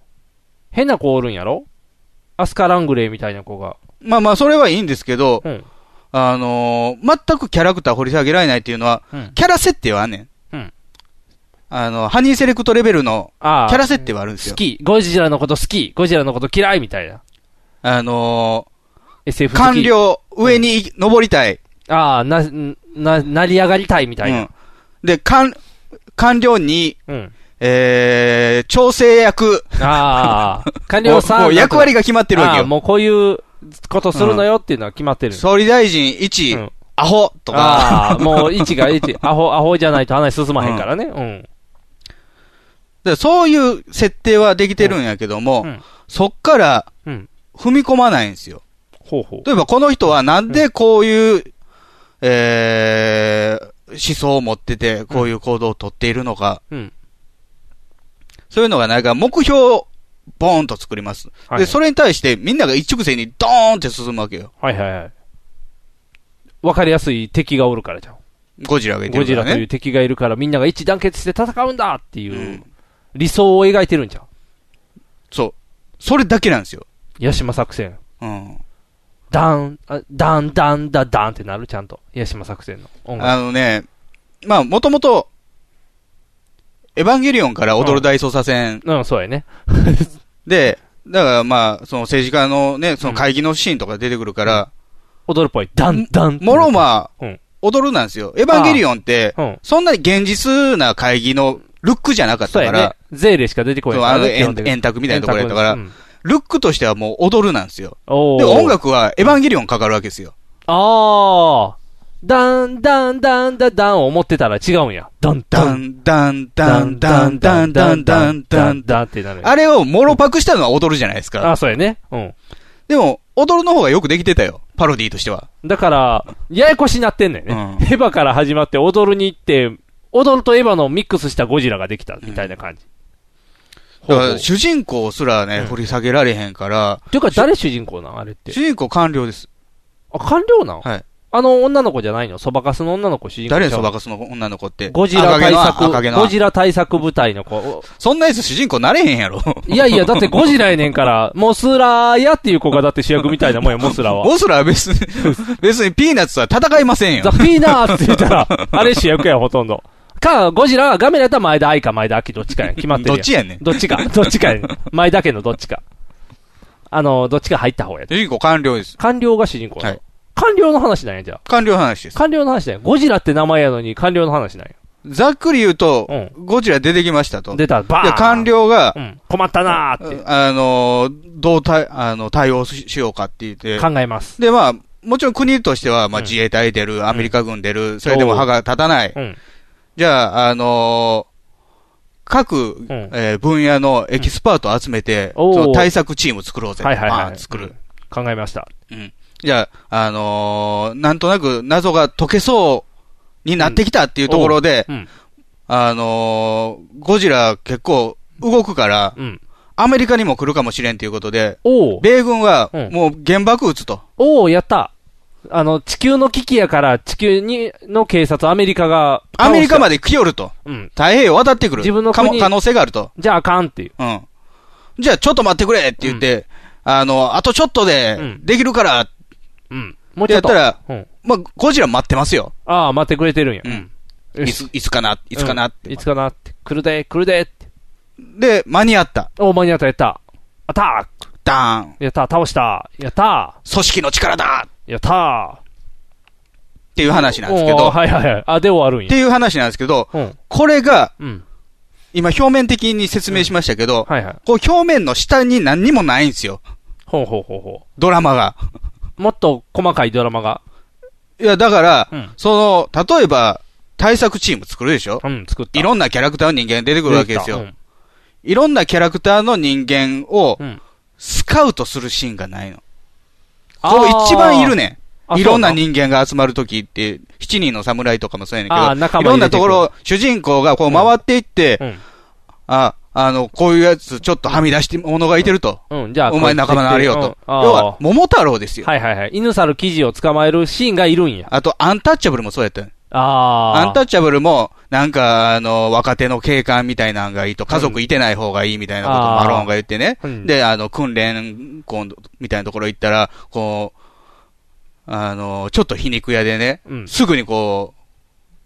Speaker 2: 変な子おるんやろアスカ・ラングレーみたいな子が。
Speaker 3: まあまあ、それはいいんですけど、
Speaker 2: うん
Speaker 3: あのー全くキャラクター掘り下げられないっていうのは、
Speaker 2: うん
Speaker 3: キャラ設定はあんねん。
Speaker 2: うん
Speaker 3: あの、ハニーセレクトレベルのキ
Speaker 2: ああ
Speaker 3: ャラ設定はあるんです
Speaker 2: 好
Speaker 3: よ。
Speaker 2: き。ゴジラのこと好き。ゴジラのこと嫌いみたいな。
Speaker 3: あの
Speaker 2: SF 好き
Speaker 3: 官。僚、上に登りたい。
Speaker 2: ああ、な、な、成り上がりたいみたいな。
Speaker 3: で、官、官僚に、
Speaker 2: うん
Speaker 3: えー、調整役。
Speaker 2: ああ、 官僚さん。
Speaker 3: もうもう役割が決まってるわけよ
Speaker 2: ああもうこういうことするのよっていうのは決まってる。
Speaker 3: 総理大臣1、アホと
Speaker 2: あ
Speaker 3: か
Speaker 2: あ、。もう位置が位置。アホ、アホじゃないと話進まへんからね。うん。
Speaker 3: でそういう設定はできてるんやけども、そっから
Speaker 2: うん
Speaker 3: 踏み込まないんですよ。
Speaker 2: ほうほう。
Speaker 3: 例えばこの人はなんでこういう、えー思想を持ってて、こういう行動をとっているのか、
Speaker 2: うん。
Speaker 3: そういうのがなんか目標をボーンと作ります。
Speaker 2: はい
Speaker 3: で、それに対してみんなが一直線にドーンって進むわけよ。
Speaker 2: はいはいはい。わかりやすい敵がおるからじゃん。
Speaker 3: ゴジラがいてる
Speaker 2: ゴ
Speaker 3: か
Speaker 2: ジラ
Speaker 3: ら
Speaker 2: という
Speaker 3: ね。
Speaker 2: 敵がいるからみんなが一致団結して戦うんだっていう理想を描いてるんじゃん。
Speaker 3: そう。それだけなんですよ。
Speaker 2: ヤシマ作戦。
Speaker 3: うん。
Speaker 2: ダン、あダンダンダダンってなるちゃんと。ヤシマ作戦の音楽。
Speaker 3: あのね、まあ、もともと、エヴァンゲリオンから踊る大捜査線。
Speaker 2: うん、そうやね。
Speaker 3: で、だからまあ、その政治家のね、その会議のシーンとか出てくるから、
Speaker 2: 踊るっぽい。ダンダン。
Speaker 3: もろま
Speaker 2: う
Speaker 3: あ
Speaker 2: ん、
Speaker 3: 踊るなんですよ。エヴァンゲリオンって
Speaker 2: うん、
Speaker 3: そんなに現実な会議のルックじゃなかった
Speaker 2: そう
Speaker 3: か
Speaker 2: やね
Speaker 3: ら、。
Speaker 2: ゼーレしか出てこ
Speaker 3: そ
Speaker 2: ないうか
Speaker 3: あの
Speaker 2: らね。基
Speaker 3: 円
Speaker 2: 本的に
Speaker 3: 円卓みたいなところやったから、
Speaker 2: 円卓
Speaker 3: ルックとしてはもう踊るなんですよ。
Speaker 2: お
Speaker 3: で、音楽はエヴァンゲリオンかかるわけですよ。
Speaker 2: ああ。ダンダンダンダダンを思ってたら違うんや。ダン
Speaker 3: ダンダンダンダンダンダンダンダン。
Speaker 2: ダンってなる。
Speaker 3: あれをもろパクしたのは踊るじゃないですか。
Speaker 2: あ、そうやね。うん。
Speaker 3: でも、踊るの方がよくできてたよ。パロディーとしては。
Speaker 2: だから、ややこしになってんだよね。エヴァから始まって踊るに行って、踊るとエヴァのミックスしたゴジラができたみたいな感じ。
Speaker 3: だから主人公すらね、掘り下げられへんから、
Speaker 2: ていうか誰主人公なんあれって。
Speaker 3: 主人公官僚です。
Speaker 2: あ、官僚なん
Speaker 3: はい。
Speaker 2: あの女の子じゃないのそばかすの女の子主人公ちゃう
Speaker 3: 誰
Speaker 2: の。
Speaker 3: そばかすの女の子って。
Speaker 2: ゴジラ対策、ゴジ
Speaker 3: ラ。
Speaker 2: ラ対策部隊の子。
Speaker 3: そんなやつ主人公なれへん やろ。
Speaker 2: いやいや、だってゴジラやねんから、モスラーやっていう子がだって主役みたいな もんや、モスラは。
Speaker 3: モスラは 別に、別にピーナッツは戦いませんよ
Speaker 2: ザ・。ピーナーって言ったら、あれ主役や、ほとんど。か、ゴジラはガメラやったら前田愛か前田秋どっちかやん。決まってるやん。
Speaker 3: どっちやねん
Speaker 2: どっちか。 どっちかやねん。前田家のどっちか。あの、どっちか入った方や
Speaker 3: 主人公官僚です。
Speaker 2: 官僚が主人公なの
Speaker 3: はい
Speaker 2: 官僚の話なんや、じゃあ。
Speaker 3: 官僚の話です。
Speaker 2: 官僚の話だよ。ゴジラって名前やのに官僚の話なんや。
Speaker 3: ざっくり言うと、ゴジラ出てきましたと。
Speaker 2: 出た、バーン
Speaker 3: で、官僚が、
Speaker 2: 困ったなーって。
Speaker 3: あの、どう対、あの、対応ししようかって言って。
Speaker 2: 考えます。
Speaker 3: で、まあ、もちろん国としては、まあ、自衛隊出る、アメリカ軍出る、それでも歯が立たない。
Speaker 2: うん。
Speaker 3: じゃあ、あのー各、えー分野のエキスパートを集めて、
Speaker 2: おー
Speaker 3: その対策チーム作ろうぜ。
Speaker 2: はいはいはい
Speaker 3: バーン作る。
Speaker 2: 考えました。
Speaker 3: うん。じゃあ、あのーなんとなく謎が解けそうになってきたっていうところで、
Speaker 2: うん。
Speaker 3: あのーゴジラ結構動くから、アメリカにも来るかもしれんということで、
Speaker 2: おう
Speaker 3: 米軍はもう原爆撃つと。
Speaker 2: おー、やった。あの、地球の危機やから、地球に、の警察、アメリカが。
Speaker 3: アメリカまで来よると。
Speaker 2: うん。
Speaker 3: 太平洋渡ってくる。
Speaker 2: 自分の
Speaker 3: か
Speaker 2: 国
Speaker 3: も可能性があると。
Speaker 2: じゃああかんっていう。
Speaker 3: うん。じゃあちょっと待ってくれって言って、あの、あとちょっとで、できるから、
Speaker 2: うん。
Speaker 3: もう
Speaker 2: も
Speaker 3: ち
Speaker 2: うち
Speaker 3: ょ
Speaker 2: ょ
Speaker 3: っ
Speaker 2: っ
Speaker 3: と
Speaker 2: と
Speaker 3: やった
Speaker 2: う
Speaker 3: ら
Speaker 2: ん、
Speaker 3: まあ、ゴジラ待ってますよ。
Speaker 2: ああ、待ってくれてるんや。うん。
Speaker 3: いつ、いつかな、いつかなって。
Speaker 2: いつかなって。来るで、来るでって。
Speaker 3: で、間に合った。
Speaker 2: お、間に合った、やった。アタック
Speaker 3: ダーン
Speaker 2: やった、倒したやった
Speaker 3: 組織の力だ
Speaker 2: やっ
Speaker 3: っ
Speaker 2: た
Speaker 3: ていう話なんですけ
Speaker 2: お
Speaker 3: ど、
Speaker 2: ーはいはいはい。あ、で終わるん
Speaker 3: っ
Speaker 2: や。
Speaker 3: ていう話なんですけど、これが、今表面的に説明しましたけど、こう表面の下に何にもないんですよ。
Speaker 2: ほうほうほうほ
Speaker 3: ドラマが。
Speaker 2: もっと細かいドラマが。
Speaker 3: いや、だから、その、例えば、対策チーム作るでしょいろんなキャラクターの人間出てくるわけですよ。
Speaker 2: 出てき
Speaker 3: いろんなキャラクターの人間を、スカウトするシーンがないの。こう
Speaker 2: あー
Speaker 3: 一番いるね
Speaker 2: あ
Speaker 3: ん。いろんな
Speaker 2: そうな
Speaker 3: 人間が集まるときって、七人の侍とかもそうやねん
Speaker 2: あー
Speaker 3: けど、
Speaker 2: 仲
Speaker 3: いろ
Speaker 2: 間に
Speaker 3: ん
Speaker 2: 出
Speaker 3: な
Speaker 2: て
Speaker 3: と
Speaker 2: くる
Speaker 3: ころ、主人公がこう回っていって、あ、あの、こういうやつちょっとはみ出して者がいてると。
Speaker 2: うんうんじゃあ
Speaker 3: お前仲間になれよ
Speaker 2: こうやっ
Speaker 3: と
Speaker 2: て。うんあー
Speaker 3: 要は、桃太郎ですよ。
Speaker 2: はいはいはい。犬猿記事を捕まえるシーンがいるんや。
Speaker 3: あと、アンタッチャブルもそうやったよ
Speaker 2: あ
Speaker 3: ア
Speaker 2: ー
Speaker 3: ンタッチャブルも、なんか、あの、若手の警官みたいなのがいいと、家族いてない方がいいみたいなことを
Speaker 2: あー
Speaker 3: マローンが言ってね
Speaker 2: う。ん
Speaker 3: で、あの、訓練校みたいなところ行ったら、こう、あの、ちょっと皮肉屋でね、
Speaker 2: うん
Speaker 3: すぐにこ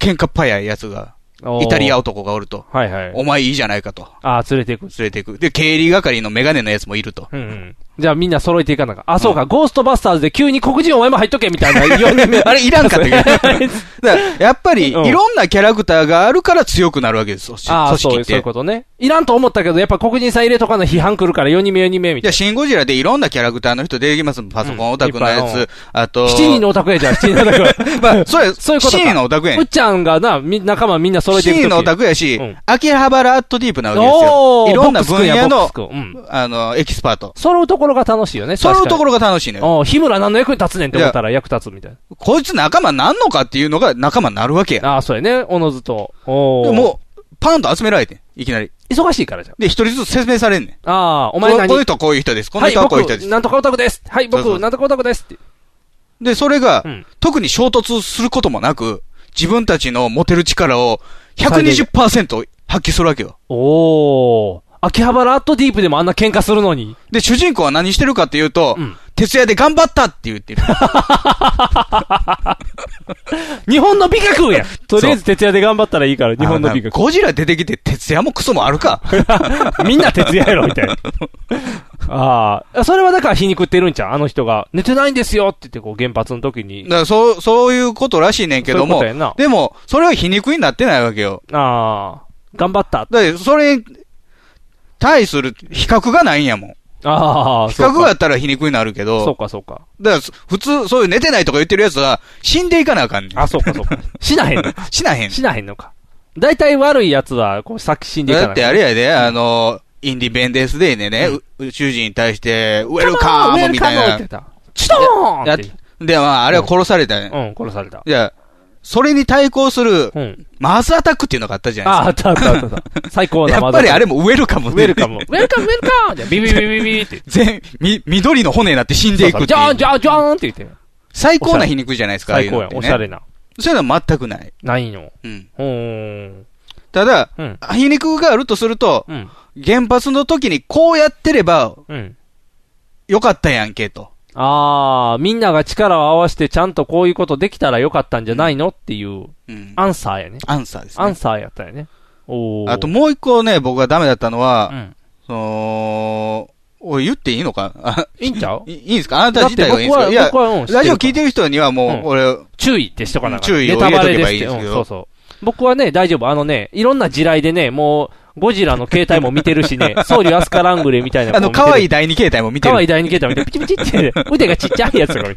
Speaker 3: う、喧嘩っ早いやつが、
Speaker 2: おー
Speaker 3: イタリア男がおると。
Speaker 2: はいはい。
Speaker 3: お前いいじゃないかと。
Speaker 2: あー連れていく。
Speaker 3: 連れていく。で、経理係のメガネのやつもいる と。
Speaker 2: うんうん。じゃあみんな揃えていかなあかん。あ、そうか、ゴーストバスターズで急に黒人お前も入っとけみたい な。
Speaker 3: あれいらんかったけど。だ
Speaker 2: あ
Speaker 3: からやっぱり、い
Speaker 2: うん
Speaker 3: ろんなキャラクターがあるから強くなるわけです、組織
Speaker 2: あー、
Speaker 3: 組織
Speaker 2: そう
Speaker 3: っ
Speaker 2: そ
Speaker 3: て
Speaker 2: ういう。ことね。いらんと思ったけど、やっぱ黒人さん入れとかの批判来るから4人目4人目み
Speaker 3: じゃ
Speaker 2: たい
Speaker 3: あ、シン・ゴジラでいろんなキャラクターの人出てきます。パソコンオタクのや
Speaker 2: うんいっ
Speaker 3: つ、あと、
Speaker 2: な。7人のオタクやじゃん、7人のオタク。
Speaker 3: まあ、そうや、
Speaker 2: そういうことか。
Speaker 3: 7人のオタクやん
Speaker 2: うっちゃんがな、み仲間みんな揃えていく
Speaker 3: 7
Speaker 2: とき
Speaker 3: 人のオタクやし、秋葉原アットディープなわけですよ。
Speaker 2: おー
Speaker 3: いろんな分野の
Speaker 2: ボックス、君やボックス君
Speaker 3: あの、エキスパート。
Speaker 2: 揃うところが楽しいよね。
Speaker 3: 揃うところが楽しいのよ。
Speaker 2: お日村何の役に立つねんって思ったら役立つみたいな。
Speaker 3: こいつ仲間なんのかっていうのが仲間になるわけや。
Speaker 2: ああ、そうやね。おのずと。おー
Speaker 3: でもう、パンと集められてんいきなり。
Speaker 2: 忙しいからじゃん。
Speaker 3: で、一人ずつ説明されんねん。
Speaker 2: ああ、お前
Speaker 3: こ
Speaker 2: 何
Speaker 3: この人はこういう人です。この人はこういう人です
Speaker 2: はい、僕。なんとかオタクです。はい、
Speaker 3: そうそ
Speaker 2: 僕、
Speaker 3: う
Speaker 2: なんとかオタクですって。
Speaker 3: で、それが、特に衝突することもなく、自分たちの持てる力を120%発揮するわけよ。
Speaker 2: おー。秋葉原アットディープでもあんな喧嘩するのに。
Speaker 3: で、主人公は何してるかっていうと、徹夜で頑張ったって言ってる。
Speaker 2: 日本の美 学やとりあえず徹夜で頑張ったらいいから、 日本の美学。
Speaker 3: ゴジラ出てきて徹夜もクソもあるか。
Speaker 2: みんな徹夜やろ、みた いな。ああ。それはだから皮肉ってるんちゃうあの人が、寝てないんですよって言って、こう、原発の時に
Speaker 3: だ。からそう、そういうことらしいねんけど
Speaker 2: そ
Speaker 3: も
Speaker 2: ういうことやな、
Speaker 3: でも、それは皮肉になってないわけよ。
Speaker 2: ああ。頑張っ
Speaker 3: だ
Speaker 2: た。
Speaker 3: って、それに対する比較がないんやもん。
Speaker 2: ああ、
Speaker 3: 比較があったら皮肉になるけど、
Speaker 2: そうか、そうか。
Speaker 3: だからそ、普通、そういう寝てないとか言ってるやつは、死んでいかなあかんねん。
Speaker 2: あ、そうか、そうか。死なへんの
Speaker 3: 死なへん。
Speaker 2: 死なへんのか。大体悪い奴は、こう、作死んでいかな
Speaker 3: だっ
Speaker 2: い
Speaker 3: てあれやで、あの、インディペンデンスデーでね、う宇宙人に対して、ウェルカ
Speaker 2: ウ
Speaker 3: ー
Speaker 2: ェ
Speaker 3: ム
Speaker 2: ル
Speaker 3: みた
Speaker 2: カム
Speaker 3: い
Speaker 2: って
Speaker 3: な
Speaker 2: 言っ。た。チトーン
Speaker 3: や
Speaker 2: っていう
Speaker 3: で、まあ、あれは殺されたね。
Speaker 2: うん、殺された。
Speaker 3: じゃあ、それに対抗する、マースアタックっていうのがあったじゃない
Speaker 2: あ、あっ
Speaker 3: です
Speaker 2: た
Speaker 3: か。
Speaker 2: あったあったあった。最高な
Speaker 3: やっぱりあれもウェルカムウ
Speaker 2: ェルカム。ウェルカム、ウェルカムじゃあビビビビビって。
Speaker 3: 全、み、緑の骨になって死んでいくって
Speaker 2: ジャ
Speaker 3: い
Speaker 2: ーン、
Speaker 3: う。
Speaker 2: ジャーン、ジャーンって言って。
Speaker 3: 最高な皮肉じゃないですか、
Speaker 2: 最高やん
Speaker 3: ああいうのって
Speaker 2: おしゃれな。
Speaker 3: そういうのは全くない。
Speaker 2: ないの。
Speaker 3: うん。
Speaker 2: ほーん。
Speaker 3: ただ、
Speaker 2: うん。
Speaker 3: 皮肉があるとすると、
Speaker 2: うん。
Speaker 3: 原発の時にこうやってれば、
Speaker 2: うん。
Speaker 3: よかったやんけと。
Speaker 2: ああ、みんなが力を合わせてちゃんとこういうことできたらよかったんじゃないのっていう、アンサーやね。
Speaker 3: アンサーですね
Speaker 2: アンサーやったよね。おー
Speaker 3: あともう一個ね、僕がダメだったのは、
Speaker 2: ん
Speaker 3: その、おい、言っていいのかあ
Speaker 2: いいんちゃう
Speaker 3: いいいんですかあなた自体はいいんです
Speaker 2: だ
Speaker 3: か
Speaker 2: っ
Speaker 3: い
Speaker 2: て
Speaker 3: や、
Speaker 2: 僕は僕はうん知ってる
Speaker 3: ラジオ聞いてる人にはもう、
Speaker 2: うん
Speaker 3: 俺、
Speaker 2: 注意ってしとかなあかん
Speaker 3: 注意を入れとけばいいです
Speaker 2: ネタバ
Speaker 3: け
Speaker 2: レですって
Speaker 3: ど。
Speaker 2: うんそうそう。僕はね、大丈夫。あのね、いろんな地雷でね、もう、ゴジラの携帯も見てる しね、僧侶アスカラングレみたいな
Speaker 3: あの、可愛い
Speaker 2: 第
Speaker 3: 第二形態も見てる。
Speaker 2: 可愛い第二形態見て、ピチピチって、 腕がちっちゃいやつが多い。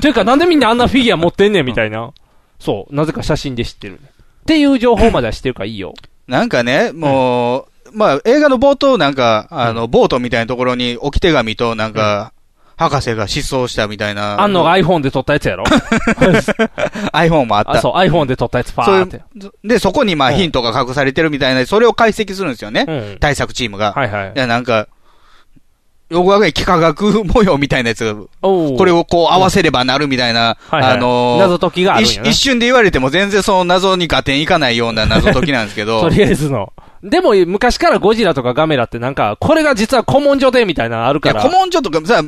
Speaker 2: というか、なんでみんなあんなフィギュア持ってんねんみたいな。そう、なぜか写真で知ってる。っていう情報までは知ってるからいいよ。
Speaker 3: なんかね、もう、まあ、映画の冒頭なんか、あの、ボートみたいなところに置き手紙となんか、博士が失踪したみたいな。
Speaker 2: あんのが iPhone で撮った やつやろ
Speaker 3: iPhone もあった。
Speaker 2: あ、そう、iPhone で撮ったやつパ
Speaker 3: そうい
Speaker 2: ー
Speaker 3: う
Speaker 2: って。
Speaker 3: で、そこにまあヒントが隠されてるみたいな、それを解析するんですよね。
Speaker 2: うん
Speaker 3: 対策チームが。
Speaker 2: はいはい
Speaker 3: や、なんか、よくわかんない幾何学模様みたいなやつが
Speaker 2: おー
Speaker 3: これをこう合わせればなるみたいな、
Speaker 2: はいはい
Speaker 3: あのー
Speaker 2: 謎解きがあるんやな
Speaker 3: 一一瞬で言われても全然その謎に合点いかないような謎解きなんですけ ど。
Speaker 2: とりあえずの。でも、昔からゴジラとかガメラってなんか、これが実は古文書でみたいなのある
Speaker 3: い
Speaker 2: か
Speaker 3: や、
Speaker 2: ら。
Speaker 3: 古文書とかさ、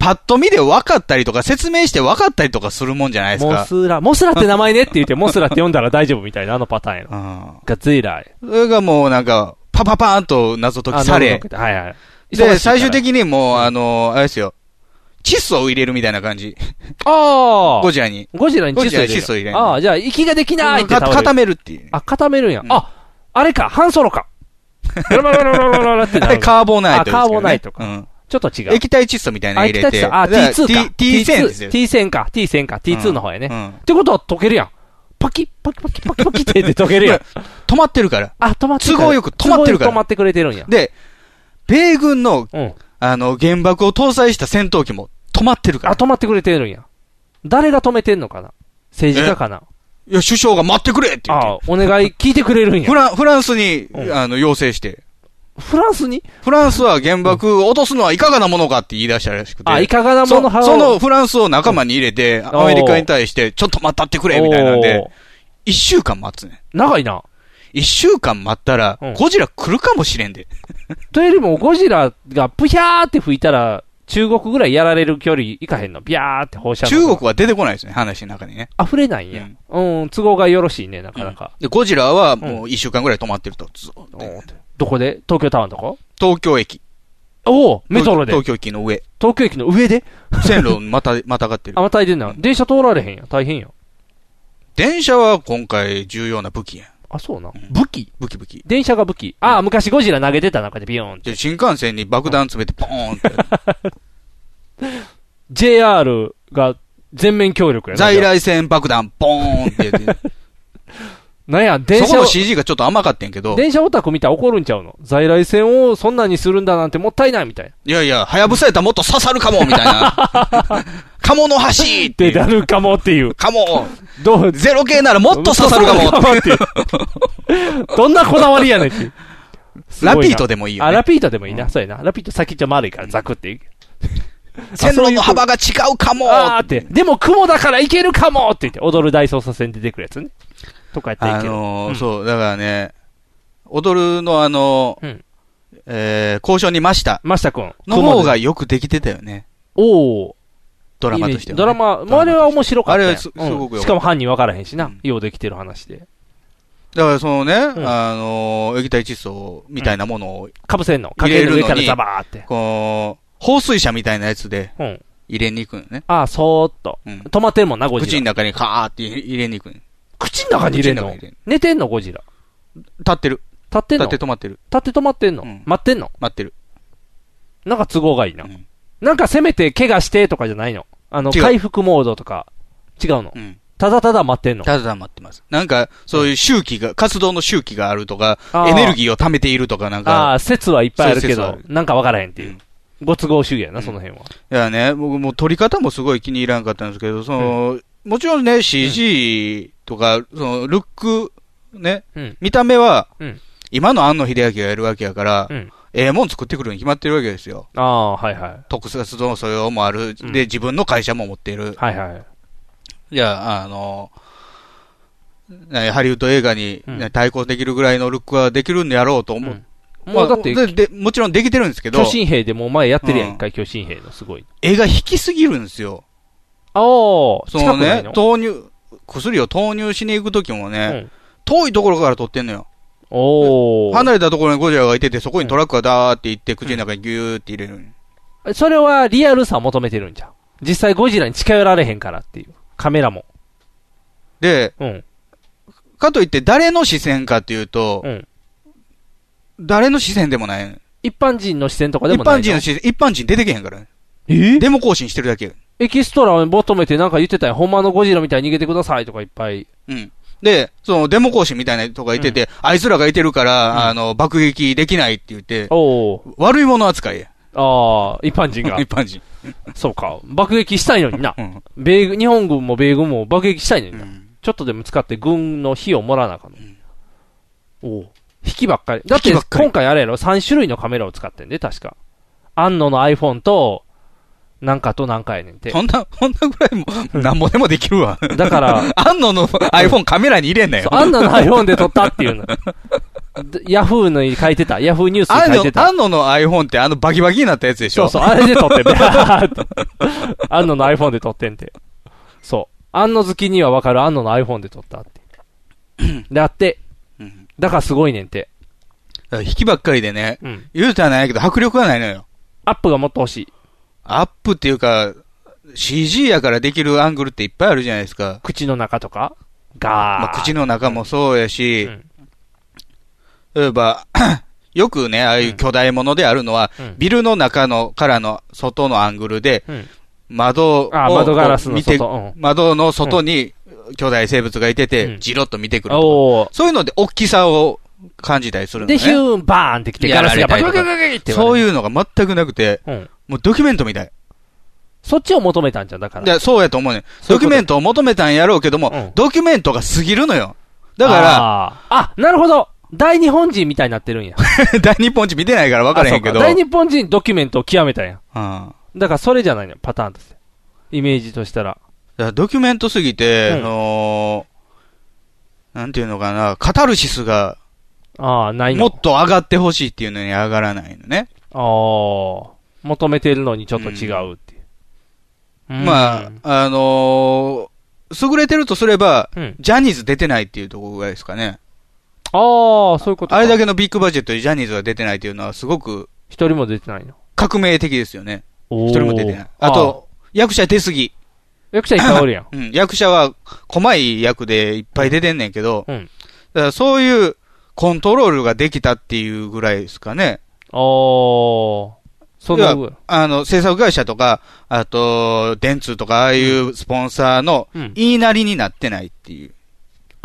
Speaker 3: パッと見で分かったりとか、説明して分かったりとかするもんじゃないです
Speaker 2: モ
Speaker 3: か。
Speaker 2: スラ、モスラって 名前ねって言って、モスラって読んだら大丈夫みたいな、あのパターンやろ。
Speaker 3: うん
Speaker 2: がゼイラーや
Speaker 3: それがもうなんか、パパパーンと謎解きされ、
Speaker 2: あはいはい。
Speaker 3: で、最終的にもう、あの、あれですよ。窒素を入れるみたいな感じ。
Speaker 2: ああ。
Speaker 3: ゴジラに。
Speaker 2: ゴジラに窒素
Speaker 3: ゴジラに窒素入れる
Speaker 2: ああ、じゃあ、息ができないって倒れ
Speaker 3: か固めるっていう。
Speaker 2: あ、固めるんや。あ、あれか、半ソ ロか。ロロロロロロロロってな
Speaker 3: あれ
Speaker 2: る。
Speaker 3: カーボナイトですけどね
Speaker 2: あカーボナイトか。ちょっと違う。
Speaker 3: 液体窒素みたいなの
Speaker 2: あ、
Speaker 3: 入れ
Speaker 2: 液体
Speaker 3: て。
Speaker 2: 値あ、
Speaker 3: だから
Speaker 2: T2 か。
Speaker 3: T- T1000 ですよ。
Speaker 2: T1000 か、T1000 か、T2 の方やね。ってことは溶けるやん。パキッ、パキパキパキパキって溶けるやん。
Speaker 3: 止まってるから。
Speaker 2: あ、止まって
Speaker 3: 都合よく止まってるから
Speaker 2: 都合よく止まってくれてるんや。
Speaker 3: で、米軍の、
Speaker 2: うん
Speaker 3: あの、原爆を搭載した戦闘機も止まってるから。
Speaker 2: あ、止まってくれてるんや。誰が止めてんのかな政治家かない
Speaker 3: や、首相が待ってくれって言って。
Speaker 2: あお願い聞いてくれるんや。
Speaker 3: フラン、フランスに、あの、要請して。
Speaker 2: フランスに
Speaker 3: フランスは原爆を落とすのはいかがなものかって言い出したらしくて。
Speaker 2: あいかがなもの派を
Speaker 3: そそのフランスを仲間に入れて、
Speaker 2: うん
Speaker 3: アメリカに対して、ちょっと待ったってくれ、みたいなん
Speaker 2: お
Speaker 3: で、一週間待つね。
Speaker 2: 長いな。
Speaker 3: 一週間待ったら、ゴジラ来るかもしれんで。
Speaker 2: というよりも、ゴジラがプヒャーって吹いたら、中国ぐらいやられる距離いかへんの。ビャーって放射能。
Speaker 3: 中国は出てこないですね、話の中にね。
Speaker 2: 溢れないんや。うん、都合がよろしいね、なかなか。
Speaker 3: で、ゴジラはもう一週間ぐらい止まってると。ずーっとね
Speaker 2: どこで東京タワーのとこ
Speaker 3: 東京駅。
Speaker 2: おおメトロで
Speaker 3: 東東京駅の上。
Speaker 2: 東京駅の上で
Speaker 3: 線路をまた、 またがってる
Speaker 2: あ、。またいでんな。電車通られへんや。大変や。
Speaker 3: 電車は今回重要な武器やん。
Speaker 2: あ、そうな。武器
Speaker 3: 武器武器。
Speaker 2: 電車が武器。ああ、昔ゴジラ投げてた中でビヨーンって。
Speaker 3: で、新幹線に爆弾詰めてポーン って。
Speaker 2: JR が全面協力やな
Speaker 3: 在来線爆弾ポーンってやって。
Speaker 2: なん
Speaker 3: そ
Speaker 2: や、電
Speaker 3: こ
Speaker 2: 車
Speaker 3: の
Speaker 2: を、
Speaker 3: CG がちょっと甘かったんやけど、
Speaker 2: 電車オタク見たら怒るんちゃうの在来線をそんなにするんだなんてもったいないみたいな。
Speaker 3: いやいや、はやぶさやったらもっと刺さるかもみたい な。カモの橋って。
Speaker 2: で、なるかもっていう。
Speaker 3: カモ
Speaker 2: どう
Speaker 3: ゼロ系ならもっと刺さるか も
Speaker 2: っていう。どんなこだわりやねんっていう。すごいな
Speaker 3: ラピートでもいいよね
Speaker 2: あ、ラピートでもいいな。そうやな。ラピート先っちょ丸いからザクって いく。
Speaker 3: 線路の幅が違うかも
Speaker 2: あーって。でも雲だからいけるかもって言って、踊る大捜査線出てくるやつね。とかやったらい
Speaker 3: あ
Speaker 2: ける。
Speaker 3: のーそう、だからね、踊るのあのー、えー交渉にました。
Speaker 2: ましたくん。
Speaker 3: の方がよくできてたよね。
Speaker 2: おお。
Speaker 3: ドラマとしてはね
Speaker 2: ドラマ、まああれは面白かったやん。
Speaker 3: あれはすすごく
Speaker 2: う
Speaker 3: よ
Speaker 2: んしかも犯人分からへんしな。ようできてる話で。
Speaker 3: だからそのね、あのー液体窒素みたいなものを
Speaker 2: かぶせんの。か
Speaker 3: 入れ
Speaker 2: け
Speaker 3: るの
Speaker 2: る上
Speaker 3: に、
Speaker 2: からザバーって。
Speaker 3: こう、放水車みたいなやつで
Speaker 2: うん。
Speaker 3: 入れに行くのね。
Speaker 2: ああ、そーっと。止まってるもんな、ゴジラ。
Speaker 3: 口の中にカーって入れに行くの
Speaker 2: 口の中に入れんの寝てんの、ゴジラ。
Speaker 3: 立ってる。
Speaker 2: 立ってんの
Speaker 3: 立って止まってる。
Speaker 2: 立って止まってんの、待ってんの
Speaker 3: 待ってる。
Speaker 2: なんか都合がいいな。なんかせめて怪我してとかじゃないの。あの、
Speaker 3: 違う
Speaker 2: 回復モードとか。違うの。
Speaker 3: ん
Speaker 2: ただただ待ってんの。
Speaker 3: ただ黙ってます。なんか、そういう周期が、活動の周期があるとか
Speaker 2: あ、ー
Speaker 3: エネルギーを貯めているとかなん
Speaker 2: ああ、
Speaker 3: か。
Speaker 2: 説はいっぱいあるけ
Speaker 3: そう
Speaker 2: ど
Speaker 3: 説、
Speaker 2: なんかわからへんっていう。ご都合主義やな、その辺は。
Speaker 3: いやね、僕もう撮り方もすごい気に入らんかったんですけど、その、もちろんね、CG とか、その、ルック、ね、
Speaker 2: うん
Speaker 3: 見た目は、
Speaker 2: うん
Speaker 3: 今の庵野秀明がやるわけやから、
Speaker 2: ん
Speaker 3: ええもん作ってくるに決まってるわけですよ。
Speaker 2: ああ、はいはい。
Speaker 3: 特撮の素養もある、で、自分の会社も持ってる。
Speaker 2: はいはい。
Speaker 3: じゃあ、あの、ねハリウッド映画にね、対抗できるぐらいのルックはできるんやろうと思う。
Speaker 2: もうだって
Speaker 3: まあででもちろんできてるんですけど
Speaker 2: 巨、神兵でもう前やってるやん、
Speaker 3: うん
Speaker 2: 一回巨神兵の、すごい。
Speaker 3: 絵が引きすぎるんですよ。
Speaker 2: ああ、そ
Speaker 3: そのね、投入、薬を投入しに行くときもね、遠いところから撮ってんのよ。
Speaker 2: お
Speaker 3: 離れたところにゴジラがいてて、そこにトラックがダーって行って、口の中にギューって入れるのに。
Speaker 2: それはリアルさ求めてるんじゃん。実際ゴジラに近寄られへんからっていう。カメラも。
Speaker 3: で、かといって誰の視線かっていうと、誰の視線でもない。
Speaker 2: 一般人の視線とかで
Speaker 3: 一
Speaker 2: もないの
Speaker 3: 般人の視線、一般人出てけへんからね。
Speaker 2: え
Speaker 3: デモ更新してるだけ。
Speaker 2: エキストラを求めてなんか言ってたよ。ほんまのゴジラみたいに逃げてくださいとかいっぱい。
Speaker 3: うん。で、そのデモ講師みたいな人がいてて、あいつらがいてるから、あの、爆撃できないって言って、悪いもの扱いや。
Speaker 2: ああ、一般人 が。
Speaker 3: 一般人。
Speaker 2: そうか。爆撃したいのにな。米軍、日本軍も米軍も爆撃したいのにな。ちょっとでも使って軍の費用もらわなあかんの。おう引きばっかり。だって今回あれやろ、3種類のカメラを使ってんで、確か。安野の iPhone と、なんかとなんかやねんて。
Speaker 3: そんな、そんなぐらいも、なんぼでもできる わ。
Speaker 2: だから、
Speaker 3: 安野の iPhone カメラに入れんなよ。
Speaker 2: そう安野の iPhone で撮ったっていうの。でヤフーのに書いてた。ヤフーニュース
Speaker 3: 安
Speaker 2: に書い
Speaker 3: 野
Speaker 2: てた。
Speaker 3: 安野の iPhone ってあのバキバキになったやつでし
Speaker 2: そう
Speaker 3: ょ
Speaker 2: そう、あれで撮ってん で。安野の iPhone で撮ってんて。そう。安野好きにはわかる 安野の iPhone で撮ったって。であって。だからすごいねんて。
Speaker 3: だから引きばっかりでね、言うたらないけど迫力がないのよ。
Speaker 2: アップがもっと欲しい。
Speaker 3: アップっていうか、CG やからできるアングルっていっぱいあるじゃないですか。
Speaker 2: 口の中とかガー。
Speaker 3: まあ、口の中もそうやし、例えば、 よくね、ああいう巨大ものであるのは、
Speaker 2: うん
Speaker 3: ビルの中のからの外のアングルで、
Speaker 2: うん
Speaker 3: 窓を
Speaker 2: あ窓ガラスの
Speaker 3: 見て、
Speaker 2: 外うん
Speaker 3: 窓の外に巨大生物がいてて、じろっと見てくるとかそういうので大きさを感じたりするのね。
Speaker 2: で、ヒューンバーンってきて、ガラスがバキバキバキバキって。
Speaker 3: そういうのが全くなくて、もうドキュメントみたい。
Speaker 2: そっちを求めたんじゃん、だから。
Speaker 3: でそうやと思うねんドキュメントを求めたんやろうけども、ドキュメントが過ぎるのよ。だから、
Speaker 2: あー、あなるほど大日本人みたいになってるんや。
Speaker 3: 大日本人見てないから分からへんけど
Speaker 2: あそうか大日本人ドキュメントを極めたんや。
Speaker 3: うん
Speaker 2: だからそれじゃないのよ、パターンとして。イメージとしたら。
Speaker 3: だからドキュメントすぎて、
Speaker 2: うん
Speaker 3: あのーなんていうのかな、カタルシスが、
Speaker 2: ああ、ない
Speaker 3: も
Speaker 2: の。
Speaker 3: っと上がってほしいっていうのに上がらないのね。
Speaker 2: ああ、求めてるのにちょっと違うっていう。うん
Speaker 3: まあ、あのー優れてるとすれば、
Speaker 2: うん
Speaker 3: ジャニーズ出てないっていうところぐらいですかね。
Speaker 2: ああ、そういうこと
Speaker 3: あれだけのビッグバジェットでジャニーズが出てないっていうのはすごく、
Speaker 2: 一人も出てないの。
Speaker 3: 革命的ですよね。
Speaker 2: 一
Speaker 3: 人も出てない。あと、役者出すぎ。
Speaker 2: 役者いっぱいおる やん。
Speaker 3: うん、役者は、細い役でいっぱい出てんねんけど、
Speaker 2: うん
Speaker 3: だからそういうコントロールができたっていうぐらいですかね。
Speaker 2: ああ、その
Speaker 3: 要はあの、制作会社とか、あと、電通とか、ああいうスポンサーの
Speaker 2: うん
Speaker 3: 言いなりになってないっていう。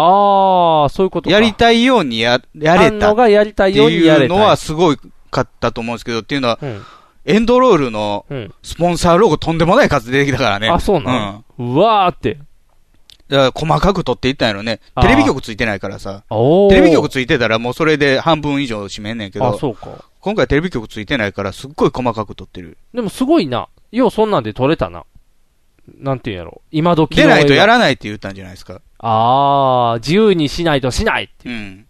Speaker 2: ああ、そういうことか。
Speaker 3: やりたいようにや、やれ
Speaker 2: あん
Speaker 3: た
Speaker 2: のがやりた
Speaker 3: って
Speaker 2: いようにや
Speaker 3: い
Speaker 2: れ
Speaker 3: う
Speaker 2: た
Speaker 3: のはすごかったと思うんですけど、っていうのは、
Speaker 2: ん
Speaker 3: エンドロールの
Speaker 2: ん
Speaker 3: スポンサーロゴとんでもない数出てきたからね。
Speaker 2: あそうなんうわーって。
Speaker 3: だから細かく撮っていったんやろね。
Speaker 2: あー
Speaker 3: テレビ局ついてないからさ。
Speaker 2: おー
Speaker 3: テレビ局ついてたらもうそれで半分以上占めんねんけど。
Speaker 2: あそうか。
Speaker 3: 今回テレビ局ついてないからすっごい細かく撮ってる。
Speaker 2: でもすごいな。ようそんなんで撮れたな。なんていうんやろ。今時の
Speaker 3: 出ないとやら
Speaker 2: い。
Speaker 3: ないって言ったんじゃないですか。
Speaker 2: ああ、自由にしないとしないっていう。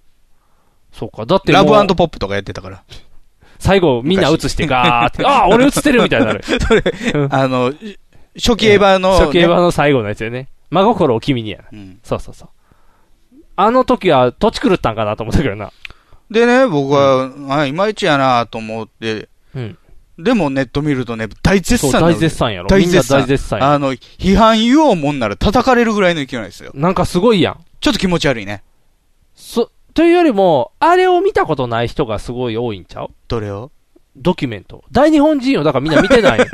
Speaker 2: そうか。だっても
Speaker 3: ラ
Speaker 2: う
Speaker 3: ブポップとかやってたから。。
Speaker 2: 最後みんな映してガーって、ああ、俺映ってるみたいにな る
Speaker 3: それ、あの、初期エヴァの、
Speaker 2: 初期エヴァの最後のやつよね。真心を君にやな、そうそうそう。あの時は土地狂ったんかなと思ったけどな。
Speaker 3: でね、僕は、あ、いまいちやなと思って、
Speaker 2: うん
Speaker 3: でもネット見るとね、大絶賛な
Speaker 2: そ
Speaker 3: の
Speaker 2: う
Speaker 3: よ
Speaker 2: 大絶賛やろ
Speaker 3: 大絶賛。
Speaker 2: みんな大絶賛や
Speaker 3: あの、批判言おうもんなら叩かれるぐらいの勢いなんですよ。
Speaker 2: なんかすごいやん。
Speaker 3: ちょっと気持ち悪いね。
Speaker 2: そ、というよりも、あれを見たことない人がすごい多いんちゃう
Speaker 3: どれを
Speaker 2: ドキュメント。大日本人をだからみんな見 てないよ。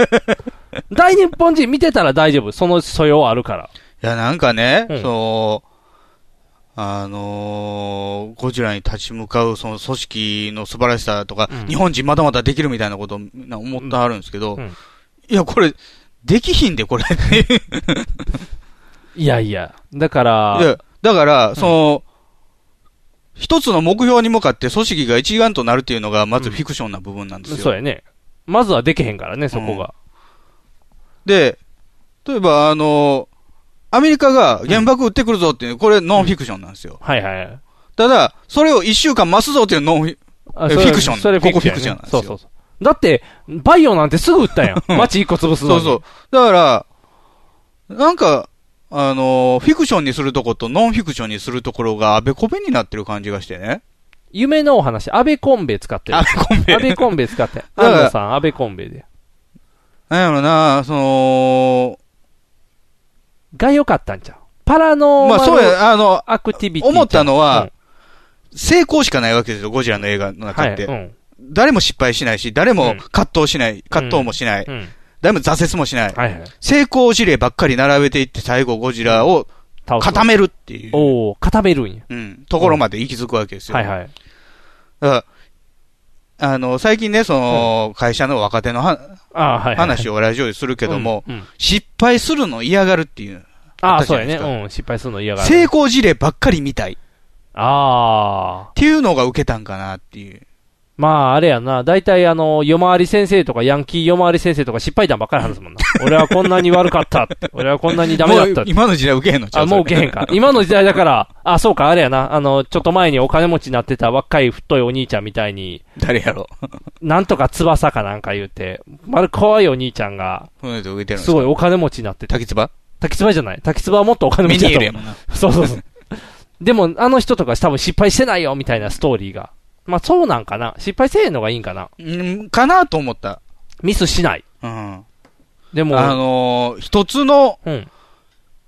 Speaker 2: 大日本人見てたら大丈夫。その素養あるから。
Speaker 3: いや、なんかね、そう、あのーゴジラに立ち向かうその組織の素晴らしさとか、
Speaker 2: うん
Speaker 3: 日本人まだまだできるみたいなことをみんな思ってはるんですけど、
Speaker 2: うん
Speaker 3: いや、これ、できひんで、これ。
Speaker 2: いやいや。だから、
Speaker 3: いや、だから、その、一つの目標に向かって組織が一丸となるっていうのが、まずフィクションな部分なんですよ。
Speaker 2: そうやね。まずはできへんからね、そこが。
Speaker 3: で、例えば、あの、アメリカが原爆撃ってくるぞっていう、これノンフィクションなんですよ。
Speaker 2: はいはい。
Speaker 3: ただ、それを一週間増すぞっていうノンフィ
Speaker 2: あ
Speaker 3: え
Speaker 2: そ
Speaker 3: フ
Speaker 2: れ
Speaker 3: ィクション。
Speaker 2: それ
Speaker 3: ここフ
Speaker 2: フ
Speaker 3: ィ
Speaker 2: ィ
Speaker 3: ク
Speaker 2: ク
Speaker 3: シ
Speaker 2: シ
Speaker 3: ョ
Speaker 2: ョ
Speaker 3: ン
Speaker 2: ン
Speaker 3: なん
Speaker 2: やね
Speaker 3: ですよ。
Speaker 2: そうそうだって、バイオなんてすぐ売ったやん。街一個潰す
Speaker 3: そう
Speaker 2: のに。
Speaker 3: そう。だから、なんか、あの、フィクションにするとことノンフィクションにするところがあべこべになってる感じがしてね。
Speaker 2: 夢のお話、安倍コンベ使ってる。安
Speaker 3: 倍コンベ。
Speaker 2: 安倍コンベ使って。
Speaker 3: ら
Speaker 2: 安藤さん、安倍コンベで。
Speaker 3: なんやろな、その、
Speaker 2: が良かったんちゃうパラノー
Speaker 3: ま
Speaker 2: マ
Speaker 3: あ
Speaker 2: ル
Speaker 3: そうや、あの、
Speaker 2: アクティビティ。
Speaker 3: 思ったのは、成功しかないわけですよ、ゴジラの映画の中って。
Speaker 2: はいうん
Speaker 3: 誰も失敗しないし、誰も葛藤しない、葛藤もしない、
Speaker 2: うん
Speaker 3: 誰も挫折もしない,、
Speaker 2: はいはい
Speaker 3: 成功事例ばっかり並べていって、最後ゴジラを固めるっていう
Speaker 2: おお固めるんや。
Speaker 3: うんところまで行き着くわけですよ。
Speaker 2: はいはい。
Speaker 3: だからあの、最近ね、その、会社の若手のは、
Speaker 2: あはいはい
Speaker 3: 話をラジオでするけども、
Speaker 2: うんうん
Speaker 3: 失敗するの嫌がるっていう。
Speaker 2: ああ、
Speaker 3: ったじ
Speaker 2: そ
Speaker 3: ゃ
Speaker 2: う
Speaker 3: ない
Speaker 2: や
Speaker 3: です
Speaker 2: ね。
Speaker 3: か
Speaker 2: うん、失敗するの嫌がる。
Speaker 3: 成功事例ばっかり見たい。
Speaker 2: ああ。
Speaker 3: っていうのが受けたんかなっていう。
Speaker 2: まあ、あれやな。大体、あの、夜回り先生とか、ヤンキー夜回り先生とか、失敗談ばっかり話すもんな。 俺はこんなに悪かったって。俺はこんなにダメだった
Speaker 3: も
Speaker 2: っ
Speaker 3: う
Speaker 2: て。
Speaker 3: 今の時代受けへんのちゃ
Speaker 2: あ、もう受けへんか。今の時代だから、あ、そうか、あれやな。あの、ちょっと前にお金持ちになってた若い太いお兄ちゃんみたいに、
Speaker 3: 誰やろ。
Speaker 2: なんとか翼かなんか言うて、まる怖いお兄ちゃんが、
Speaker 3: そういうの受けてるんですす
Speaker 2: ごいお金持ちになってた。
Speaker 3: 滝つば
Speaker 2: 滝つばじゃない。滝つばはもっとお金持ちだと思う
Speaker 3: メニエルやもんな
Speaker 2: そうそうそう。でも、あの人とか多分失敗してないよ、みたいなストーリーが。まあそうなんかな。失敗せえへんのがいいんかな。
Speaker 3: うん、かなと思った。
Speaker 2: ミスしない。
Speaker 3: うん。
Speaker 2: でも、
Speaker 3: あのー一つの、
Speaker 2: うん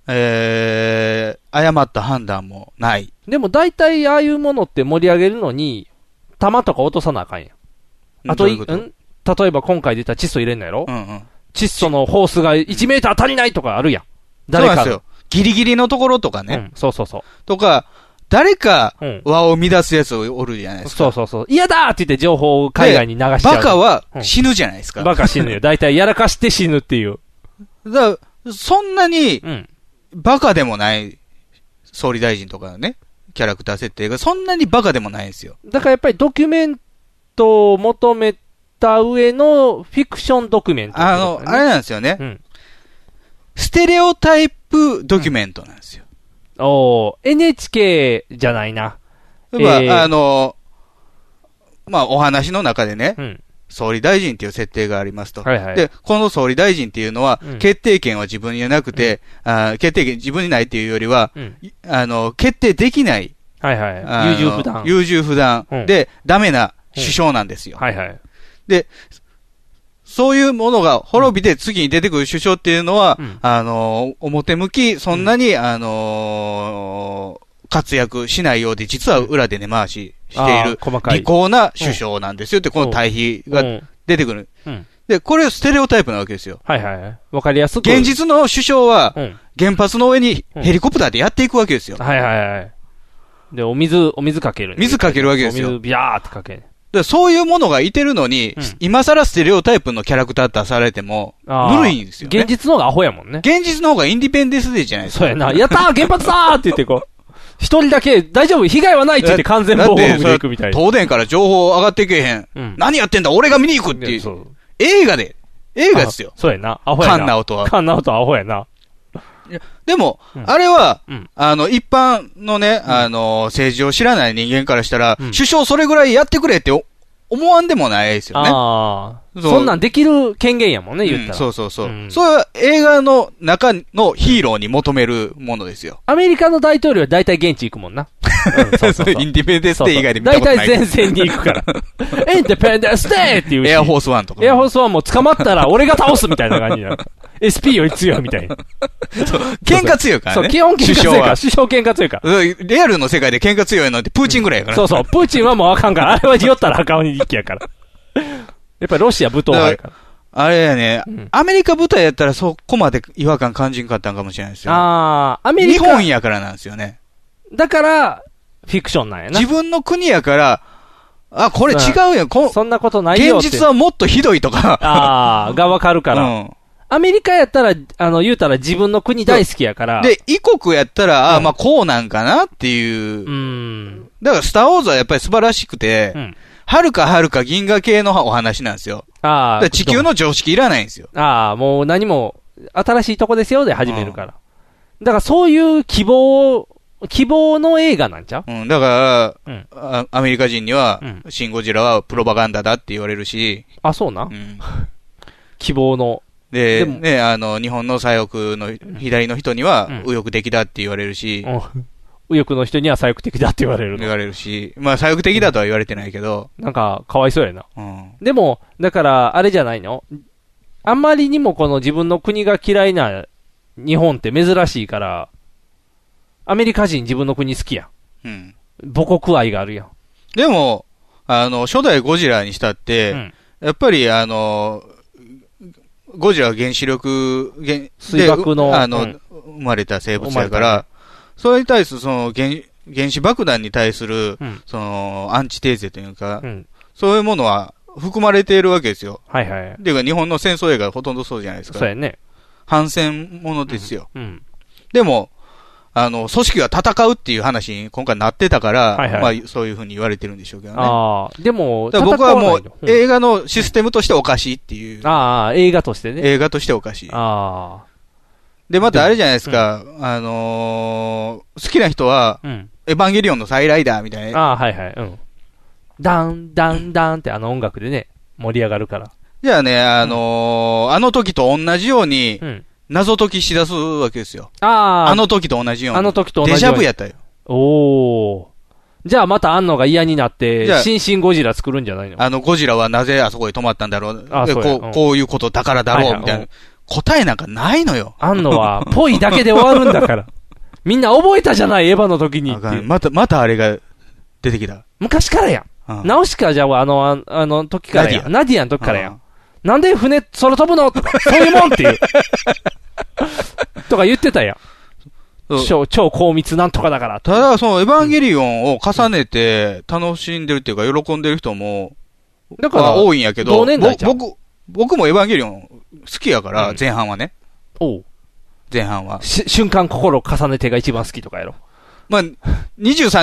Speaker 3: えー、誤った判断もない。
Speaker 2: でも大体ああいうものって盛り上げるのに、弾とか落とさなあかんやん。あとい、
Speaker 3: どういうこ
Speaker 2: ん例えば今回出た窒素入れんのやろ
Speaker 3: うん
Speaker 2: 窒素のホースが1メーター足りないとかあるやん。
Speaker 3: そう
Speaker 2: 誰
Speaker 3: なん
Speaker 2: か
Speaker 3: ですよ。ギリギリのところとかね。
Speaker 2: そうそうそう。
Speaker 3: とか、誰か
Speaker 2: うん
Speaker 3: 輪を乱すやつおるじゃないですか。
Speaker 2: そうそうそう。嫌だって言って情報を海外に流しちゃう。
Speaker 3: バカは死
Speaker 2: ぬ
Speaker 3: ぬじゃないですか。
Speaker 2: バカ死ぬよ。大体やらかして死ぬっていう。
Speaker 3: だからそんなに、バカでもない、総理大臣とかのね、キャラクター設定が、そんなにバカでもないんですよ。
Speaker 2: だからやっぱりドキュメントを求めた上のフィクションドキュメント、
Speaker 3: あの、あれなんですよね。ステレオタイプドキュメントなんですよ。
Speaker 2: おー NHK じゃないな。
Speaker 3: 例えば、
Speaker 2: えー
Speaker 3: あの、まあ、お話の中でね、総理大臣っていう設定がありますと。
Speaker 2: はいはい
Speaker 3: で、この総理大臣っていうのは、
Speaker 2: うん
Speaker 3: 決定権は自分にはなくて、あー決定権自分にないっていうよりは、
Speaker 2: うん
Speaker 3: あの、決定できない。
Speaker 2: はいは
Speaker 3: あの
Speaker 2: い。優柔不断。
Speaker 3: 優柔不断。
Speaker 2: うん
Speaker 3: で、ダメな首相なんですよ。
Speaker 2: はいはい。
Speaker 3: で、そういうものが滅びて次に出てくる首相っていうのは、あの、表向き、そんなに、あのー活躍しないようで、実は裏で根回ししてい
Speaker 2: あー
Speaker 3: る、
Speaker 2: 細かい
Speaker 3: 利口な首相なんですよって、この対比が出てくる。
Speaker 2: うん。
Speaker 3: で、これステレオタイプなわけですよ。
Speaker 2: はいはい。わかりやすく。
Speaker 3: 現実の首相は、
Speaker 2: うん
Speaker 3: 原発の上にヘリコプターでやっていくわけですよ。
Speaker 2: はいはいはい。で、お水、お水かける、
Speaker 3: 水かけるわけですよ
Speaker 2: お水ビャーってかける。
Speaker 3: でそういうものがいてるのに、今更ステレオタイプのキャラクター出されても、
Speaker 2: あー
Speaker 3: ぬるいんですよ、ね。
Speaker 2: 現実の方がアホやもんね。
Speaker 3: 現実の方がインディペンデンスデーじゃないですか。
Speaker 2: そうやな。やったー原発だーって言ってこう。一人だけ、大丈夫被害はないって言って完全防護服でいくみた
Speaker 3: だってそれ
Speaker 2: いな。
Speaker 3: 東電から情報上がってけえへん。何やってんだ俺が見に行くっていう。映画で。映画ですよ。
Speaker 2: そうやな。アホやな。
Speaker 3: カンナオとは
Speaker 2: カンナオとはアホやな。
Speaker 3: でも、あれは、あの、一般のね、あの、政治を知らない人間からしたら、首相それぐらいやってくれってお思わんでもないですよね。
Speaker 2: ああ。
Speaker 3: そう
Speaker 2: そんなんできる権限やもんね、言った
Speaker 3: うん
Speaker 2: ら。
Speaker 3: そうそうそう。それは映画の中のヒーローに求めるものですよ。
Speaker 2: アメリカの大統領は大体現地行くも んな。
Speaker 3: インディペンデンスデー以外で見たこ
Speaker 2: 大
Speaker 3: とない。
Speaker 2: 体前線に行く から。インディペンデンスデーっていうし
Speaker 3: エアフォースワンとか。
Speaker 2: エアホースはもう捕まったら俺が倒すみたいな感じに なる。SP より強いみたいな。
Speaker 3: 喧嘩強いからね。
Speaker 2: そう、基本喧嘩強いから。首
Speaker 3: 首
Speaker 2: 相喧嘩強いから。
Speaker 3: 相はうんリアルの世界で喧嘩強いのってプーチンぐらいやから。
Speaker 2: そうそう、プーチンはもうあかんから。あれは酔ったらあかんに一気やから。やっぱりロシア武闘派やから。
Speaker 3: あれやね、アメリカ舞台やったらそこまで違和感感じんかったんかもしれないですよ。
Speaker 2: あーアメリカ
Speaker 3: 日本やからなんですよね。
Speaker 2: だから、フィクションなんやな。
Speaker 3: 自分の国やから、あ、これ違うやん、こ
Speaker 2: そんなことないよ
Speaker 3: 現
Speaker 2: って。
Speaker 3: 実はもっとひどいとか。
Speaker 2: ああ、がわかるから。アメリカやったら、あの、言うたら自分の国大好きやから。
Speaker 3: で、異国やったら、あまあこうなんかなっていう。だから、スター・ウォーズはやっぱり素晴らしくて、はるかはるか銀河系のお話なんですよ。だか
Speaker 2: ああ、
Speaker 3: ら地球の常識いらないんですよ。
Speaker 2: ああ、もう何も、新しいとこですよで始めるから。だからそういう希望を、希望の映画なんちゃう、
Speaker 3: うん、だから、
Speaker 2: うん
Speaker 3: あアメリカ人には、シン・ゴジラはプロパガンダだって言われるし、
Speaker 2: あ、そうなん、希望の。
Speaker 3: で、
Speaker 2: でも
Speaker 3: ね、あの、日本の左翼の左の人には、右翼的だって言われるし、
Speaker 2: うん右翼の人には左翼的だって言われるの。
Speaker 3: 言われるし、まあ、左翼的だとは言われてないけど、
Speaker 2: なんか、かわいそうやな。
Speaker 3: うん。
Speaker 2: でも、だから、あれじゃないのあんまりにもこの自分の国が嫌いな日本って珍しいから、アメリカ人自分の国好きやん。
Speaker 3: うん。
Speaker 2: 母国愛があるやん。
Speaker 3: でも、あの、初代ゴジラにしたって、やっぱり、あの、ゴジラは原子力、原
Speaker 2: 水爆の
Speaker 3: であの、
Speaker 2: うん
Speaker 3: 生まれた生物やから、それに対する、その原、原子爆弾に対する、その、アンチテーゼというか、そういうものは含まれているわけですよ。
Speaker 2: はいはい。
Speaker 3: っていうか、日本の戦争映画ほとんどそうじゃないですか。
Speaker 2: そうやね。
Speaker 3: 反戦ものですよ。
Speaker 2: うん。
Speaker 3: でも、あの、組織が戦うっていう話に今回なってたから、
Speaker 2: はいはい
Speaker 3: まあ、そういうふうに言われてるんでしょうけどね。
Speaker 2: ああ、でも、
Speaker 3: だから僕はも
Speaker 2: 戦わないう
Speaker 3: 映画のシステムとしておかしいっていう。
Speaker 2: ああ、映画としてね。
Speaker 3: 映画としておかしい。
Speaker 2: あ
Speaker 3: で、またあれじゃないですか、あのー好きな人は、エヴァンゲリオンの再来だみたいな。
Speaker 2: ああ、はいはい。うん。ダン、ダン、ダンってあの音楽でね、盛り上がるから。
Speaker 3: じゃあね、あのーあの時と同じように、
Speaker 2: うん
Speaker 3: 謎解きしだすわけですよ。
Speaker 2: ああ。
Speaker 3: あの時と同じように。
Speaker 2: あの時と同じよう
Speaker 3: デ
Speaker 2: に
Speaker 3: ジャブやったよ。
Speaker 2: おお。じゃあまたあんのが嫌になっ
Speaker 3: じ
Speaker 2: て
Speaker 3: ゃあ、
Speaker 2: 新進ゴジラ作るんじゃないの
Speaker 3: あの、ゴジラはなぜあそこへ止まったんだろう。
Speaker 2: あ
Speaker 3: で
Speaker 2: そうや
Speaker 3: こ
Speaker 2: う
Speaker 3: う、
Speaker 2: ん
Speaker 3: こういうことだからだろ、
Speaker 2: はいうはい
Speaker 3: みたいうな。答えなんかないのよ。
Speaker 2: あんのは、ぽいだけで終わるんだから。みんな覚えたじゃない、エヴァの時にっていう。
Speaker 3: また、またあれが出てきた。
Speaker 2: 昔からやん。ナウシカじゃあ、あの、ああの時からやん。ナディアの時からやん。なんで船、空飛ぶのとか、そういうもんっていう。とか言ってたやん。
Speaker 3: そう
Speaker 2: 超、超高密なんとかだから。
Speaker 3: ただ、その、エヴァンゲリオンを重ねて楽しんでるっていうか、喜んでる人も、
Speaker 2: だから
Speaker 3: は多いんやけど、
Speaker 2: 同年代ちゃう
Speaker 3: ぼ僕、僕もエヴァンゲリオン好きやから、前半はね。
Speaker 2: お
Speaker 3: 前半は。
Speaker 2: し瞬間心を重ねてが一番好きとかやろ。
Speaker 3: まあ、23、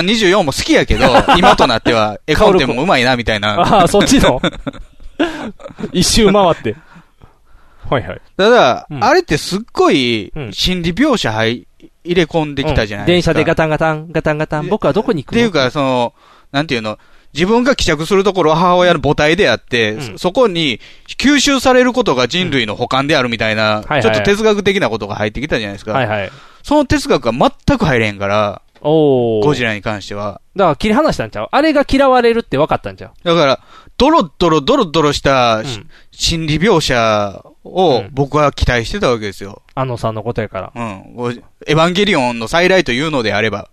Speaker 3: 24も好きや けど、今となっては、絵コンテもうまいな、みたいな。
Speaker 2: ああ、そっちの一周回って。はいはい。
Speaker 3: ただ、あれってすっごい、心理描写入入れ込んできたじゃない
Speaker 2: 電
Speaker 3: ですか。
Speaker 2: 車でガタンガタン、ガタンガタン、僕はどこに行く
Speaker 3: っていうか、その、なんていうの、自分が希釈するところは母親の母体であって、そそこに吸収されることが人類の補完であるみたいな、
Speaker 2: はいはい
Speaker 3: ちょっと哲学的なことが入ってきたじゃないですか。
Speaker 2: はいはい。
Speaker 3: その哲学が全く入れんから、
Speaker 2: お
Speaker 3: ゴジラに関しては。
Speaker 2: だから切り離したんちゃうあれが嫌われるって分かったんちゃう
Speaker 3: だから、ドロドロドロドロしたし、心理描写を僕は期待してたわけですよ。
Speaker 2: あのさんのことやから。
Speaker 3: うん。ゴジエヴァンゲリオンの再来というのであれば。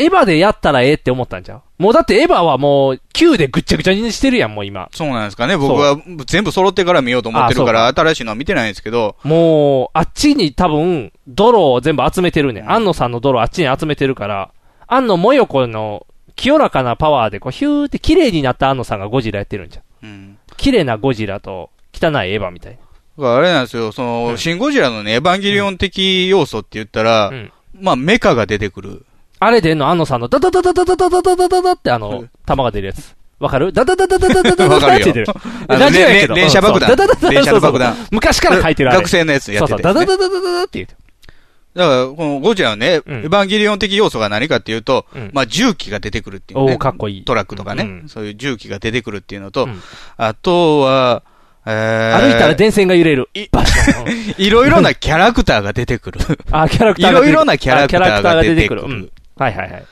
Speaker 2: エヴァでやったらええって思ったんちゃうもうだってエヴァはもう9でぐっちゃぐちゃにしてるやん、もう今。
Speaker 3: そうなんですかね。僕は全部揃ってから見ようと思ってるから、
Speaker 2: あ
Speaker 3: 新しいのは見てないんですけど、
Speaker 2: もう、あっちに多分、泥を全部集めてるね。安野さんの泥あっちに集めてるから、安野もよこの清らかなパワーでこうヒューって綺麗になった安野さんがゴジラやってるんじゃん。綺麗なゴジラと汚いエヴァみたいな。
Speaker 3: だからあれなんですよ、その、シン・ゴジラのね、エヴァンゲリオン的要素って言ったら、まあ、メカが出てくる。
Speaker 2: あれでんの、安野さんのダダダダダダダダダダダダってあの、弾が出るやつ。わかるダダダダダダダダダ
Speaker 3: わ
Speaker 2: ダ
Speaker 3: か
Speaker 2: っ
Speaker 3: る
Speaker 2: て
Speaker 3: よ
Speaker 2: 出てる。
Speaker 3: あの
Speaker 2: ラジオやけど
Speaker 3: れん連射爆弾
Speaker 2: うんそうダダダダダ
Speaker 3: 連射の爆弾
Speaker 2: そうそう昔から書いてるあれ
Speaker 3: 学生のやつやって
Speaker 2: そうそ
Speaker 3: た
Speaker 2: う、
Speaker 3: やつね
Speaker 2: ダダダダダダダって言う。
Speaker 3: だから、このゴジラのね、エヴァンゲリオン的要素が何かっていうと、まあ、重機が出てくるっていう、ね。
Speaker 2: おーかっこいい
Speaker 3: トラックとかね、
Speaker 2: うん
Speaker 3: そういう重機が出てくるっていうのと、あとは、えー
Speaker 2: 歩いたら電線が揺れる。バシャン
Speaker 3: いろいろなキャラクターが出てくる。
Speaker 2: あ、キャラクター
Speaker 3: い
Speaker 2: が
Speaker 3: ろ
Speaker 2: 出てくる
Speaker 3: いろなキャラクターが出てく
Speaker 2: あキャラクターが出てくるうん
Speaker 3: る。
Speaker 2: はいはいはい。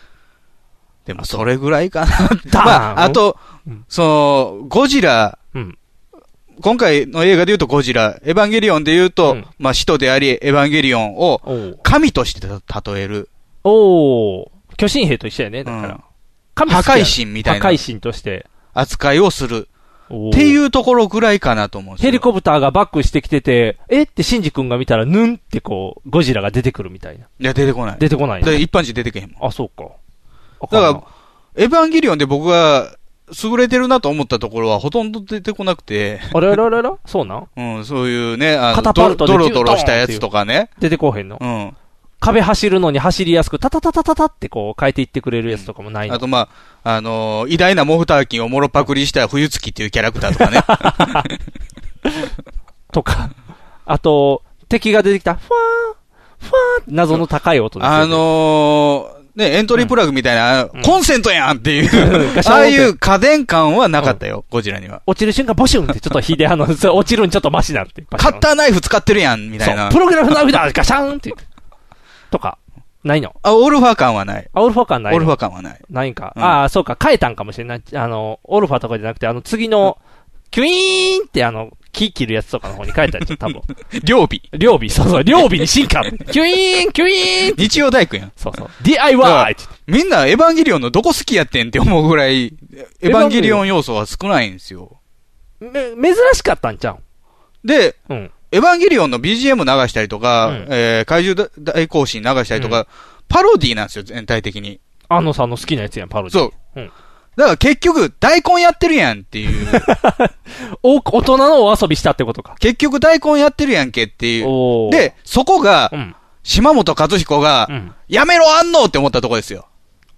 Speaker 3: でも、それぐらい かな。
Speaker 2: ダーン
Speaker 3: まあ、あと、その、ゴジラ、
Speaker 2: うん
Speaker 3: 今回の映画で言うとゴジラ、エヴァンゲリオンで言うと、まあ、使徒であり、エヴァンゲリオンを神として例える。
Speaker 2: おお巨神兵と一緒やね、だから。神好きや
Speaker 3: 破壊神みたいな
Speaker 2: 破壊神として。
Speaker 3: 扱いをする。っていうところぐらいかなと思うんですよ
Speaker 2: ヘリコプターがバックしてきてて、えってシンジ君が見たら、ぬんってこう、ゴジラが出てくるみたいな。
Speaker 3: いや、出てこない。
Speaker 2: 出てこない
Speaker 3: で一般人出てけへんも
Speaker 2: ん。あ、そうか。
Speaker 3: だから、エヴァンゲリオンで僕が優れてるなと思ったところはほとんど出てこなくて。
Speaker 2: あれあれあれあれそうなん
Speaker 3: うん、そういうね、あ
Speaker 2: カ
Speaker 3: の、
Speaker 2: タ
Speaker 3: ド
Speaker 2: パ
Speaker 3: ロ
Speaker 2: ルト
Speaker 3: ド
Speaker 2: で
Speaker 3: ロドロしたやつとかね。
Speaker 2: 出てこうへんの
Speaker 3: うん。
Speaker 2: 壁走るのに走りやすく、タタタタタタってこう、変えていってくれるやつとかもないの。
Speaker 3: あと、まあ、あのー偉大なモフターキンをもろパクリした冬月っていうキャラクターとか ね。
Speaker 2: とか。あと、敵が出てきた、ファーン、ファーンって謎の高い音ですよね
Speaker 3: あのーね、エントリープラグみたいな、コンセントやんっていう、
Speaker 2: ガシャンって
Speaker 3: ああいう家電感はなかったよ、ゴジラには。
Speaker 2: 落ちる瞬間、ボシュンって、ちょっと火で、あの、 そう落ちるんちょっとマシなんて。
Speaker 3: カッターナイフ使ってるやん、みたいな。
Speaker 2: そうプログラムナイフだガシャーンって言って。とか、ないの
Speaker 3: あ、オルファ感はない。
Speaker 2: あ、オルファ感ないの
Speaker 3: オルファ感はない。
Speaker 2: ないんか。ああ、そうか、変えたんかもしれない。あの、オルファとかじゃなくて、あの、次の、キュイーンってあの、木切るやつとかの方に変えたんち ゃう、多分。
Speaker 3: 両備。
Speaker 2: 両備、そうそう、両備に進化。キュイーン、キュイーン
Speaker 3: 日曜大工やん。
Speaker 2: そうそう。DIY!
Speaker 3: みんなエヴァンゲリオンのどこ好きやってんって思うぐらい、エヴァンゲリオン要素は少ないんですよ。
Speaker 2: め、珍しかったんちゃう
Speaker 3: で、
Speaker 2: うん。
Speaker 3: エヴァンゲリオンの BGM 流したりとか、えー怪獣大行進流したりとか、パロディーなんですよ、全体的に。
Speaker 2: 安野さんの好きなやつやん、パロディ。
Speaker 3: そう。
Speaker 2: うん。
Speaker 3: だから結局、大根やってるやんって いう。
Speaker 2: お、大人のお遊びしたってことか。
Speaker 3: 結局大根やってるやんけっていう。
Speaker 2: ー
Speaker 3: で、そこが、島本和彦が、やめろあんのって思ったとこですよ。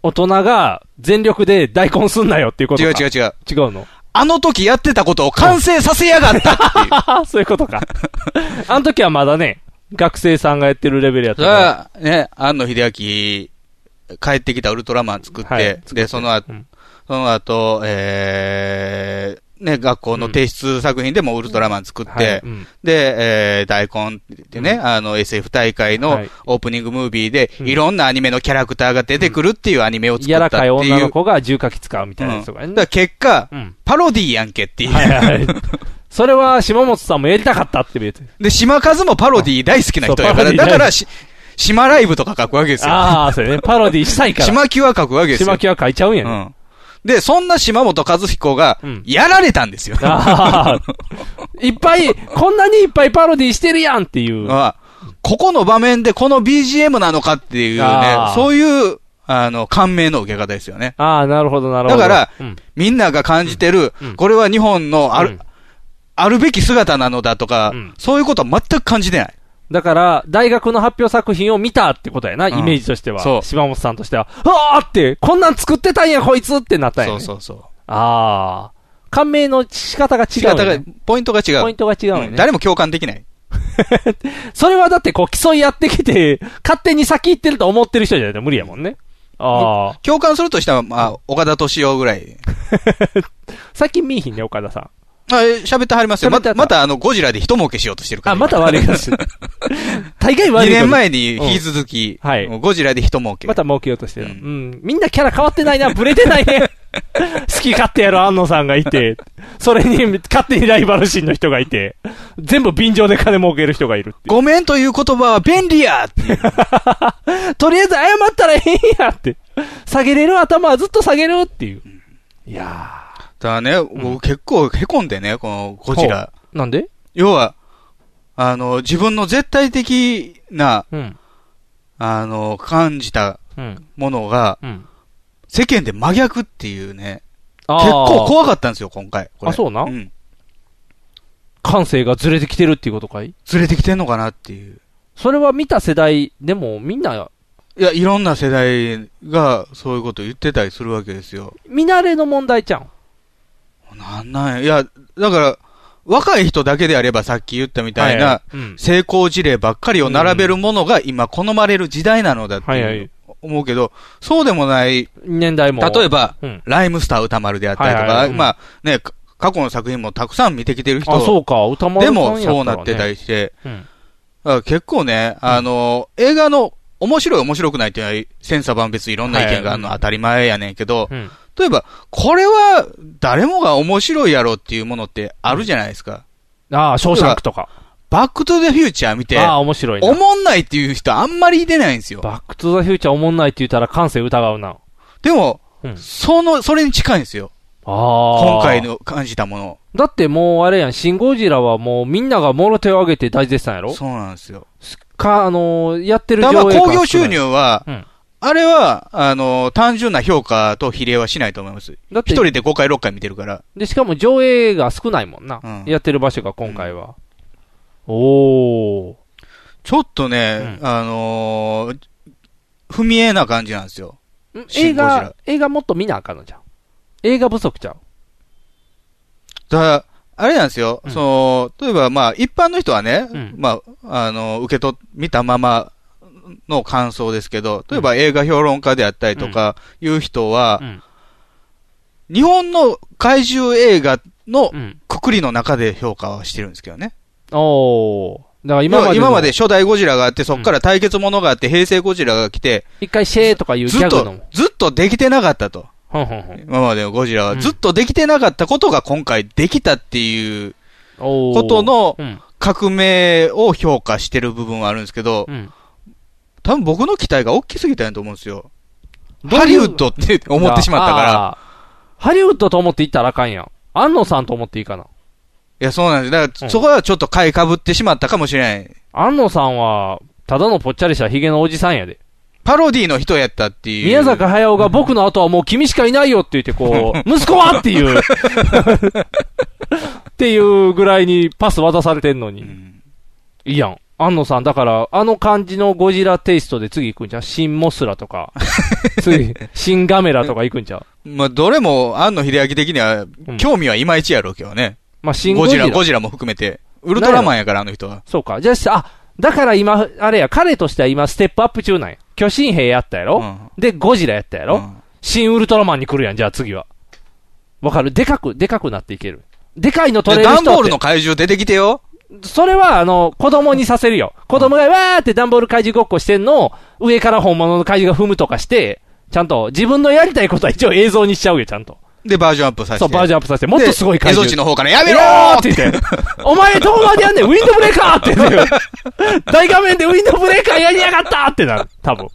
Speaker 2: 大人が全力で大根すんなよっていうことか。
Speaker 3: 違う違う違う。
Speaker 2: 違うの
Speaker 3: あの時やってたことを完成させやがったって
Speaker 2: いう。 そういうことか。あの時はまだね、学生さんがやってるレベルやっ
Speaker 3: そ
Speaker 2: た
Speaker 3: れ
Speaker 2: から。
Speaker 3: は、ね、庵野秀明、帰ってきたウルトラマン作って、
Speaker 2: はい
Speaker 3: で、その後、その後、えー、ね、学校の提出作品でもウルトラマン作って、
Speaker 2: はいうん
Speaker 3: で、えー大根ってね、あの SF 大会の
Speaker 2: はい
Speaker 3: オープニングムービーで、いろんなアニメのキャラクターが出てくるっていうアニメを作
Speaker 2: 柔
Speaker 3: った
Speaker 2: ら
Speaker 3: って
Speaker 2: か
Speaker 3: い
Speaker 2: い
Speaker 3: う。
Speaker 2: 女の子が重火器使うみたいなやつとか
Speaker 3: うん
Speaker 2: ね。
Speaker 3: だから結果、
Speaker 2: うん
Speaker 3: パロディやんけっていう。
Speaker 2: はいはい。それは、島本さんもやりたかったって言うて。
Speaker 3: で、島数もパロディ大好きな人やか
Speaker 2: そ
Speaker 3: ら、
Speaker 2: うパロディ
Speaker 3: だ
Speaker 2: 大
Speaker 3: からし、島ライブとか書くわけですよ。
Speaker 2: ああ、そうやね。パロディしたいから。
Speaker 3: 島木は書くわけですよ。
Speaker 2: 島木は書いちゃうんやね。
Speaker 3: で、そんな島本和彦が、やられたんですよ。
Speaker 2: あいっぱい、こんなにいっぱいパロディしてるやんってい う。
Speaker 3: あここの場面でこの BGM なのかっていう
Speaker 2: あ
Speaker 3: ね
Speaker 2: ー、
Speaker 3: そういう、あの、感銘の受け方ですよね。
Speaker 2: ああ、なるほど、なる
Speaker 3: だ
Speaker 2: ほど。
Speaker 3: から、みんなが感じてる、これは日本のある、あるべき姿なのだとか、そういうことは全く感じてない。
Speaker 2: だから、大学の発表作品を見たってことやな、
Speaker 3: うん
Speaker 2: イメージとしては。
Speaker 3: そう
Speaker 2: 島本さんとしては、ああって、こんなん作ってたんや、こいつってなったんや、ね。
Speaker 3: そうそうそう。
Speaker 2: ああ。感銘の仕方が違う、ね。
Speaker 3: 仕方が、ポイントが違う。
Speaker 2: ポイントが違うよね
Speaker 3: ん誰も共感できない。
Speaker 2: それはだってこう競い合ってきて、勝手に先行ってると思ってる人じゃないと無理やもんね。ああ。
Speaker 3: 共感するとしたら、まあ、岡田敏夫ぐらい。
Speaker 2: 最近見いひんね、岡田さん。
Speaker 3: あえ喋ってはりますよ。
Speaker 2: 喋
Speaker 3: ま
Speaker 2: ってはった
Speaker 3: また、あの、ゴジラで一儲けしようとしてるから。
Speaker 2: あ、また悪い 話。大概悪い
Speaker 3: 2
Speaker 2: こと
Speaker 3: 年前に引き続き、ゴジラで一儲け。
Speaker 2: また儲けようとしてる。うん。みんなキャラ変わってないな、ブレてないね。 好き勝手やる安野さんがいて、それに勝手にライバル心の人がいて、全部便乗で金儲ける人がいる。
Speaker 3: ごめんという言葉は便利や
Speaker 2: とりあえず謝ったらええんやって。下げれる頭はずっと下げるっていう。いや
Speaker 3: だね、僕結構へこんでね、このゴジラ。
Speaker 2: なんで
Speaker 3: 要は、あの、自分の絶対的な、
Speaker 2: うん
Speaker 3: あの、感じた
Speaker 2: うん。
Speaker 3: ものが、
Speaker 2: うん
Speaker 3: 世間で真逆っていうね、
Speaker 2: あー
Speaker 3: 結構怖かったんですよ、今回。これ
Speaker 2: あ、そうな、
Speaker 3: ん
Speaker 2: 感性がずれてきてるっていうことかい
Speaker 3: ずれてきてんのかなっていう。
Speaker 2: それは見た世代でもみんな、
Speaker 3: いや、いろんな世代がそういうこと言ってたりするわけですよ。
Speaker 2: 見慣れの問題ちゃうん。
Speaker 3: なんなんや。いや、だから、若い人だけであればさっき言ったみたいな、
Speaker 2: はいはいうん
Speaker 3: 成功事例ばっかりを並べるものが今好まれる時代なのだって
Speaker 2: はいは
Speaker 3: いう
Speaker 2: い
Speaker 3: 思うけど、そうでもない。
Speaker 2: 年代も
Speaker 3: 例えば、
Speaker 2: うん
Speaker 3: ライムスター歌丸であったりとか、
Speaker 2: はいはいはいうん
Speaker 3: まあね、か過去の作品もたくさん見てきてる人
Speaker 2: あ、そうか、歌丸
Speaker 3: で
Speaker 2: さんやったら
Speaker 3: も
Speaker 2: ね
Speaker 3: そうなってたりして、
Speaker 2: う
Speaker 3: だ
Speaker 2: ん。
Speaker 3: から結構ね、あの、映画の面白い面白くないっていうのは、千差万別いろんな意見があるのは当たり前やねんけど、
Speaker 2: うん。
Speaker 3: 例えば、これは誰もが面白いやろっていうものってあるじゃないですか。
Speaker 2: ああ、ショーシャンクとか。
Speaker 3: バックトゥザフューチャー見て、
Speaker 2: ああ、面白いな。
Speaker 3: おもんないっていう人あんまり出ないんですよ。
Speaker 2: バックトゥザフューチャーおもんないって言ったら感性疑うな。
Speaker 3: でも、
Speaker 2: うん。
Speaker 3: その、それに近いんですよ。
Speaker 2: ああ。
Speaker 3: 今回。の感じたもの。
Speaker 2: だってもうあれやん、シンゴジラはもうみんながもろ手を挙げて大絶賛やろ
Speaker 3: そうなんですよ。
Speaker 2: か、あのーやってる
Speaker 3: だから
Speaker 2: 上
Speaker 3: まあ
Speaker 2: 映
Speaker 3: 興
Speaker 2: 感
Speaker 3: 行
Speaker 2: 少な
Speaker 3: 収
Speaker 2: い
Speaker 3: 入は、あれは、あの、単純な評価と比例はしないと思います。一
Speaker 2: だって
Speaker 3: 人で5回6回見てるから。
Speaker 2: で、しかも上映が少ないもんな。やってる場所が今回は。おー。
Speaker 3: ちょっとね、あのー踏み絵な感じなんですよ。シ
Speaker 2: 映
Speaker 3: ンゴジラ
Speaker 2: 画、映画もっと見なあかんのじゃん。映画不足ちゃう。
Speaker 3: だから、あれなんですよ。その、例えばまあ、一般の人はね、まあ、あの、受け取っ、見たままの感想ですけど、例えば映画評論家であったりとかいう人は、日本の怪獣映画のくくりの中で評価はしてるんですけどね。
Speaker 2: おー。だから今までの。
Speaker 3: 要は初代ゴジラがあって、そこから対決ものがあって、平成ゴジラが来て、
Speaker 2: 一回シェーとかいうギ
Speaker 3: ずっ
Speaker 2: ャグの
Speaker 3: と
Speaker 2: も。、
Speaker 3: ずっとできてなかったと。
Speaker 2: ほんほんほん。
Speaker 3: 今までのゴジラは、ずっとできてなかったことが今回できたっていう
Speaker 2: おー
Speaker 3: ことの
Speaker 2: うん
Speaker 3: 革命を評価してる部分はあるんですけど、多分僕の期待が大きすぎたんやと思うんですよ。ハリウッドって思ってしまったから。
Speaker 2: あー。ハリウッドと思って行ったらあかんやん。安野さんと思っていいかな。
Speaker 3: いや、そうなんです。だか
Speaker 2: うん
Speaker 3: ら、そこはちょっと買いかぶってしまったかもしれない。
Speaker 2: 安野さんは、ただのぽっちゃりしたヒゲのおじさんやで。
Speaker 3: パロディの人やったっていう。
Speaker 2: 宮坂 駿が僕の後はもう君しかいないよって言ってこう、息子はっていう。っていうぐらいにパス渡されてんのに。いいやん。安野さん、だから、あの感じのゴジラテイストで次行くんじゃん新モスラ とか、次、新ガメラとか行くんじゃん
Speaker 3: まあ、どれも、庵野秀明的には、興味はいまいちやろうけどね。
Speaker 2: まあ新ゴ
Speaker 3: ゴ
Speaker 2: ジ
Speaker 3: ジ
Speaker 2: ラ
Speaker 3: ラ、ゴジラも含めて。ウルトラマンやから、あの人は。
Speaker 2: そうか。じゃあ、あ、だから今、あれや、彼としては今、ステップアップ中なんや。巨神兵やったやろ、で、ゴジラやったやろ、新ウルトラマンに来るやん、じゃあ次は。わかるでかく、でかくなっていける。でかいの取れる人
Speaker 3: ダ
Speaker 2: って。
Speaker 3: ンボールの怪獣出てきてよ。
Speaker 2: それは、あの、子供にさせるよ。子供がわーって段ボール怪獣ごっこしてんのを、上から本物の怪獣が踏むとかして、ちゃんと自分のやりたいことは一応映像にしちゃうよ、ちゃんと。
Speaker 3: で、バージョンアップさせて。
Speaker 2: そう、バージョンアップさせて、もっとすごい怪獣。
Speaker 3: でエゾチの方からやめろ
Speaker 2: や
Speaker 3: ー
Speaker 2: ー
Speaker 3: っ
Speaker 2: ってて
Speaker 3: 言
Speaker 2: 言
Speaker 3: っ
Speaker 2: ってて。お前どこまでやんねんウィンドブレーカーって言って大画面でウィンドブレーカーやりやがったってなる。多分。っ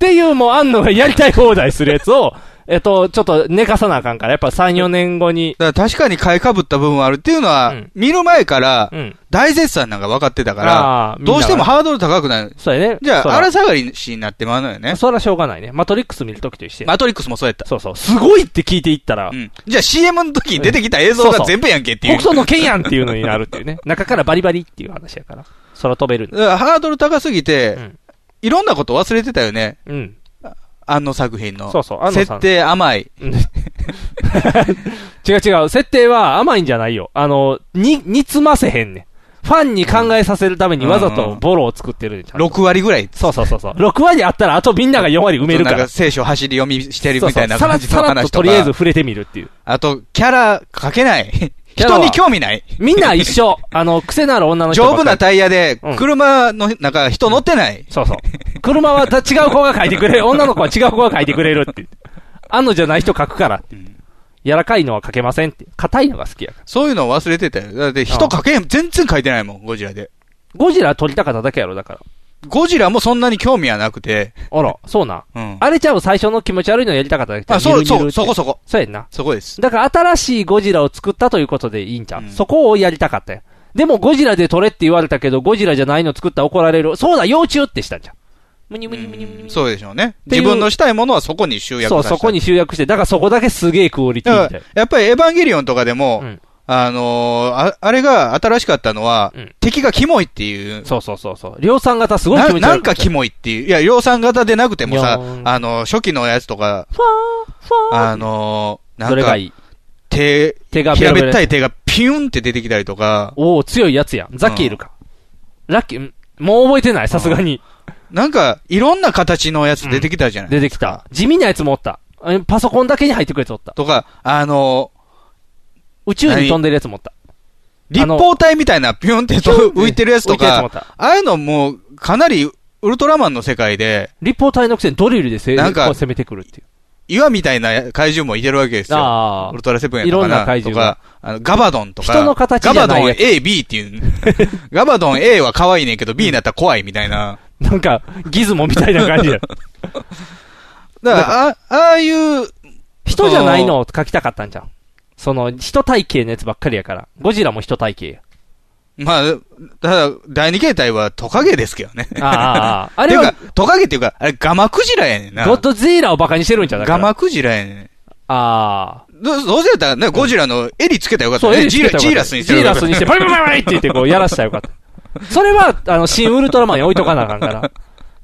Speaker 2: ていう、もう、あんのがやりたい放題するやつを、えっと、ちょっと寝かさなあかんから、やっぱ3、4年後に。
Speaker 3: だから確かに買いかぶった部分はあるっていうのは、見る前から、大絶賛なんか分かってたか
Speaker 2: あ
Speaker 3: ら、
Speaker 2: ー
Speaker 3: どうしても
Speaker 2: みんなが
Speaker 3: ハードル高くなる。
Speaker 2: そうやね。
Speaker 3: じゃ
Speaker 2: そ
Speaker 3: あ、
Speaker 2: ら
Speaker 3: あら下がりしになってまうのよね。
Speaker 2: それはしょうがないね。マトリックス見るときと一緒
Speaker 3: マトリックスもそうやった。
Speaker 2: そうそう。すごいって聞いていったら、
Speaker 3: じゃあ CM の時に出てきた映像が全部やんけっていう。
Speaker 2: そうそう北斗の剣やんっていうのになるっていうね。 中からバリバリっていう話やから。空飛べるん
Speaker 3: だからハードル高すぎて、いろんなこと忘れてたよね。
Speaker 2: うん。
Speaker 3: あの作品の。
Speaker 2: そうそう安野さ
Speaker 3: 設
Speaker 2: ん
Speaker 3: 定甘い。
Speaker 2: 違う違う。設定は甘いんじゃないよ。あの、に、煮詰ませへんねん。ファンに考えさせるためにわざ
Speaker 3: うんう
Speaker 2: と
Speaker 3: ん
Speaker 2: ボロを作ってるねんちゃんと
Speaker 3: 6割ぐらい。
Speaker 2: そうそうそうそう。6割あったら、あとみんなが4割埋めるか
Speaker 3: なん
Speaker 2: ら。
Speaker 3: か聖書走り読みしてる
Speaker 2: そう
Speaker 3: み
Speaker 2: そ
Speaker 3: た
Speaker 2: う
Speaker 3: いな
Speaker 2: さら
Speaker 3: 感
Speaker 2: っ
Speaker 3: じ
Speaker 2: と
Speaker 3: の
Speaker 2: さ
Speaker 3: 話と
Speaker 2: らっ
Speaker 3: か。
Speaker 2: ととりあえず触れてみるっていう。
Speaker 3: あと、キャラ書けない。
Speaker 2: ャラ
Speaker 3: 人
Speaker 2: は
Speaker 3: に興味ない。
Speaker 2: みんな一緒。あの、癖のある女の人ば
Speaker 3: 丈
Speaker 2: っか
Speaker 3: 夫
Speaker 2: り。
Speaker 3: なタイヤで
Speaker 2: うん、
Speaker 3: 車の中、人乗ってない。
Speaker 2: そうそう。車はだ違う子が書いて くれる。女の子は違う子が書いてくれるって。あんのじゃない人書くからって。柔らかいのは書けませんって。硬いのが好きやから。
Speaker 3: そういうの忘れてたよ。だって人書けへん、全然書いてないもん、ゴジラで。
Speaker 2: ゴジラ撮りたかっただけやろ、だから。
Speaker 3: ゴジラもそんなに興味はなくて。
Speaker 2: あら、そうな。
Speaker 3: うん。
Speaker 2: あれちゃう最初の気持ち悪いのやりたかっただけ
Speaker 3: あ、そう、そう、そ
Speaker 2: こ。
Speaker 3: こそこ。
Speaker 2: そうやんな。
Speaker 3: そこです。
Speaker 2: だから新しいゴジラを作ったということでいいんちゃう、そこをやりたかったやん。でもゴジラで撮れって言われたけど、ゴジラじゃないの作ったら怒られる。そうだ、幼虫ってしたんじゃん。
Speaker 3: そうでしょうね。
Speaker 2: てい
Speaker 3: 自
Speaker 2: う
Speaker 3: 分のしたいものはそこに集約
Speaker 2: そう、
Speaker 3: させた
Speaker 2: そこに集約して、だからそこだけすげえクオリティみたい
Speaker 3: だ
Speaker 2: な
Speaker 3: から、やっぱりエヴァンゲリオンとかでも、あのーあ、あれが新しかったのは、敵がキモいっていう。
Speaker 2: そうそうそうそう。量産型すごい気持ち悪い
Speaker 3: な。なんかキモいっていう。いや、量産型でなくてもさ
Speaker 2: いや、
Speaker 3: あのー、初期のやつとか、あのー、なんか、
Speaker 2: どれがいい
Speaker 3: 手、
Speaker 2: 手がベ
Speaker 3: 平
Speaker 2: ロベロ
Speaker 3: べったい手がピュンって出てきたりとか。
Speaker 2: おお強いやつやん。ザキいるか。ラッキー、んもう覚えてない、さすがに。
Speaker 3: なんか、いろんな形のやつ出てきたじゃない
Speaker 2: 出てきた。地味なやつもおった。えパソコンだけに入ってくれておった。
Speaker 3: とか、あの
Speaker 2: 宇宙に飛んでるやつもおった。
Speaker 3: 立方体みたいなピュンってと浮いてるやつと
Speaker 2: 浮いてるやつもお
Speaker 3: か
Speaker 2: っ、
Speaker 3: ああいうのもう、かなり、ウルトラマンの世界で、
Speaker 2: 立方体のくせにドリルでせ
Speaker 3: なんか
Speaker 2: こう攻めてくるっていう。
Speaker 3: 岩みたいな怪獣もいてるわけですよ
Speaker 2: あ。ー
Speaker 3: ウルトラセブンやと
Speaker 2: いろ
Speaker 3: か
Speaker 2: んな怪
Speaker 3: と
Speaker 2: 獣が
Speaker 3: か、あのガバドンとか。
Speaker 2: 人の形じゃな
Speaker 3: ガ
Speaker 2: い
Speaker 3: バ
Speaker 2: やつ
Speaker 3: ドン A、B って いう。ガバドン A は可愛いねんけど B になったら怖いみたいな。
Speaker 2: なんか、ギズモみたいな 感じや。
Speaker 3: だから、あ、ああいう、
Speaker 2: 人じゃないのを書きたかったんじゃん。その、人体系のやつばっかりやから。ゴジラも人体系 や。
Speaker 3: まあ、ただ、第二形態はトカゲですけどね。
Speaker 2: あああああ
Speaker 3: れ
Speaker 2: れは
Speaker 3: は。トカゲっていうか、あれガマクジラやねんな。
Speaker 2: ゴッドゼーラをバカにしてるんじゃんだか
Speaker 3: ガ
Speaker 2: ら
Speaker 3: マクジラやねん。
Speaker 2: ああ。
Speaker 3: どどうせやったらね、ゴジラの襟つけたらよかった
Speaker 2: そう、
Speaker 3: ね。
Speaker 2: エリ
Speaker 3: ジーラジーラスにして
Speaker 2: ジーラスにして、バリバリバリバリって言って、こう、やらしたらよかった。それは、あの、新ウルトラマンに置いとかなあかんから。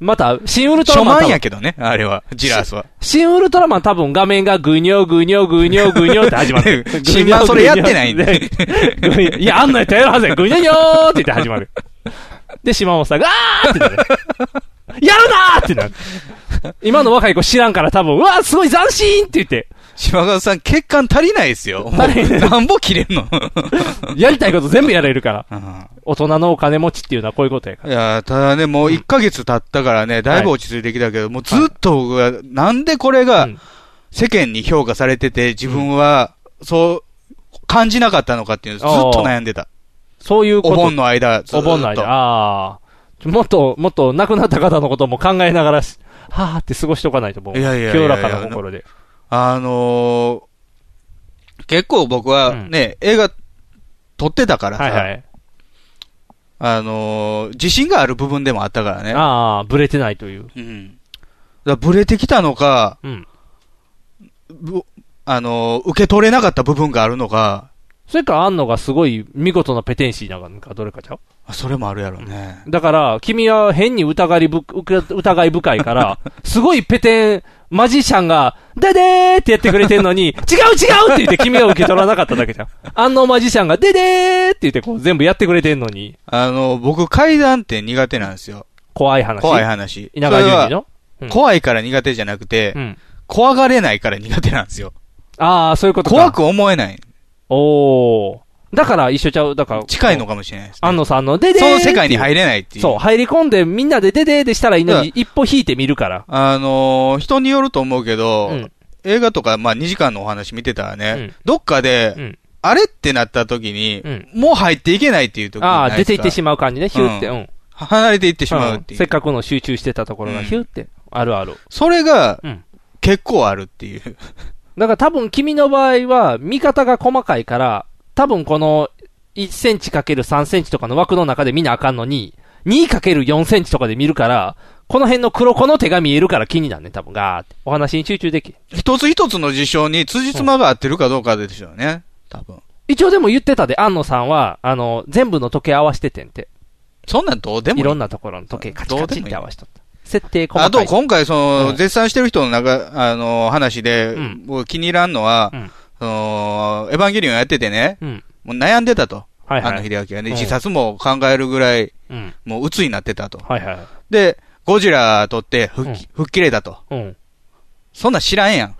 Speaker 2: また、新ウルトラ
Speaker 3: 初
Speaker 2: マン。
Speaker 3: 漫やけどね、あれは。ジーラスは。。
Speaker 2: 新ウルトラマン多分画面がぐにょぐにょぐにょぐにょって始まる
Speaker 3: 新版それやってないんで
Speaker 2: ぐにょぐにょいや、あんのやったらやるはずや。ぐにょにょーって言って始まる。で、島本さんが、あーってなる。やるなーってなる。今の若い子知らんから多分、うわーすごい斬新って言って。
Speaker 3: 島川さん、血管足りないですよ。もうなんぼ切れん の
Speaker 2: やりたいこと全部やれるから。大人のお金持ちっていうのはこういうことやか
Speaker 3: い
Speaker 2: ら。
Speaker 3: やーただね、もう1ヶ月経ったからね、だいぶ落ち着いてきたけど、もうずっと僕は、なんでこれが世間に評価されてて、自分はそう感じなかったのかっていうのをずっと悩んでた。
Speaker 2: そういうこと
Speaker 3: お盆の間、ずっと
Speaker 2: お盆の間。ああ。もっと、もっと亡くなった方のことも考えながらし、はーって過ごしとかないともう。
Speaker 3: いやいやいやいや
Speaker 2: 清らかな心で。
Speaker 3: あのー、結構僕はね、映画撮ってたからさ、
Speaker 2: はいはい。
Speaker 3: あのー、自信がある部分でもあったからね。だか
Speaker 2: ああ、ブレてないという。
Speaker 3: うん。らブレてきたのか、
Speaker 2: うん。
Speaker 3: ぶあのー、受け取れなかった部分があるのか、
Speaker 2: それか、あんのがすごい見事なペテンシーなんか、どれかちゃう
Speaker 3: あそれもあるやろね。
Speaker 2: だから、君は変に疑りぶ、疑い深い から、すごいペテン、マジシャンが、ででーってやってくれてん のに、違う違うって言って君は受け取らなかっただけじゃん。あのマジシャンが、ででーって言ってこう全部やってくれてんのに、
Speaker 3: あの、僕階段って苦手なんですよ。
Speaker 2: 怖い話。
Speaker 3: 怖い話。
Speaker 2: 稲川淳二の
Speaker 3: それは怖いから苦手じゃなくて、怖がれないから苦手なんですよ。
Speaker 2: ああ、そういうことか。
Speaker 3: 怖く思えない。
Speaker 2: おー。だから一緒ちゃう。だから。
Speaker 3: 近いのかもしれないです、
Speaker 2: 安野さんのででー
Speaker 3: その世界に入れないっていう
Speaker 2: そう、入り込んでみんなでででーでしたらいいのに、一歩引いてみるから。
Speaker 3: あのー人によると思うけど、映画とか、まあ、2時間のお話見てたらね、どっかで、あれってなった時に、もう入っていけないっていう時
Speaker 2: ああ、出ていってし
Speaker 3: ま
Speaker 2: まう感じね、ヒューって。うん。
Speaker 3: 離れていってしまうっていう。
Speaker 2: せっかくの集中してたところがヒューって。あるある。
Speaker 3: それが、結構あるっていう。
Speaker 2: だから多分君の場合は、見方が細かいから、多分この1センチかける3センチとかの枠の中で見なあかんのに、2かける4センチとかで見るから、この辺の黒子の手が見えるから気になるね、多分ガーって。お話に集中でき。
Speaker 3: 一つ一つの事象に辻褄が合ってるかどうかでしょうね。多分。
Speaker 2: 一応でも言ってたで、安野さんは、あの、全部の時計合わせててんて。
Speaker 3: そんなんどうでも
Speaker 2: いろんなところの時計カチカチって合わせとった。設定細かい。
Speaker 3: あと、今回、その、
Speaker 2: うん
Speaker 3: 絶賛してる人の中、あの、話で、僕気に入らんのは、その、エヴァンゲリオンやっててね、
Speaker 2: うん。
Speaker 3: もう悩んでたと。
Speaker 2: はいは
Speaker 3: あ
Speaker 2: い
Speaker 3: の、秀明はね、
Speaker 2: うん
Speaker 3: 自殺も考えるぐらい、
Speaker 2: うん。
Speaker 3: もう鬱になってたと。
Speaker 2: はいはい。
Speaker 3: で、ゴジラ撮って吹っき、吹っ切れたと。
Speaker 2: うん。
Speaker 3: そんなん知らんや ん。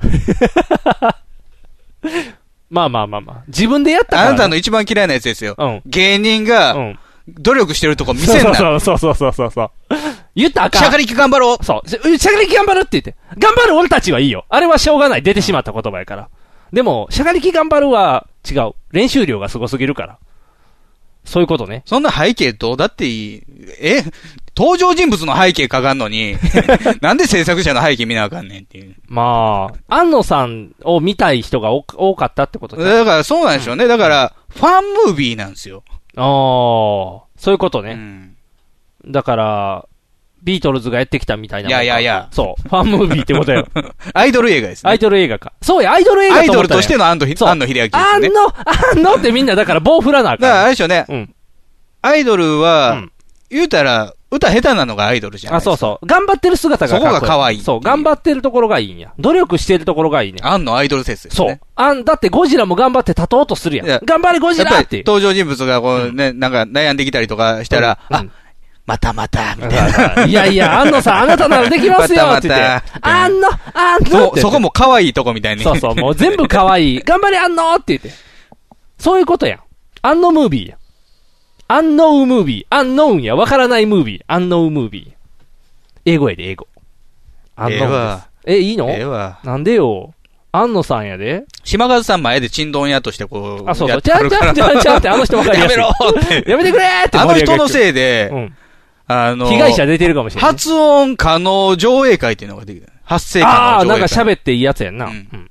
Speaker 2: まあまあまあまあ。自分でやったから
Speaker 3: あなたの一番嫌いなやつですよ。芸人が、努力してるとこ見せんな。
Speaker 2: そうそうそうそうそうそう。言ったらあか ん。
Speaker 3: しゃがりき頑張ろ
Speaker 2: う。そう。ししゃがりき頑張るって言って。頑張る俺たちはいいよ。あれはしょうがない。出てしまった言葉やから。でも、しゃがりき頑張るは違う。練習量がすごすぎるから。そういうことね。
Speaker 3: そんな背景どうだっていい。え登場人物の背景かかんの に、なんで制作者の背景見なあかんねんっていう。
Speaker 2: まあ、安野さんを見たい人が多多かったってことね。
Speaker 3: だからそうなんでしょうね。だから、ファンムービーなんですよ。
Speaker 2: ああ、そういうことね。だから、ビートルズがやってきたみたいな。
Speaker 3: いやいやいや。
Speaker 2: そう。ファンムービーってこ とよ。
Speaker 3: アイドル映画ですね。
Speaker 2: アイドル映画か。そうや、アイドル映画
Speaker 3: アイドルとしての
Speaker 2: あ
Speaker 3: 安藤ひ安野秀明ですよね。
Speaker 2: の、あんのってみんなだから棒振らなあかん。
Speaker 3: だからあれでしょうね。アイドルは、言うたら、歌下手なのがアイドルじゃない
Speaker 2: あ、そうそう。頑張ってる姿がかっこいい。
Speaker 3: そこが可愛いって
Speaker 2: そう、頑張ってるところがいいんや。努力してるところがいいね。
Speaker 3: あんのアイドル説です
Speaker 2: そう。あん、だってゴジラも頑張って立とうとするやん。頑張れゴジ
Speaker 3: や
Speaker 2: ラ
Speaker 3: っ
Speaker 2: っ
Speaker 3: ぱり
Speaker 2: て。
Speaker 3: 登場人物がこうね、なんか悩んできたりとかしたら、あ、またまた、みたいな。
Speaker 2: いやいや、安野さん、あなたならできます よ
Speaker 3: またまた
Speaker 2: って言って。あんの、あんのっ
Speaker 3: そ
Speaker 2: て。
Speaker 3: そこも可愛いとこみたいに。
Speaker 2: そうそう、もう全部 可愛い。頑張れ、あんのって言って。そういうことやん。アンノムービーやん。アンノウムービー。アンノウンや。わからないムービー。アンノウムービー。英語やで、英語。アンノ
Speaker 3: ええ
Speaker 2: ウンで
Speaker 3: わ
Speaker 2: す。え、いいの
Speaker 3: ええわ
Speaker 2: なんでよ。アンノさんやで。
Speaker 3: 島和さん前でちんどん屋としてこう。
Speaker 2: あ、そう
Speaker 3: や
Speaker 2: そう。
Speaker 3: っ
Speaker 2: ち
Speaker 3: て
Speaker 2: ゃ
Speaker 3: は
Speaker 2: う
Speaker 3: る
Speaker 2: ち
Speaker 3: か
Speaker 2: ゃ
Speaker 3: ら
Speaker 2: うちゃうちゃうって、あの人わかりや
Speaker 3: や
Speaker 2: す
Speaker 3: め
Speaker 2: い。
Speaker 3: ろって。
Speaker 2: やめてくれーって
Speaker 3: あの人の
Speaker 2: い。
Speaker 3: せいで、あの、
Speaker 2: 被害者出てるかもしれない。
Speaker 3: 発音可能上映会っていうのができた。発声可
Speaker 2: ああ、
Speaker 3: 能上映
Speaker 2: なん
Speaker 3: 会。
Speaker 2: か喋っていいやつやんな。うん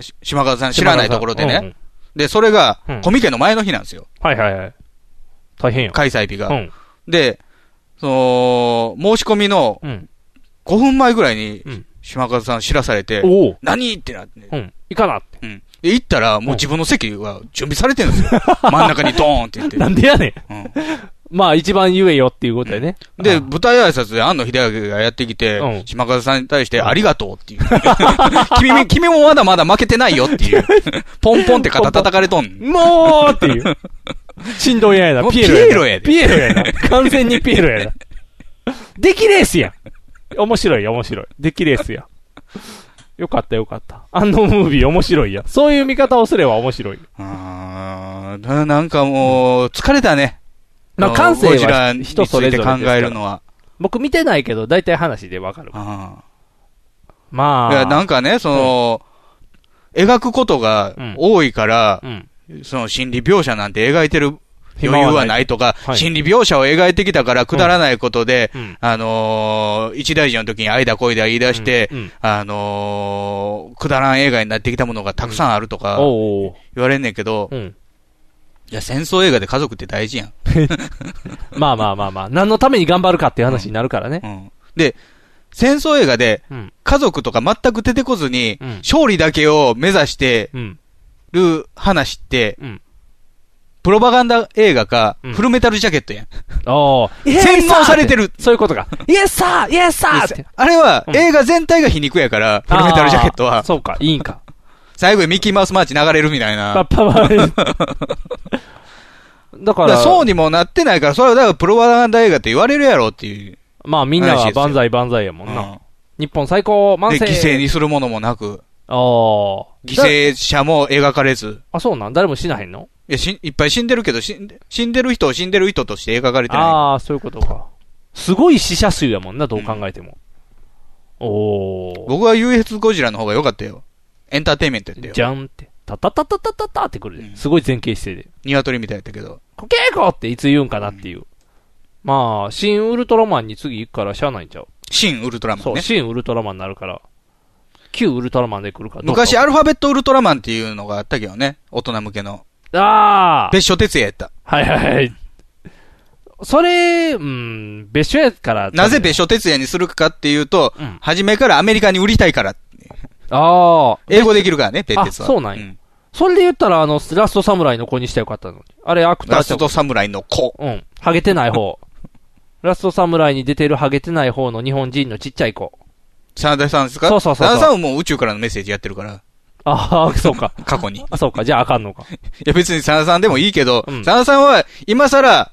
Speaker 3: し島川さん知らないところで
Speaker 2: 島川
Speaker 3: ね
Speaker 2: さ。
Speaker 3: で、それが
Speaker 2: うん、
Speaker 3: コミケの前の日なんですよ。
Speaker 2: はいはいはい。大変よ。
Speaker 3: 開催日が
Speaker 2: うん。
Speaker 3: で、その、申し込みの
Speaker 2: うん。
Speaker 3: 5分前ぐらいに、島川さん知らされて、
Speaker 2: おお。
Speaker 3: 何ってなって。
Speaker 2: うん。いかなって。
Speaker 3: うん。で、行ったら、もう自分の席は準備されてるんですよ。真ん中にドーンって言って。
Speaker 2: なんでやねん。まあ、一番言えよっていうことやね。
Speaker 3: で、舞台挨拶で安野秀明がやってきて、島風さんに対してありがとうっていう。 君、君もまだまだ負けてないよっていう。ポンポンって肩叩かれとん。
Speaker 2: もうっていう。しんどいやや
Speaker 3: も
Speaker 2: な。
Speaker 3: う
Speaker 2: ピエロやな。
Speaker 3: ピエロやで
Speaker 2: ピエロやな。完全にピエロやな。できレースやん。面白いよ、面白い。できレースや。よかった、よかった。あのムービー面白いや。そういう見方をすれば面白い。
Speaker 3: あーななんかもう、疲れたね。
Speaker 2: まあ、
Speaker 3: の
Speaker 2: 感性
Speaker 3: ゴジラ
Speaker 2: は
Speaker 3: につ
Speaker 2: 人そ
Speaker 3: い
Speaker 2: れ
Speaker 3: て
Speaker 2: ぞれです
Speaker 3: 考
Speaker 2: から
Speaker 3: えるのは。
Speaker 2: 僕見てないけど、大体話でわかる。
Speaker 3: まいや、
Speaker 2: あ。
Speaker 3: なんかね、その、描くことが多いから、その心理描写なんて描いてる余裕はないとか、
Speaker 5: はい
Speaker 3: 心理描写を描いてきたからくだらないことで、
Speaker 5: うん
Speaker 3: あのー一大事の時に愛だ恋だ言い出して、
Speaker 5: うんうん
Speaker 3: あのーくだらん映画になってきたものがたくさんあるとか、
Speaker 2: おうおう
Speaker 3: 言われんねんけど、いや、戦争映画で家族って大事やん。
Speaker 2: まあまあまあまあ。何のために頑張るかっていう話になるからね。
Speaker 3: で、戦争映画で
Speaker 2: うん、
Speaker 3: 家族とか全く出てこずに、勝利だけを目指してる話って、プロパガンダ映画か、フルメタルジャケットやん。
Speaker 2: ああ。
Speaker 3: 洗脳されてる。
Speaker 2: そういうことか。イエスサーイエスサーって。
Speaker 3: あれは、映画全体が皮肉やから、フルメタルジャケットは。
Speaker 2: そうか、いいんか。
Speaker 3: 最後にミッキーマウスマーチ流れるみたいな。
Speaker 2: パパパだから、
Speaker 3: そうにもなってないから、それはだからプロパガンダ映画って言われるやろっていう。
Speaker 2: まあみんな
Speaker 3: 話
Speaker 2: は
Speaker 3: ですよ
Speaker 2: 万歳万歳やもんな。
Speaker 3: うん
Speaker 2: 日本最高、万
Speaker 3: で、
Speaker 2: 世。
Speaker 3: 犠牲にするものもなく。
Speaker 2: ああ。
Speaker 3: 犠牲者も描かれず。
Speaker 2: あ、そうなん誰も死なへんの
Speaker 3: いや、し、いっぱい死んでるけど、死んで、死んでる人を死んでる人として描かれてない。
Speaker 2: ああ、そういうことか。すごい死者数やもんな、どう考えても。お
Speaker 3: 僕は US ゴジラの方が良かったよ。エンターテインメントやったよ。
Speaker 2: じゃんって。タタタタタタタってくるで。すごい前傾姿勢で。
Speaker 3: 鶏みたいやったけど。
Speaker 2: こけーこっていつ言うんかなっていう。まあ、新ウルトラマンに次行くからしゃあないんちゃう。
Speaker 3: 新ウルトラマンね
Speaker 2: そう、新ウルトラマンになるから。旧ウルトラマンで来るから。
Speaker 3: 昔
Speaker 2: あ
Speaker 3: アルファベットウルトラマンっていうのがあったけどね。大人向けの。
Speaker 2: あー
Speaker 3: 別所哲也やった。
Speaker 2: はいはいはい。それ、うん、別所やから。
Speaker 3: なぜ別所哲也にするかっていうと、初めからアメリカに売りたいから。
Speaker 2: ああ。
Speaker 3: 英語できるからね、ペッテツは。
Speaker 2: あそうなんや。それで言ったら、あの、ラストサムライの子にしてよかったのに。あれ、アクター
Speaker 3: ラストサムライの子。
Speaker 2: うん。ハゲてない方。 ラストサムライに出てるハゲてない方の日本人のちっちゃい子。
Speaker 3: 真田さんですか
Speaker 2: そうそうそうそう
Speaker 3: 真田さんはもう宇宙からのメッセージやってるから。
Speaker 2: ああ、そうか。
Speaker 3: 過去に。
Speaker 2: あ、そうか。じゃああかん のか。
Speaker 3: いや別に真田さんでもいいけど、真田さんは今さら、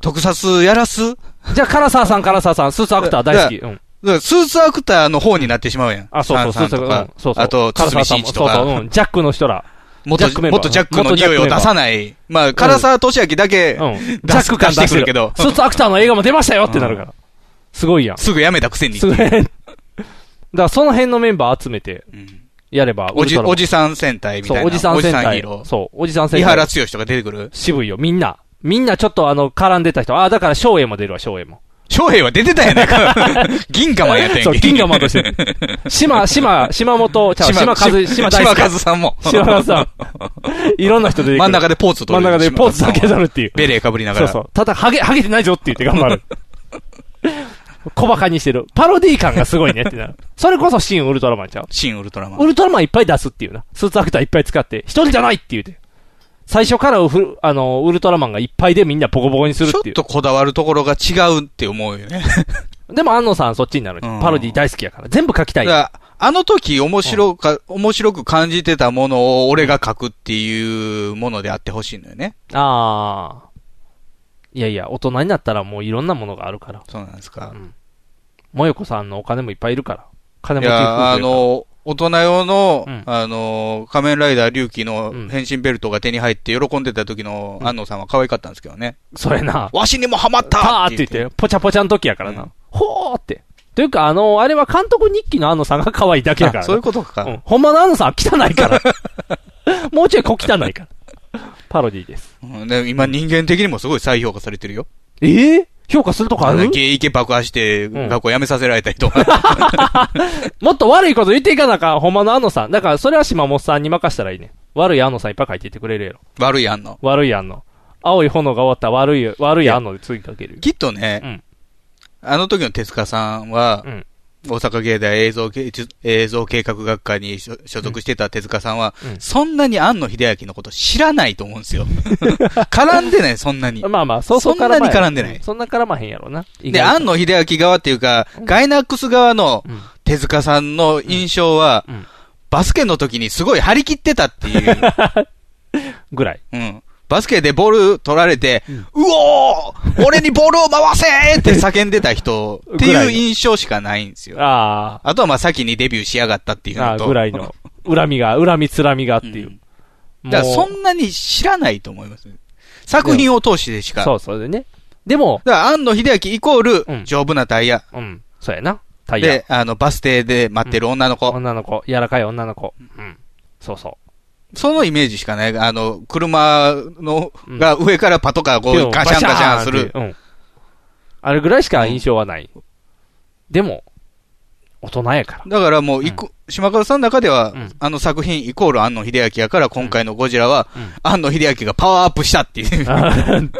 Speaker 3: 特撮やらす
Speaker 2: じゃあ、唐沢さん、唐沢さん、スーツアクター大好き。うん。
Speaker 3: だからスーツアクターの方になってしまうやん。
Speaker 2: あ、そうそう、
Speaker 3: サン
Speaker 2: そ
Speaker 3: さ
Speaker 2: う
Speaker 3: と
Speaker 2: んそう、う
Speaker 3: か
Speaker 2: ん、そうそう。
Speaker 3: あと、
Speaker 2: 唐
Speaker 3: 堤
Speaker 2: 沢さ
Speaker 3: 真
Speaker 2: んも
Speaker 3: 一とか。
Speaker 2: そうそう、うん。ジャックの人ら。
Speaker 3: もっと、
Speaker 2: ジャックメン
Speaker 3: も
Speaker 2: バ
Speaker 3: っ
Speaker 2: ー
Speaker 3: とジャックの
Speaker 2: 元ジャ
Speaker 3: 匂
Speaker 2: ック
Speaker 3: い
Speaker 2: メン
Speaker 3: を
Speaker 2: バー
Speaker 3: 出さない。まあ、唐沢俊明だけ、
Speaker 2: ジャック感
Speaker 3: 出して
Speaker 2: 出
Speaker 3: くるけど。
Speaker 2: スーツアクターの映画も出ましたよってなるから。すごいやん。
Speaker 3: すぐやめたくせに。
Speaker 2: すごい。だ から、その辺のメンバー集めて、やれば、
Speaker 3: おじ、
Speaker 2: ウルトラ
Speaker 3: おじさん戦隊みたいな。
Speaker 2: そうおじさん戦隊
Speaker 3: おじヒーロー。
Speaker 2: そうおじさん戦隊
Speaker 3: 伊原剛とか出てくる
Speaker 2: 渋いよ、みんな。みんなちょっとあの、絡んでた人。ああ、だから、翔英も出るわ、翔英も。
Speaker 3: 翔英は出てたやない か。銀河マンやったやんけ
Speaker 2: そう、銀河マンと して。島、島、島本、ちゃう、島
Speaker 3: 島
Speaker 2: 和、島大輔
Speaker 3: 島和さんも
Speaker 2: 島和さん。 いろんな人出てくる
Speaker 3: 真ん中でポーズ取
Speaker 2: 真
Speaker 3: る
Speaker 2: ん中でポーズだけ取るっていう。
Speaker 3: ベレーかぶりなが
Speaker 2: そう
Speaker 3: ら。
Speaker 2: そう。ただ、ハゲ、ハゲてないぞって言って頑張 る。小馬鹿にしてる。パロディ感がすごいねってなる。それこそ新ウルトラマンちゃう。
Speaker 3: 新ウルトラマン。
Speaker 2: ウルトラマンいっぱい出すっていうな。スーツアクターいっぱい使って、一人じゃないって言うて。最初からウフあの、ウルトラマンがいっぱいでみんなボコボコにするっていう。
Speaker 3: ちょっとこだわるところが違うって思うよ ね。
Speaker 2: でも安野さんそっちになる、パロディ大好きやから。全部書きた
Speaker 3: だ
Speaker 2: い。
Speaker 3: からあの時面白か、面白く感じてたものを俺が書くっていうものであってほしいのよね。
Speaker 2: ああ。いやいや、大人になったらもういろんなものがあるから。
Speaker 3: そうなんですか。
Speaker 2: うん。もよこさんのお金もいっぱいいるから。金
Speaker 3: い
Speaker 2: 持ち夫婦やから
Speaker 3: や、あの、大人用の、あの、仮面ライダー龍騎の変身ベルトが手に入って喜んでた時の安野さんは可愛かったんですけどね。
Speaker 2: それな。
Speaker 3: わしにもハマった
Speaker 2: パーって言って、ぽちゃぽちゃの時やからな。ほーって。というか、あの、あれは監督日記の安野さんが可愛いだけやからな。
Speaker 3: あそういうことか
Speaker 2: んほんまの安野さんは汚いから。 もうちょい小汚いから。パロディーです。
Speaker 3: うんで今人間的にもすごい再評価されてるよ。
Speaker 2: ええ評価するとこあ
Speaker 3: あの、
Speaker 2: る
Speaker 3: イケイケ爆破して、
Speaker 2: ん
Speaker 3: 学校辞めさせられたりとか。
Speaker 2: もっと悪いこと言っていかなあかん、ほんまの安野さん。だから、それは島本さんに任したらいいね。悪い安野さんいっぱい書いていってくれるやろ。
Speaker 3: 悪い安野。
Speaker 2: 悪い安野。青い炎が終わったら悪い、悪い安野で次かけるよ。
Speaker 3: きっとね、あの時の手塚さんは、大阪芸大映像芸術映像計画学科に所所属してた手塚さんは、そんなに庵野秀明のこと知らないと思うんですよ。絡んでない、そんなに。
Speaker 2: まあまあ、そうそう
Speaker 3: そんなに絡んでない。
Speaker 2: そんな絡まへんやろな。意
Speaker 3: で、
Speaker 2: 外と
Speaker 3: 庵野秀明側っていうか、ガイナックス側の手塚さんの印象は、バスケの時にすごい張り切ってたっていう。
Speaker 2: ぐらい。
Speaker 3: うん。バスケでボール取られて、うおー俺にボールを回せーって叫んでた人 っていう印象しかないんですよ。
Speaker 2: あ
Speaker 3: とはまあ先にデビューしやがったっていう
Speaker 2: あ
Speaker 3: の
Speaker 2: あ
Speaker 3: と。
Speaker 2: ぐらいの。恨みが、恨みつらみがっていう。
Speaker 3: だからそ
Speaker 2: なん
Speaker 3: なに知らないと思います。作品を通してしか。
Speaker 2: そうそうでね。でも。
Speaker 3: だから安野秀明イコール、丈夫なタイヤ。
Speaker 2: うん。そうやな。タイヤ
Speaker 3: で、あの、バス停で待ってる女の子。
Speaker 2: 女の子。柔らかい女の子。うん。そうそう。
Speaker 3: そのイメージしかない。あの、車の、が上からパトカーこう、ガシャンガシャンする。
Speaker 2: うん。あれぐらいしか印象はない。でも、大人やから。
Speaker 3: だからもう、いく島倉さんの中では、あの作品イコール庵野秀明やから、今回のゴジラは、庵野秀明がパワーアップしたっていう。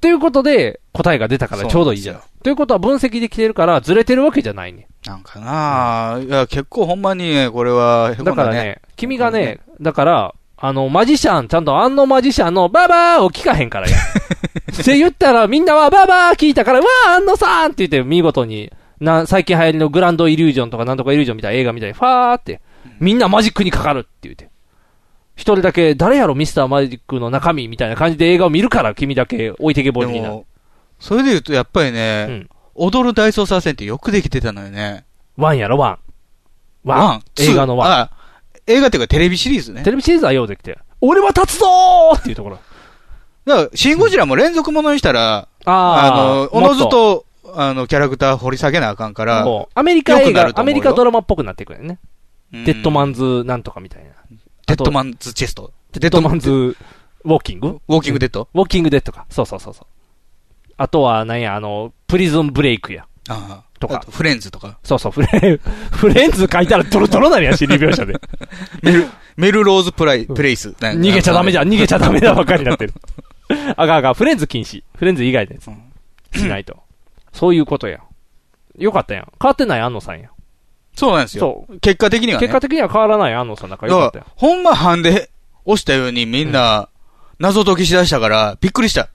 Speaker 2: ということで、答えが出たからちょうどいいじゃん。ということは分析できてるから、ずれてるわけじゃないね。
Speaker 3: なんかなあいや、結構ほんまにね、これは、へこん
Speaker 2: だからね
Speaker 3: ね。、
Speaker 2: 君がね、だから、あの、マジシャン、ちゃんとあのマジシャンのババーを聞かへ んからや。って言ったらみんなはババー聞いたから、わー、安野さんって言って見事に、な、最近流行りのグランドイリュージョンとかなんとかイリュージョンみたいな映画みたいに、ファーって、みんなマジックにかかるって言って。一人だけ、誰やろミスターマジックの中身みたいな感じで映画を見るから、君だけ置いてけぼりにな
Speaker 3: で
Speaker 2: る
Speaker 3: も。それで言うと、やっぱりね、踊る大捜査線ってよくできてたのよね。
Speaker 2: ワンやろ、ワン。
Speaker 3: ワン
Speaker 2: 映画のワン。
Speaker 3: あ映画というかテレビシリーズね。
Speaker 2: テレビシリーズはようできて。俺は立つぞーっていうところ。
Speaker 3: だから、シン・ゴジラも連続ものにしたら、
Speaker 2: あ
Speaker 3: の、
Speaker 2: ー
Speaker 3: おのず
Speaker 2: もっ
Speaker 3: と、あの、キャラクター掘り下げなあかんから、
Speaker 2: もうアメリカ
Speaker 3: 良
Speaker 2: 映
Speaker 3: くなる
Speaker 2: 画、
Speaker 3: と思
Speaker 2: ア
Speaker 3: う
Speaker 2: メ
Speaker 3: よ
Speaker 2: リカドラマっぽくなっていくよね。
Speaker 3: うん
Speaker 2: デッドマンズなんとかみたいな。
Speaker 3: デッドマンズチェスト。
Speaker 2: デッドマンズウォーキング
Speaker 3: ウォーキングデッド
Speaker 2: ウォーキングデッドか。そうそうそうそう。あとは、なんや、あの、プリズンブレイクや。とか。
Speaker 3: フレンズとか。
Speaker 2: そうそう、フレ、 フレンズ書いたらドロドロなるや、心理 描写で。
Speaker 3: メル、メルローズプライ、プレイス。逃
Speaker 2: 逃げちゃダメじゃん、逃げちゃダメだばっかりになってる。あがあが、フレンズ禁止。フレンズ以外のやつ。しないと。そういうことや。よかったやん。変わってない安野さんや。
Speaker 3: そうなんですよ
Speaker 2: そ。
Speaker 3: 結果的にはね。
Speaker 2: 結果的には変わらない安野さんだからよか
Speaker 3: だ
Speaker 2: っ
Speaker 3: か
Speaker 2: た
Speaker 3: ら
Speaker 2: よ。、
Speaker 3: ほんまハンで押したようにみんな、謎解きしだしたから、びっくりした。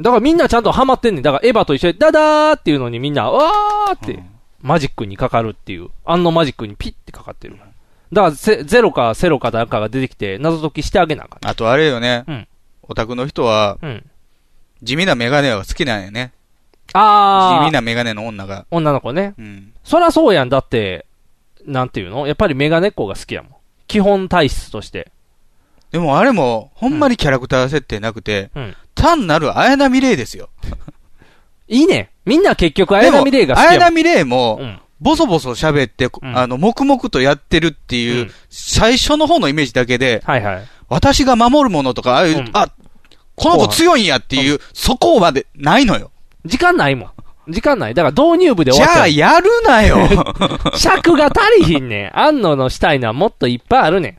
Speaker 2: だからみんなちゃんとハマってんねん。だからエヴァと一緒に、ダダーっていうのにみんな、わーって、マジックにかかるっていう。安野マジックにピッてかかってる。だからゼ、ゼロかセロかなんかが出てきて、謎解きしてあげなあかん。
Speaker 3: あとあれよね。オタクの人は、
Speaker 2: うん
Speaker 3: 地味なメガネが好きなんやね。
Speaker 2: あー。
Speaker 3: 地味なメガネの女が。
Speaker 2: 女の子ね。そりゃそうやん。だって、なんていうのやっぱりメガネっ子が好きやもん。基本体質として。
Speaker 3: でもあれも、ほんまにキャラクター設定なくて、
Speaker 2: うん。
Speaker 3: 単なる綾波レイですよ。
Speaker 2: いいね。みんな結局綾波レイが好きやも
Speaker 3: で
Speaker 2: ん
Speaker 3: も綾波レイも、ボソボソ喋って、あの、黙々とやってるっていう、最初の方のイメージだけで、私が守るものとか、ああいう、あ、この子強いんやっていう、そこまでないのよ。
Speaker 2: 時間ないもん。時間ない。だから導入部で
Speaker 3: じ
Speaker 2: 終わっ
Speaker 3: ゃ
Speaker 2: た
Speaker 3: あ、やるなよ。
Speaker 2: 尺が足りひんねん。安野のしたいのはもっといっぱいあるねん。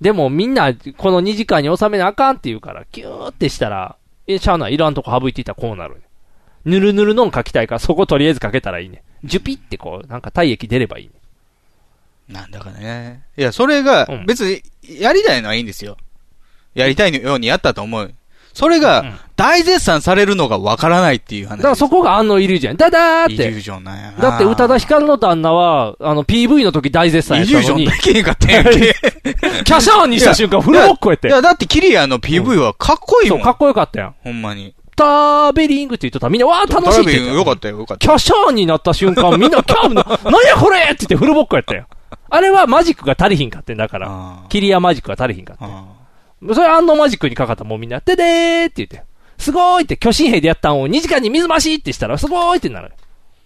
Speaker 2: でもみんな、この2時間に収めなあかんって言うから、キューってしたら、え、しゃあない。いらんとこ省いていたらこうなるねん。ぬるぬるのん書きたいから、そことりあえず書けたらいいねん。ジュピってこう、なんか体液出ればいいね
Speaker 3: なんだかね。いや、それが、別に、やりたいのはいいんですよ。やりたいようにやったと思う。それが、大絶賛されるのがわからないっていう話。
Speaker 2: だからそこが安野イリュージョン。ダダーっ
Speaker 3: イ
Speaker 2: て。
Speaker 3: リュージョンなんやな。
Speaker 2: だって、宇多田ヒカルの旦那は、あの、PV の時大絶賛やったのに。
Speaker 3: イリュージョンできへんかったやん
Speaker 2: キャシャーンにした瞬間、フルボッコやって。
Speaker 3: いやいやだってキリアの PV はかっこいいもん
Speaker 2: そう、かっこよかったやん。
Speaker 3: ほんまに。
Speaker 2: ターベリングって言っとったらみんな、わー楽しいって言って
Speaker 3: ドラビンよかったよ、よかった。
Speaker 2: キャシャーンになった瞬間、みんなキャー ブの、なんやこれって言ってフルボッコやったよ。あれはマジックが足りひんかってんだから。キリアマジックが足りひんかって。それアンノマジックにかかったらもうみんな、ででーって言って。すごーいって、巨神兵でやったんを2時間に水増しってしたら、すごーいってなる。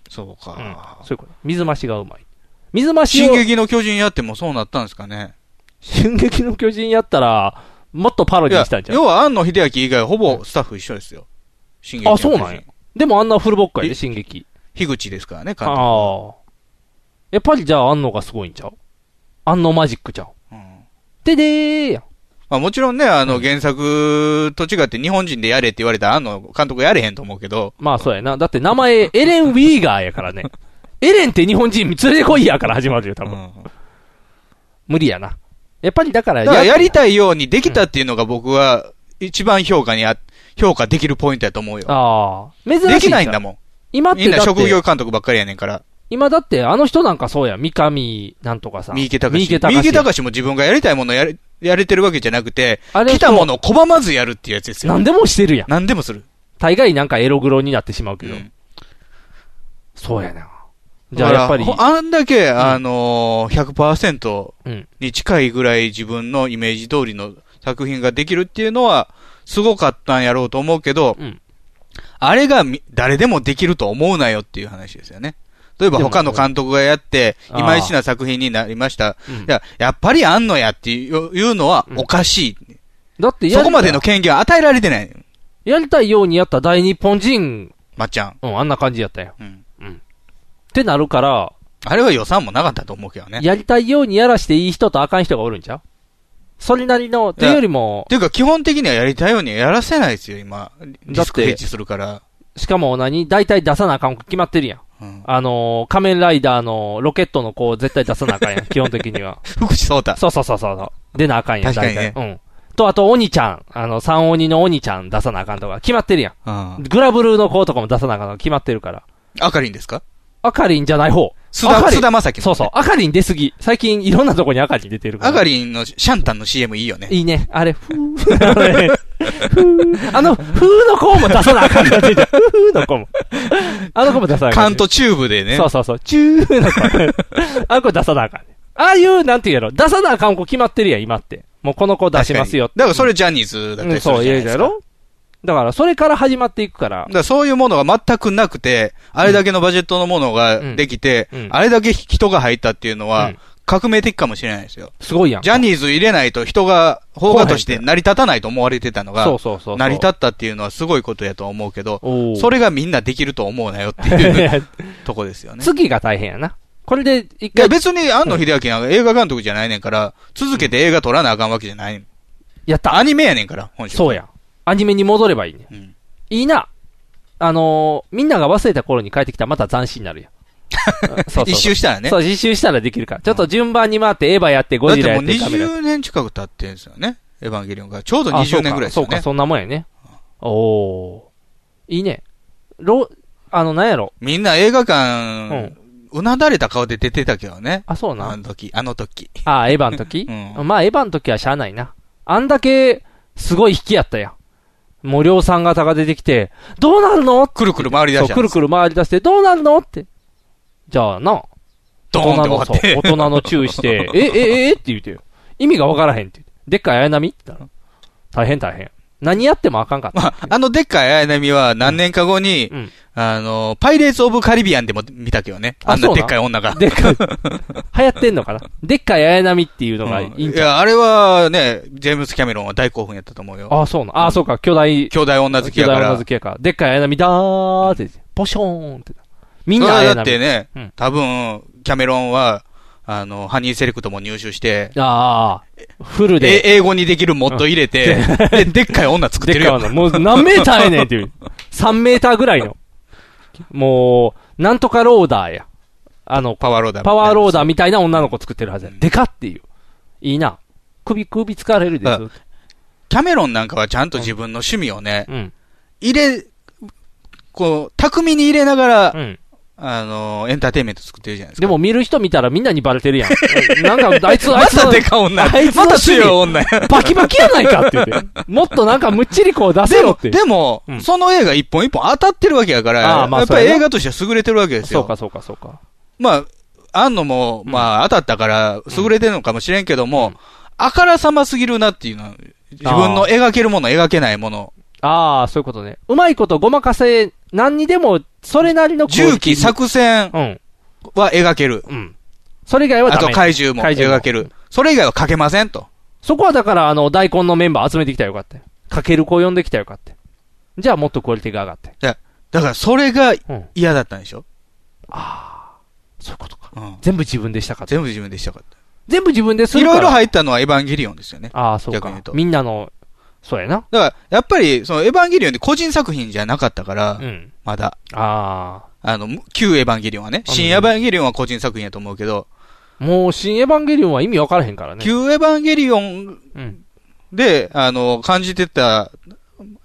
Speaker 3: そうか。
Speaker 2: そういうこと。水増しがうまい。水増し
Speaker 3: 進
Speaker 2: を、
Speaker 3: 撃の巨人やってもそうなったんですかね。
Speaker 2: 進撃の巨人やったら、もっとパロ
Speaker 3: い
Speaker 2: ディ
Speaker 3: や
Speaker 2: したんじゃん。
Speaker 3: 要は、安野秀明以外ほぼスタッフ一緒ですよ。進撃の
Speaker 2: あ、
Speaker 3: 巨人。
Speaker 2: そうなんや。でもあんなフルボッコやで、進撃。
Speaker 3: 樋口ですからね、監督
Speaker 2: ああ。やっぱりじゃあ、安野がすごいんちゃう安野マジックちゃうででーやん。
Speaker 3: まあもちろんね、あの原作と違って日本人でやれって言われたら、あの監督やれへんと思うけど、
Speaker 2: まあそうやな。だって名前、エレン・ウィーガーやから ね。エレンって日本人連れてこいやから始まるよ、多分。無理やな。やっぱりだから
Speaker 3: だからやりたいようにできたっていうのが僕は一番評価にあ、評価できるポイントやと思うよ。
Speaker 2: ああ。珍しい。
Speaker 3: できないんだもん。
Speaker 2: 今って
Speaker 3: みん
Speaker 2: だ
Speaker 3: な
Speaker 2: って
Speaker 3: 職業監督ばっかりやねんから。
Speaker 2: 今だって、あの人なんかそうや。三上なんとかさん。
Speaker 3: 三池隆
Speaker 2: 三
Speaker 3: 史。
Speaker 2: 池隆
Speaker 3: 三
Speaker 2: 史
Speaker 3: 池隆史も自分がやりたいものやれ、やれてるわけじゃなくて、
Speaker 2: れ
Speaker 3: 来たものを拒まずやるっていうやつですよ。
Speaker 2: 何でもしてるやん。
Speaker 3: 何でもする。
Speaker 2: 大概なんかエログロになってしまうけど。そうやな。じゃあやっぱり
Speaker 3: だ。からあんだけ、あのー、
Speaker 2: うん
Speaker 3: 100%に近いぐらい自分のイメージ通りの作品ができるっていうのは、すごかったんやろうと思うけど、あれがみ誰でもできると思うなよっていう話ですよね。例えば
Speaker 5: でも
Speaker 3: 他の監督がやって、
Speaker 5: あ
Speaker 3: い
Speaker 5: ー
Speaker 3: まいちな作品になりました。
Speaker 5: うん
Speaker 3: いややっぱりあんのやっていういうのはおかしい。
Speaker 2: だってや
Speaker 3: そ
Speaker 2: り
Speaker 3: こまでの権限は与えられてない。
Speaker 2: やりたいようにやった大日本人。
Speaker 3: まっちゃん。
Speaker 2: うん、あんな感じやったよ。
Speaker 3: うん。
Speaker 2: うん。ってなるから。
Speaker 3: あれは予算もなかったと思うけどね。
Speaker 2: やりたいようにやらしていい人とあかん人がおるんちゃうそれなりの、というよりも、
Speaker 3: っていうか基本的にはやりたいようにはやらせないですよ、今。
Speaker 2: だ
Speaker 3: リ
Speaker 2: っ
Speaker 3: スクヘ
Speaker 2: て
Speaker 3: ッジするから。
Speaker 2: しかも何大体出さなあかんこと決まってるやん。あのー、仮面ライダーのロケットの子を絶対出さなあかんや ん、基本的には。
Speaker 3: 福士蒼太。
Speaker 2: そうそうそうそう。出なあかんやん、
Speaker 3: 確かにね
Speaker 2: 大体うん。と、あと、鬼ちゃん。あの、三鬼の鬼ちゃん出さなあかんとか、決まってるやん。グラブルの子とかも出さなあかんとか決まってるから。
Speaker 3: あかりんですか
Speaker 2: あかりんじゃない方。
Speaker 3: 須田
Speaker 2: あかりん
Speaker 3: 須田将暉のね
Speaker 2: そうそう。あかりん出すぎ。最近いろんなとこにあかりん出てるから。
Speaker 3: あがりんのシャンタンの CM いいよね。
Speaker 2: いいね。あれ、ふー。あれふ ーあの、ふーの子も出さなあかんかって言ってふーの子も。あの子も出さなあかん。
Speaker 3: カントチューブでね。
Speaker 2: そうそうそう。チューの子。あの子出さなあかんね。ああいう、なんていうやろ、出さなあかん子決まってるやん、今って。もうこの子出しますよって。
Speaker 3: だからそれジャニーズだったりするじゃないですか。
Speaker 2: うんそういやいやろだからそれから始まっていくから。
Speaker 3: だからそういうものが全くなくて、あれだけのバジェットのものができて、あれだけ人が入ったっていうのは、革命的かもしれないですよ。
Speaker 2: すごいやん。
Speaker 3: ジャニーズ入れないと人が、邦画として成り立たないと思われてたのが、
Speaker 2: そうそうそうそう
Speaker 3: 成り立ったっていうのはすごいことやと思うけど
Speaker 2: お、ー
Speaker 3: それがみんなできると思うなよっていうとこですよ ね。
Speaker 2: 次が大変やな。これで一
Speaker 3: 回。別に安野秀明なんか映画監督じゃないねんから、続けて映画撮らなあかんわけじゃない。
Speaker 2: やった。
Speaker 3: アニメやねんから、本
Speaker 2: そうや。アニメに戻ればいいね。いいな。あのーみんなが忘れた頃に帰ってきたらまた斬新になるやん。うんそうそうそう
Speaker 3: 一周したらね
Speaker 2: そう、一周したらできるから。ちょっと順番に回って、エヴァやって、ゴ
Speaker 3: だっ
Speaker 2: ジラ
Speaker 3: て
Speaker 2: や
Speaker 3: もう
Speaker 2: って、カメラやって
Speaker 3: 20年近く経ってるんですよね。エヴァンゲリオンが。ちょうど
Speaker 2: あそう
Speaker 3: 20
Speaker 2: か
Speaker 3: 年ぐらいですよね。
Speaker 2: そうか、そんなもんやね。おおーいいね。ろ、あの、なんやろ。
Speaker 3: みんな映画館、うなだれた顔で出てたけどね。
Speaker 2: あ、そうな。
Speaker 3: あの時、あの時。
Speaker 2: ああ、エヴァの時、まあ、エヴァの時はしゃあないな。あんだけ、すごい引きやったやん。もう量産型が出てきて、どうなるの
Speaker 3: くるくる回り出したんです
Speaker 2: そうくるくる回り出して、どうなるのって。じゃあな、
Speaker 3: ドーンって終わって
Speaker 2: 大人のそう大人の注意して、 え、え、え、えって言うてよ。意味がわからへんって言うて。でっかい綾波って言ったら。大変大変。何やってもあかんか った。
Speaker 3: あのでっかい綾波は何年か後に、あの、パイレーツ・オブ・カリビアンでも見たけどね。
Speaker 2: あ
Speaker 3: あんな
Speaker 2: そう
Speaker 3: で
Speaker 2: な
Speaker 3: っ
Speaker 2: ん
Speaker 3: かい女が。
Speaker 2: でっかい。流行ってんのかなでっかい綾波っていうのがいいん
Speaker 3: い
Speaker 2: ちゃう、
Speaker 3: や、あれはね、ジェームス・キャメロンは大興奮やったと思うよ。
Speaker 2: ああ、そうなん。ああ、そうか、巨大。
Speaker 3: 兄弟女好きやから
Speaker 2: 巨大女好きやから。でっかい綾波だーって、ポショーンって。みんな
Speaker 3: それは
Speaker 2: 綾波。
Speaker 3: だってね、多分、キャメロンは、あの、ハニーセレクトも入手して、
Speaker 2: ああ、フル
Speaker 3: え
Speaker 2: で。
Speaker 3: 英語にできるモッド入れて、で、でっかい女作ってるよ。
Speaker 2: でっかい女もう何メーターやねん っていう。3メーターぐらいの。もう、なんとかローダーや。あの、
Speaker 3: パワーローダー。
Speaker 2: パワーローダーみたいな女の子作ってるはずや。でかっていう。いいな。首、首疲れるで
Speaker 3: だ
Speaker 2: す
Speaker 3: から。キャメロンなんかはちゃんと自分の趣味をね、入れ、こう、巧みに入れながら、あの、エンターテインメント作ってるじゃないですか。
Speaker 2: でも見る人見たらみんなにバレてるやん。 なんか、あいつ、あいつ
Speaker 3: ま
Speaker 2: の、
Speaker 3: たでかい女
Speaker 2: あいつの
Speaker 3: また強い
Speaker 2: 趣味
Speaker 3: 女
Speaker 2: バキバキやないかって言 って。もっとなんかむっちりこう出せろって。
Speaker 3: でも、その映画一本一本当たってるわけやから、
Speaker 2: ああまあ
Speaker 3: やっぱり
Speaker 2: そうやな
Speaker 3: 映画としては優れてるわけですよ。
Speaker 2: そうか、そうか、そうか。
Speaker 3: まあ、安野も、まあ、当たったから、優れてるのかもしれんけども、あからさますぎるなっていうのは、自分の描けるもの、描けないもの、
Speaker 2: ああ、そういうことね。うまいことごまかせ、何にでも、それなりの
Speaker 3: 重機、作戦は描ける。
Speaker 2: それ以外はダ
Speaker 3: あ
Speaker 2: メ
Speaker 3: と怪獣も
Speaker 2: 怪獣も
Speaker 3: 描ける。それ以外は描けませんと。
Speaker 2: そこはだから、あの、大根のメンバー集めてきたらよかったよ。かける子呼んできたらよかったよ。じゃあもっとクオリティが上がって。
Speaker 3: だだから、それが嫌だったんでしょ、ああ、そういうことか、
Speaker 2: 全部自分でしたかった。
Speaker 3: 全部自分でしたかった。
Speaker 2: 全部自分です
Speaker 3: い
Speaker 2: るから
Speaker 3: ろいろ入ったのはエヴァンゲリオンですよね。
Speaker 2: ああ、そう
Speaker 3: 逆に言
Speaker 2: か
Speaker 3: う。と
Speaker 2: みんなの、そうやな。
Speaker 3: だから、やっぱり、その、エヴァンゲリオンって個人作品じゃなかったから、まだ。
Speaker 2: あ
Speaker 3: の、旧エヴァンゲリオンはね、新エヴァンゲリオンは個人作品やと思うけど、
Speaker 2: もう、新エヴァンゲリオンは意味わからへんからね。
Speaker 3: 旧エヴァンゲリオン
Speaker 2: うん。
Speaker 3: で、あの、感じてた、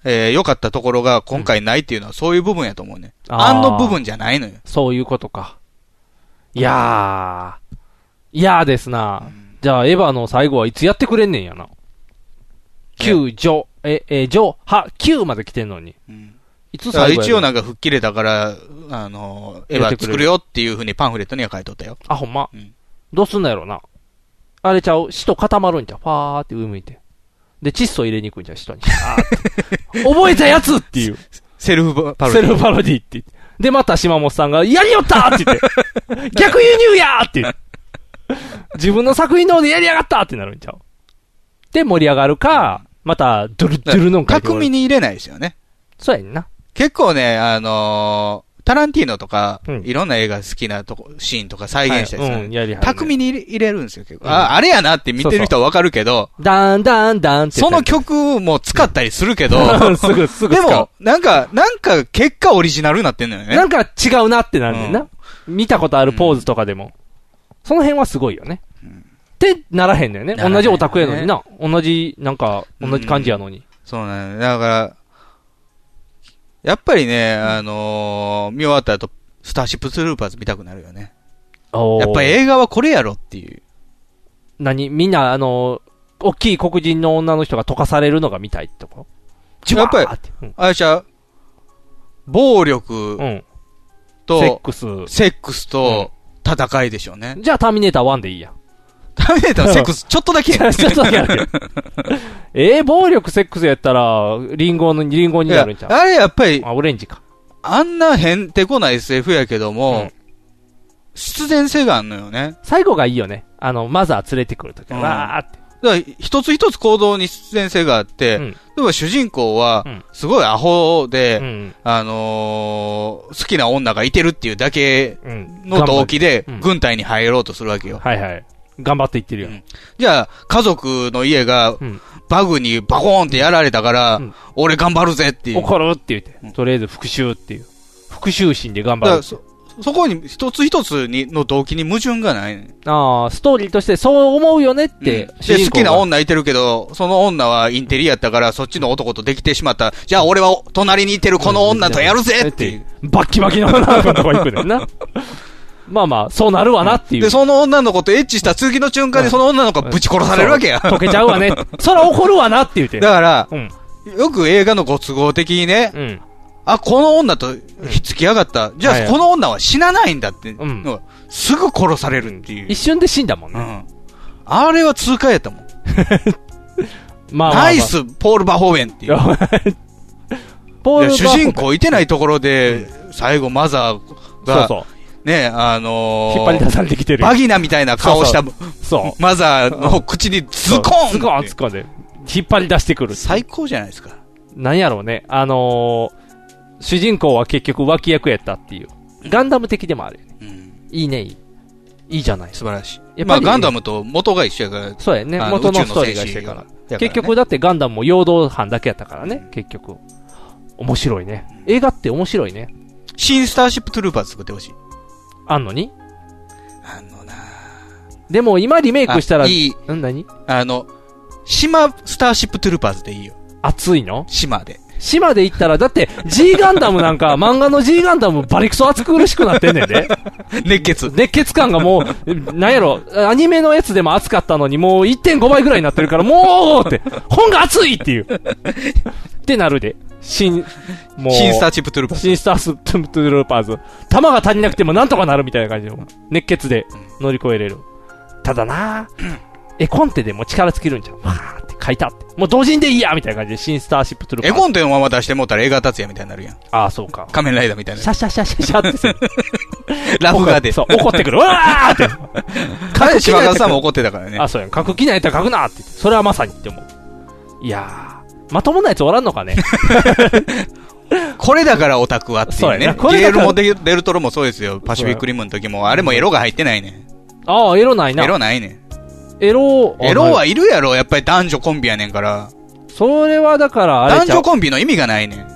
Speaker 3: えー良かったところが今回ないっていうのはそういう部分やと思うね。
Speaker 2: あ
Speaker 3: あ
Speaker 2: ー
Speaker 3: んの部分じゃないのよ。
Speaker 2: そういうことか。いやー。いやーですな。じゃあ、エヴァの最後はいつやってくれんねんやな。9、ジョ、え、え、ジョ、は、9まで来てんのに。いつ
Speaker 3: だから
Speaker 2: 最後や
Speaker 3: 一
Speaker 2: る
Speaker 3: 応なんか吹っ切れたから、あの、エヴァ作るよっていうふうにパンフレットには書いとったよ。
Speaker 2: あ、ほんま。どうすんのやろな。あれちゃう、使徒固まるんちゃう。ファーって上向いて。で、窒素入れに行くんちゃう、使徒 に。あーって覚えたやつっていう。
Speaker 3: セルフパロディ。
Speaker 2: セルフパロディって言って。で、また島本さんが、やりよったって言って。 逆輸入やーって言う。自分の作品の方でやりやがったってなるんちゃう。で、盛り上がるか、また、ドゥルドゥルのんかいて終
Speaker 3: 巧
Speaker 2: わる
Speaker 3: みに入れないですよね。
Speaker 2: そうやんな。
Speaker 3: 結構ね、あのータランティーノとか、いろんな映画好きなとこ、シーンとか再現したりする、
Speaker 2: はいうんやりはるね
Speaker 3: 巧みに入れ入れるんですよ、結構。あ、あれやなって見てる人はわかるけど、
Speaker 2: ダンダンダンって。、
Speaker 3: その曲も使ったりするけど
Speaker 2: すぐ、すぐ
Speaker 3: で
Speaker 2: 使う。
Speaker 3: も、なんか、なんか結果オリジナルになってんのよね。
Speaker 2: なんか違うなってなるねんな。見たことあるポーズとかでも。その辺はすごいよね。ってならへんのよね。
Speaker 3: ならへん
Speaker 2: 同じオタクやのにな。同じ、なんか、同じ感じやのに。
Speaker 3: そうなんだ。だから、やっぱりね、あのー見終わった後、スターシップスルーパーズ見たくなるよね。
Speaker 2: おー
Speaker 3: やっぱり映画はこれやろっていう。
Speaker 2: 何みんな、あの、大きい黒人の女の人が溶かされるのが見たいってとこ。
Speaker 3: やっぱり、あれちゃう暴力と、
Speaker 2: セックス
Speaker 3: セックスと、戦いでしょうね。
Speaker 2: じゃあターミネーター1でいいや。
Speaker 3: ターミネーターのセックス、ちょっとだけや
Speaker 2: ちょっとだけやるええ暴力セックスやったら、リンゴの、リンゴになるんちゃう
Speaker 3: いやあれやっぱり、
Speaker 2: あ、オレンジか。
Speaker 3: あんなへんてこな SF やけども、必然性があんのよね。
Speaker 2: 最後がいいよね。あの、マザー連れてくるとき、
Speaker 3: うん
Speaker 2: わーって。
Speaker 3: だから、一つ一つ行動に必然性があって、例えば主人公は、すごいアホで、あのー好きな女がいてるっていうだけの動機で
Speaker 2: うん、
Speaker 3: 軍隊に入ろうとするわけよ。
Speaker 2: はいはい。頑張っていってるよ。
Speaker 3: じゃあ、家族の家が、バグにバコーンってやられたから、俺頑張るぜっていう。
Speaker 2: 怒るって言って、とりあえず復讐っていう。復讐心で頑
Speaker 3: だか
Speaker 2: 張る
Speaker 3: ら。そ、そこに一つ一つにの動機に矛盾がない、ね。
Speaker 2: ああ、ストーリーとしてそう思うよねって、主
Speaker 3: で、好
Speaker 2: 人公
Speaker 3: き
Speaker 2: が
Speaker 3: な女いてるけど、その女はインテリやったから、そっちの男とできてしまった。じゃあ俺は隣にいてるこの女とやるぜっていう。
Speaker 2: バッキバキの女の子とか行く ねんな。まあまあ、そうなるわなっていう。
Speaker 3: で、その女の子とエッチした次の瞬間にその女の子がぶち殺されるわけや。。
Speaker 2: そう溶けちゃうわね そら怒るわなって言うて。
Speaker 3: だから、よく映画のご都合的にね、あ、この女とひっつきやがった。じゃ
Speaker 2: はいは
Speaker 3: あ、
Speaker 2: い
Speaker 3: この女は死なないんだって、のがすぐ殺されるっていう。
Speaker 2: 一瞬で死んだもんね。
Speaker 3: あれは通過やったもん。
Speaker 2: まあまあまあ
Speaker 3: ナイス、ポール・バホーベンっていう。
Speaker 2: ポール
Speaker 3: いや主
Speaker 2: バーホ
Speaker 3: 人公いてないところで、最後、マザーが、
Speaker 2: そう
Speaker 3: ね、あのー
Speaker 2: 引っ張り出されてきてる
Speaker 3: バギナみたいな顔した、
Speaker 2: そうそ
Speaker 3: マザーの口にズコン
Speaker 2: ズコンズコンで、引っ張り出してくる。
Speaker 3: 最高じゃないですか。
Speaker 2: なんやろうね。あのー、主人公は結局脇役やったっていう。ガンダム的でもあるよね。いいね、いい。いいじゃない。
Speaker 3: 素晴らし
Speaker 2: やっ
Speaker 3: ま
Speaker 2: ぱ
Speaker 3: あ、
Speaker 2: り
Speaker 3: ガンダムと元が一緒やから。
Speaker 2: そうやね。
Speaker 3: あ
Speaker 2: 元の
Speaker 3: 宇宙
Speaker 2: ストーリーが
Speaker 3: 戦士
Speaker 2: 一緒やから。
Speaker 3: や
Speaker 2: 結局だってガンダムも陽動班だけやったからね、結局。面白いね。映画って面白いね。
Speaker 3: 新スターシップトゥルーパーズ作ってほしい。
Speaker 2: あんのにあんのなでも今リメイクしたら、
Speaker 3: あいい
Speaker 2: ん何
Speaker 3: あの、島スターシップトゥルーパーズでいいよ。
Speaker 2: 熱いの
Speaker 3: 島 で。
Speaker 2: 島で行ったら、だって G ガンダムなんか、漫画の G ガンダムバリクソ熱苦しくなってんねんで。
Speaker 3: 熱血。
Speaker 2: 熱血感がもう、なんやろ、アニメのやつでも熱かったのに、もう1.5倍ぐらいになってるから、もうって、本が熱いっていう。ってなるで。新、もう。
Speaker 3: 新スターチップトゥルーパーズ
Speaker 2: 新スターストゥトゥルーパーズ。弾が足りなくてもなんとかなるみたいな感じの。熱血で乗り越えれる。ただな絵コンテでも力尽きるんじゃん。わーって書いたって。もう同人でいいやみたいな感じで、新スターシップトゥルーパ
Speaker 3: 絵
Speaker 2: ーズ。
Speaker 3: コンテのまま出してもうたら映画達也みたいになるやん。
Speaker 2: ああ、そうか。
Speaker 3: 仮面ライダーみ たいな。
Speaker 2: シャシャシャシャシャってさ
Speaker 3: ラフ画で。
Speaker 2: そう、怒ってくる。わー って。
Speaker 3: 彼島田さんも怒ってたからね。
Speaker 2: あ、そうやん。書く気ないやったら書くなって言ってそれはまさにって思う。いやー、まともなやつおらんのかね。
Speaker 3: これだからオタクはってい
Speaker 2: そううや
Speaker 3: ね。
Speaker 2: なこれ
Speaker 3: ゲ
Speaker 2: だ
Speaker 3: ール
Speaker 2: から
Speaker 3: もデデルトロもそうですよ。パシフィックリムの時も。あれもエロが入ってないね。
Speaker 2: ああ、エロないな。
Speaker 3: エロないね。
Speaker 2: エロ、
Speaker 3: エロはいるやろ。やっぱり男女コンビやねんから。
Speaker 2: それはだからあれ
Speaker 3: 男
Speaker 2: ちゃう
Speaker 3: 女コンビの意味がないねん。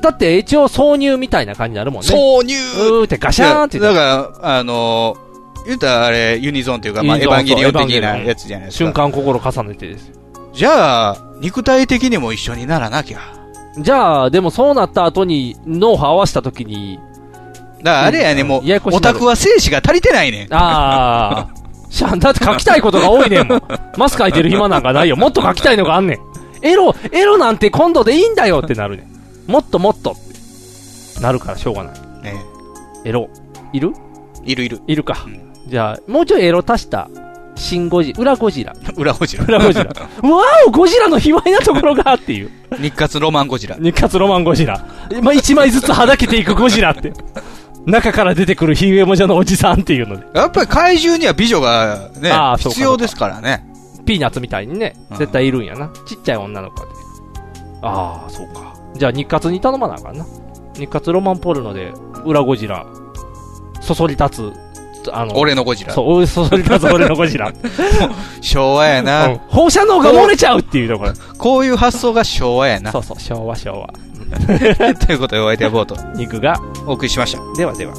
Speaker 2: だって一応挿入みたいな感じになるもんね。
Speaker 3: 挿入
Speaker 2: うーってガシャーンって言
Speaker 3: だ
Speaker 2: って。
Speaker 3: から、あのー、言うたらあれ、ユニゾンっていうか、まあ、エ
Speaker 2: ユ
Speaker 3: ヴ
Speaker 2: ニ
Speaker 3: ァンゲ
Speaker 2: ゾン
Speaker 3: リオン
Speaker 2: そうエヴァンゲ
Speaker 3: 的
Speaker 2: リオン
Speaker 3: なやつじゃないです
Speaker 2: 瞬
Speaker 3: か。
Speaker 2: 間心重ねてですよ。
Speaker 3: じゃあ、肉体的にも一緒にならなきゃ。
Speaker 2: じゃあ、でもそうなった後に脳波合わせた時に、
Speaker 3: だからあれやね、
Speaker 2: うん
Speaker 3: もう
Speaker 2: ややこ、し
Speaker 3: オ
Speaker 2: な
Speaker 3: タ
Speaker 2: る
Speaker 3: クは精子が足りてないねん。
Speaker 2: ああ。 シャン、だって書きたいことが多いねんもん。マス書いてる暇なんかないよ。もっと書きたいのがあんねん。エロ、エロなんて今度でいいんだよってなるねん。もっともっとってなるからしょうがない。
Speaker 3: ね
Speaker 2: エロ、いる
Speaker 3: いるいる。
Speaker 2: いるか。じゃあ、もうちょいエロ足した、シンゴジ、裏ゴジラ。
Speaker 3: 裏ゴジラ。
Speaker 2: 裏ゴジラ。わお、ゴジラの卑猥なところがっていう。
Speaker 3: 日活ロマンゴジラ。
Speaker 2: 日活ロマンゴジラ。まあ、一枚ずつはだけていくゴジラって。中から出てくるヒゲモジャのおじさんっていうので。
Speaker 3: やっぱり怪獣には美女がね
Speaker 2: あ、あそうか
Speaker 3: 必要ですからね。
Speaker 2: ピーナッツみたいにね、絶対いるんやな。ちっちゃい女の子で。ああ、そうか。じゃあ日活に頼まなあかんな。日活ロマンポルノで、裏ゴジラ、そそり立つ、あの、
Speaker 3: 俺のゴジラ
Speaker 2: そう、そそり立つ俺のゴ ジラ。
Speaker 3: 昭和やな。
Speaker 2: うん放射能が漏れちゃうっていうところ。
Speaker 3: こういう発想が昭和やな。
Speaker 2: そうそう、昭和昭和。
Speaker 3: ということで、お相手はボート。
Speaker 2: 肉が。
Speaker 3: お送りしました。
Speaker 2: ではでは。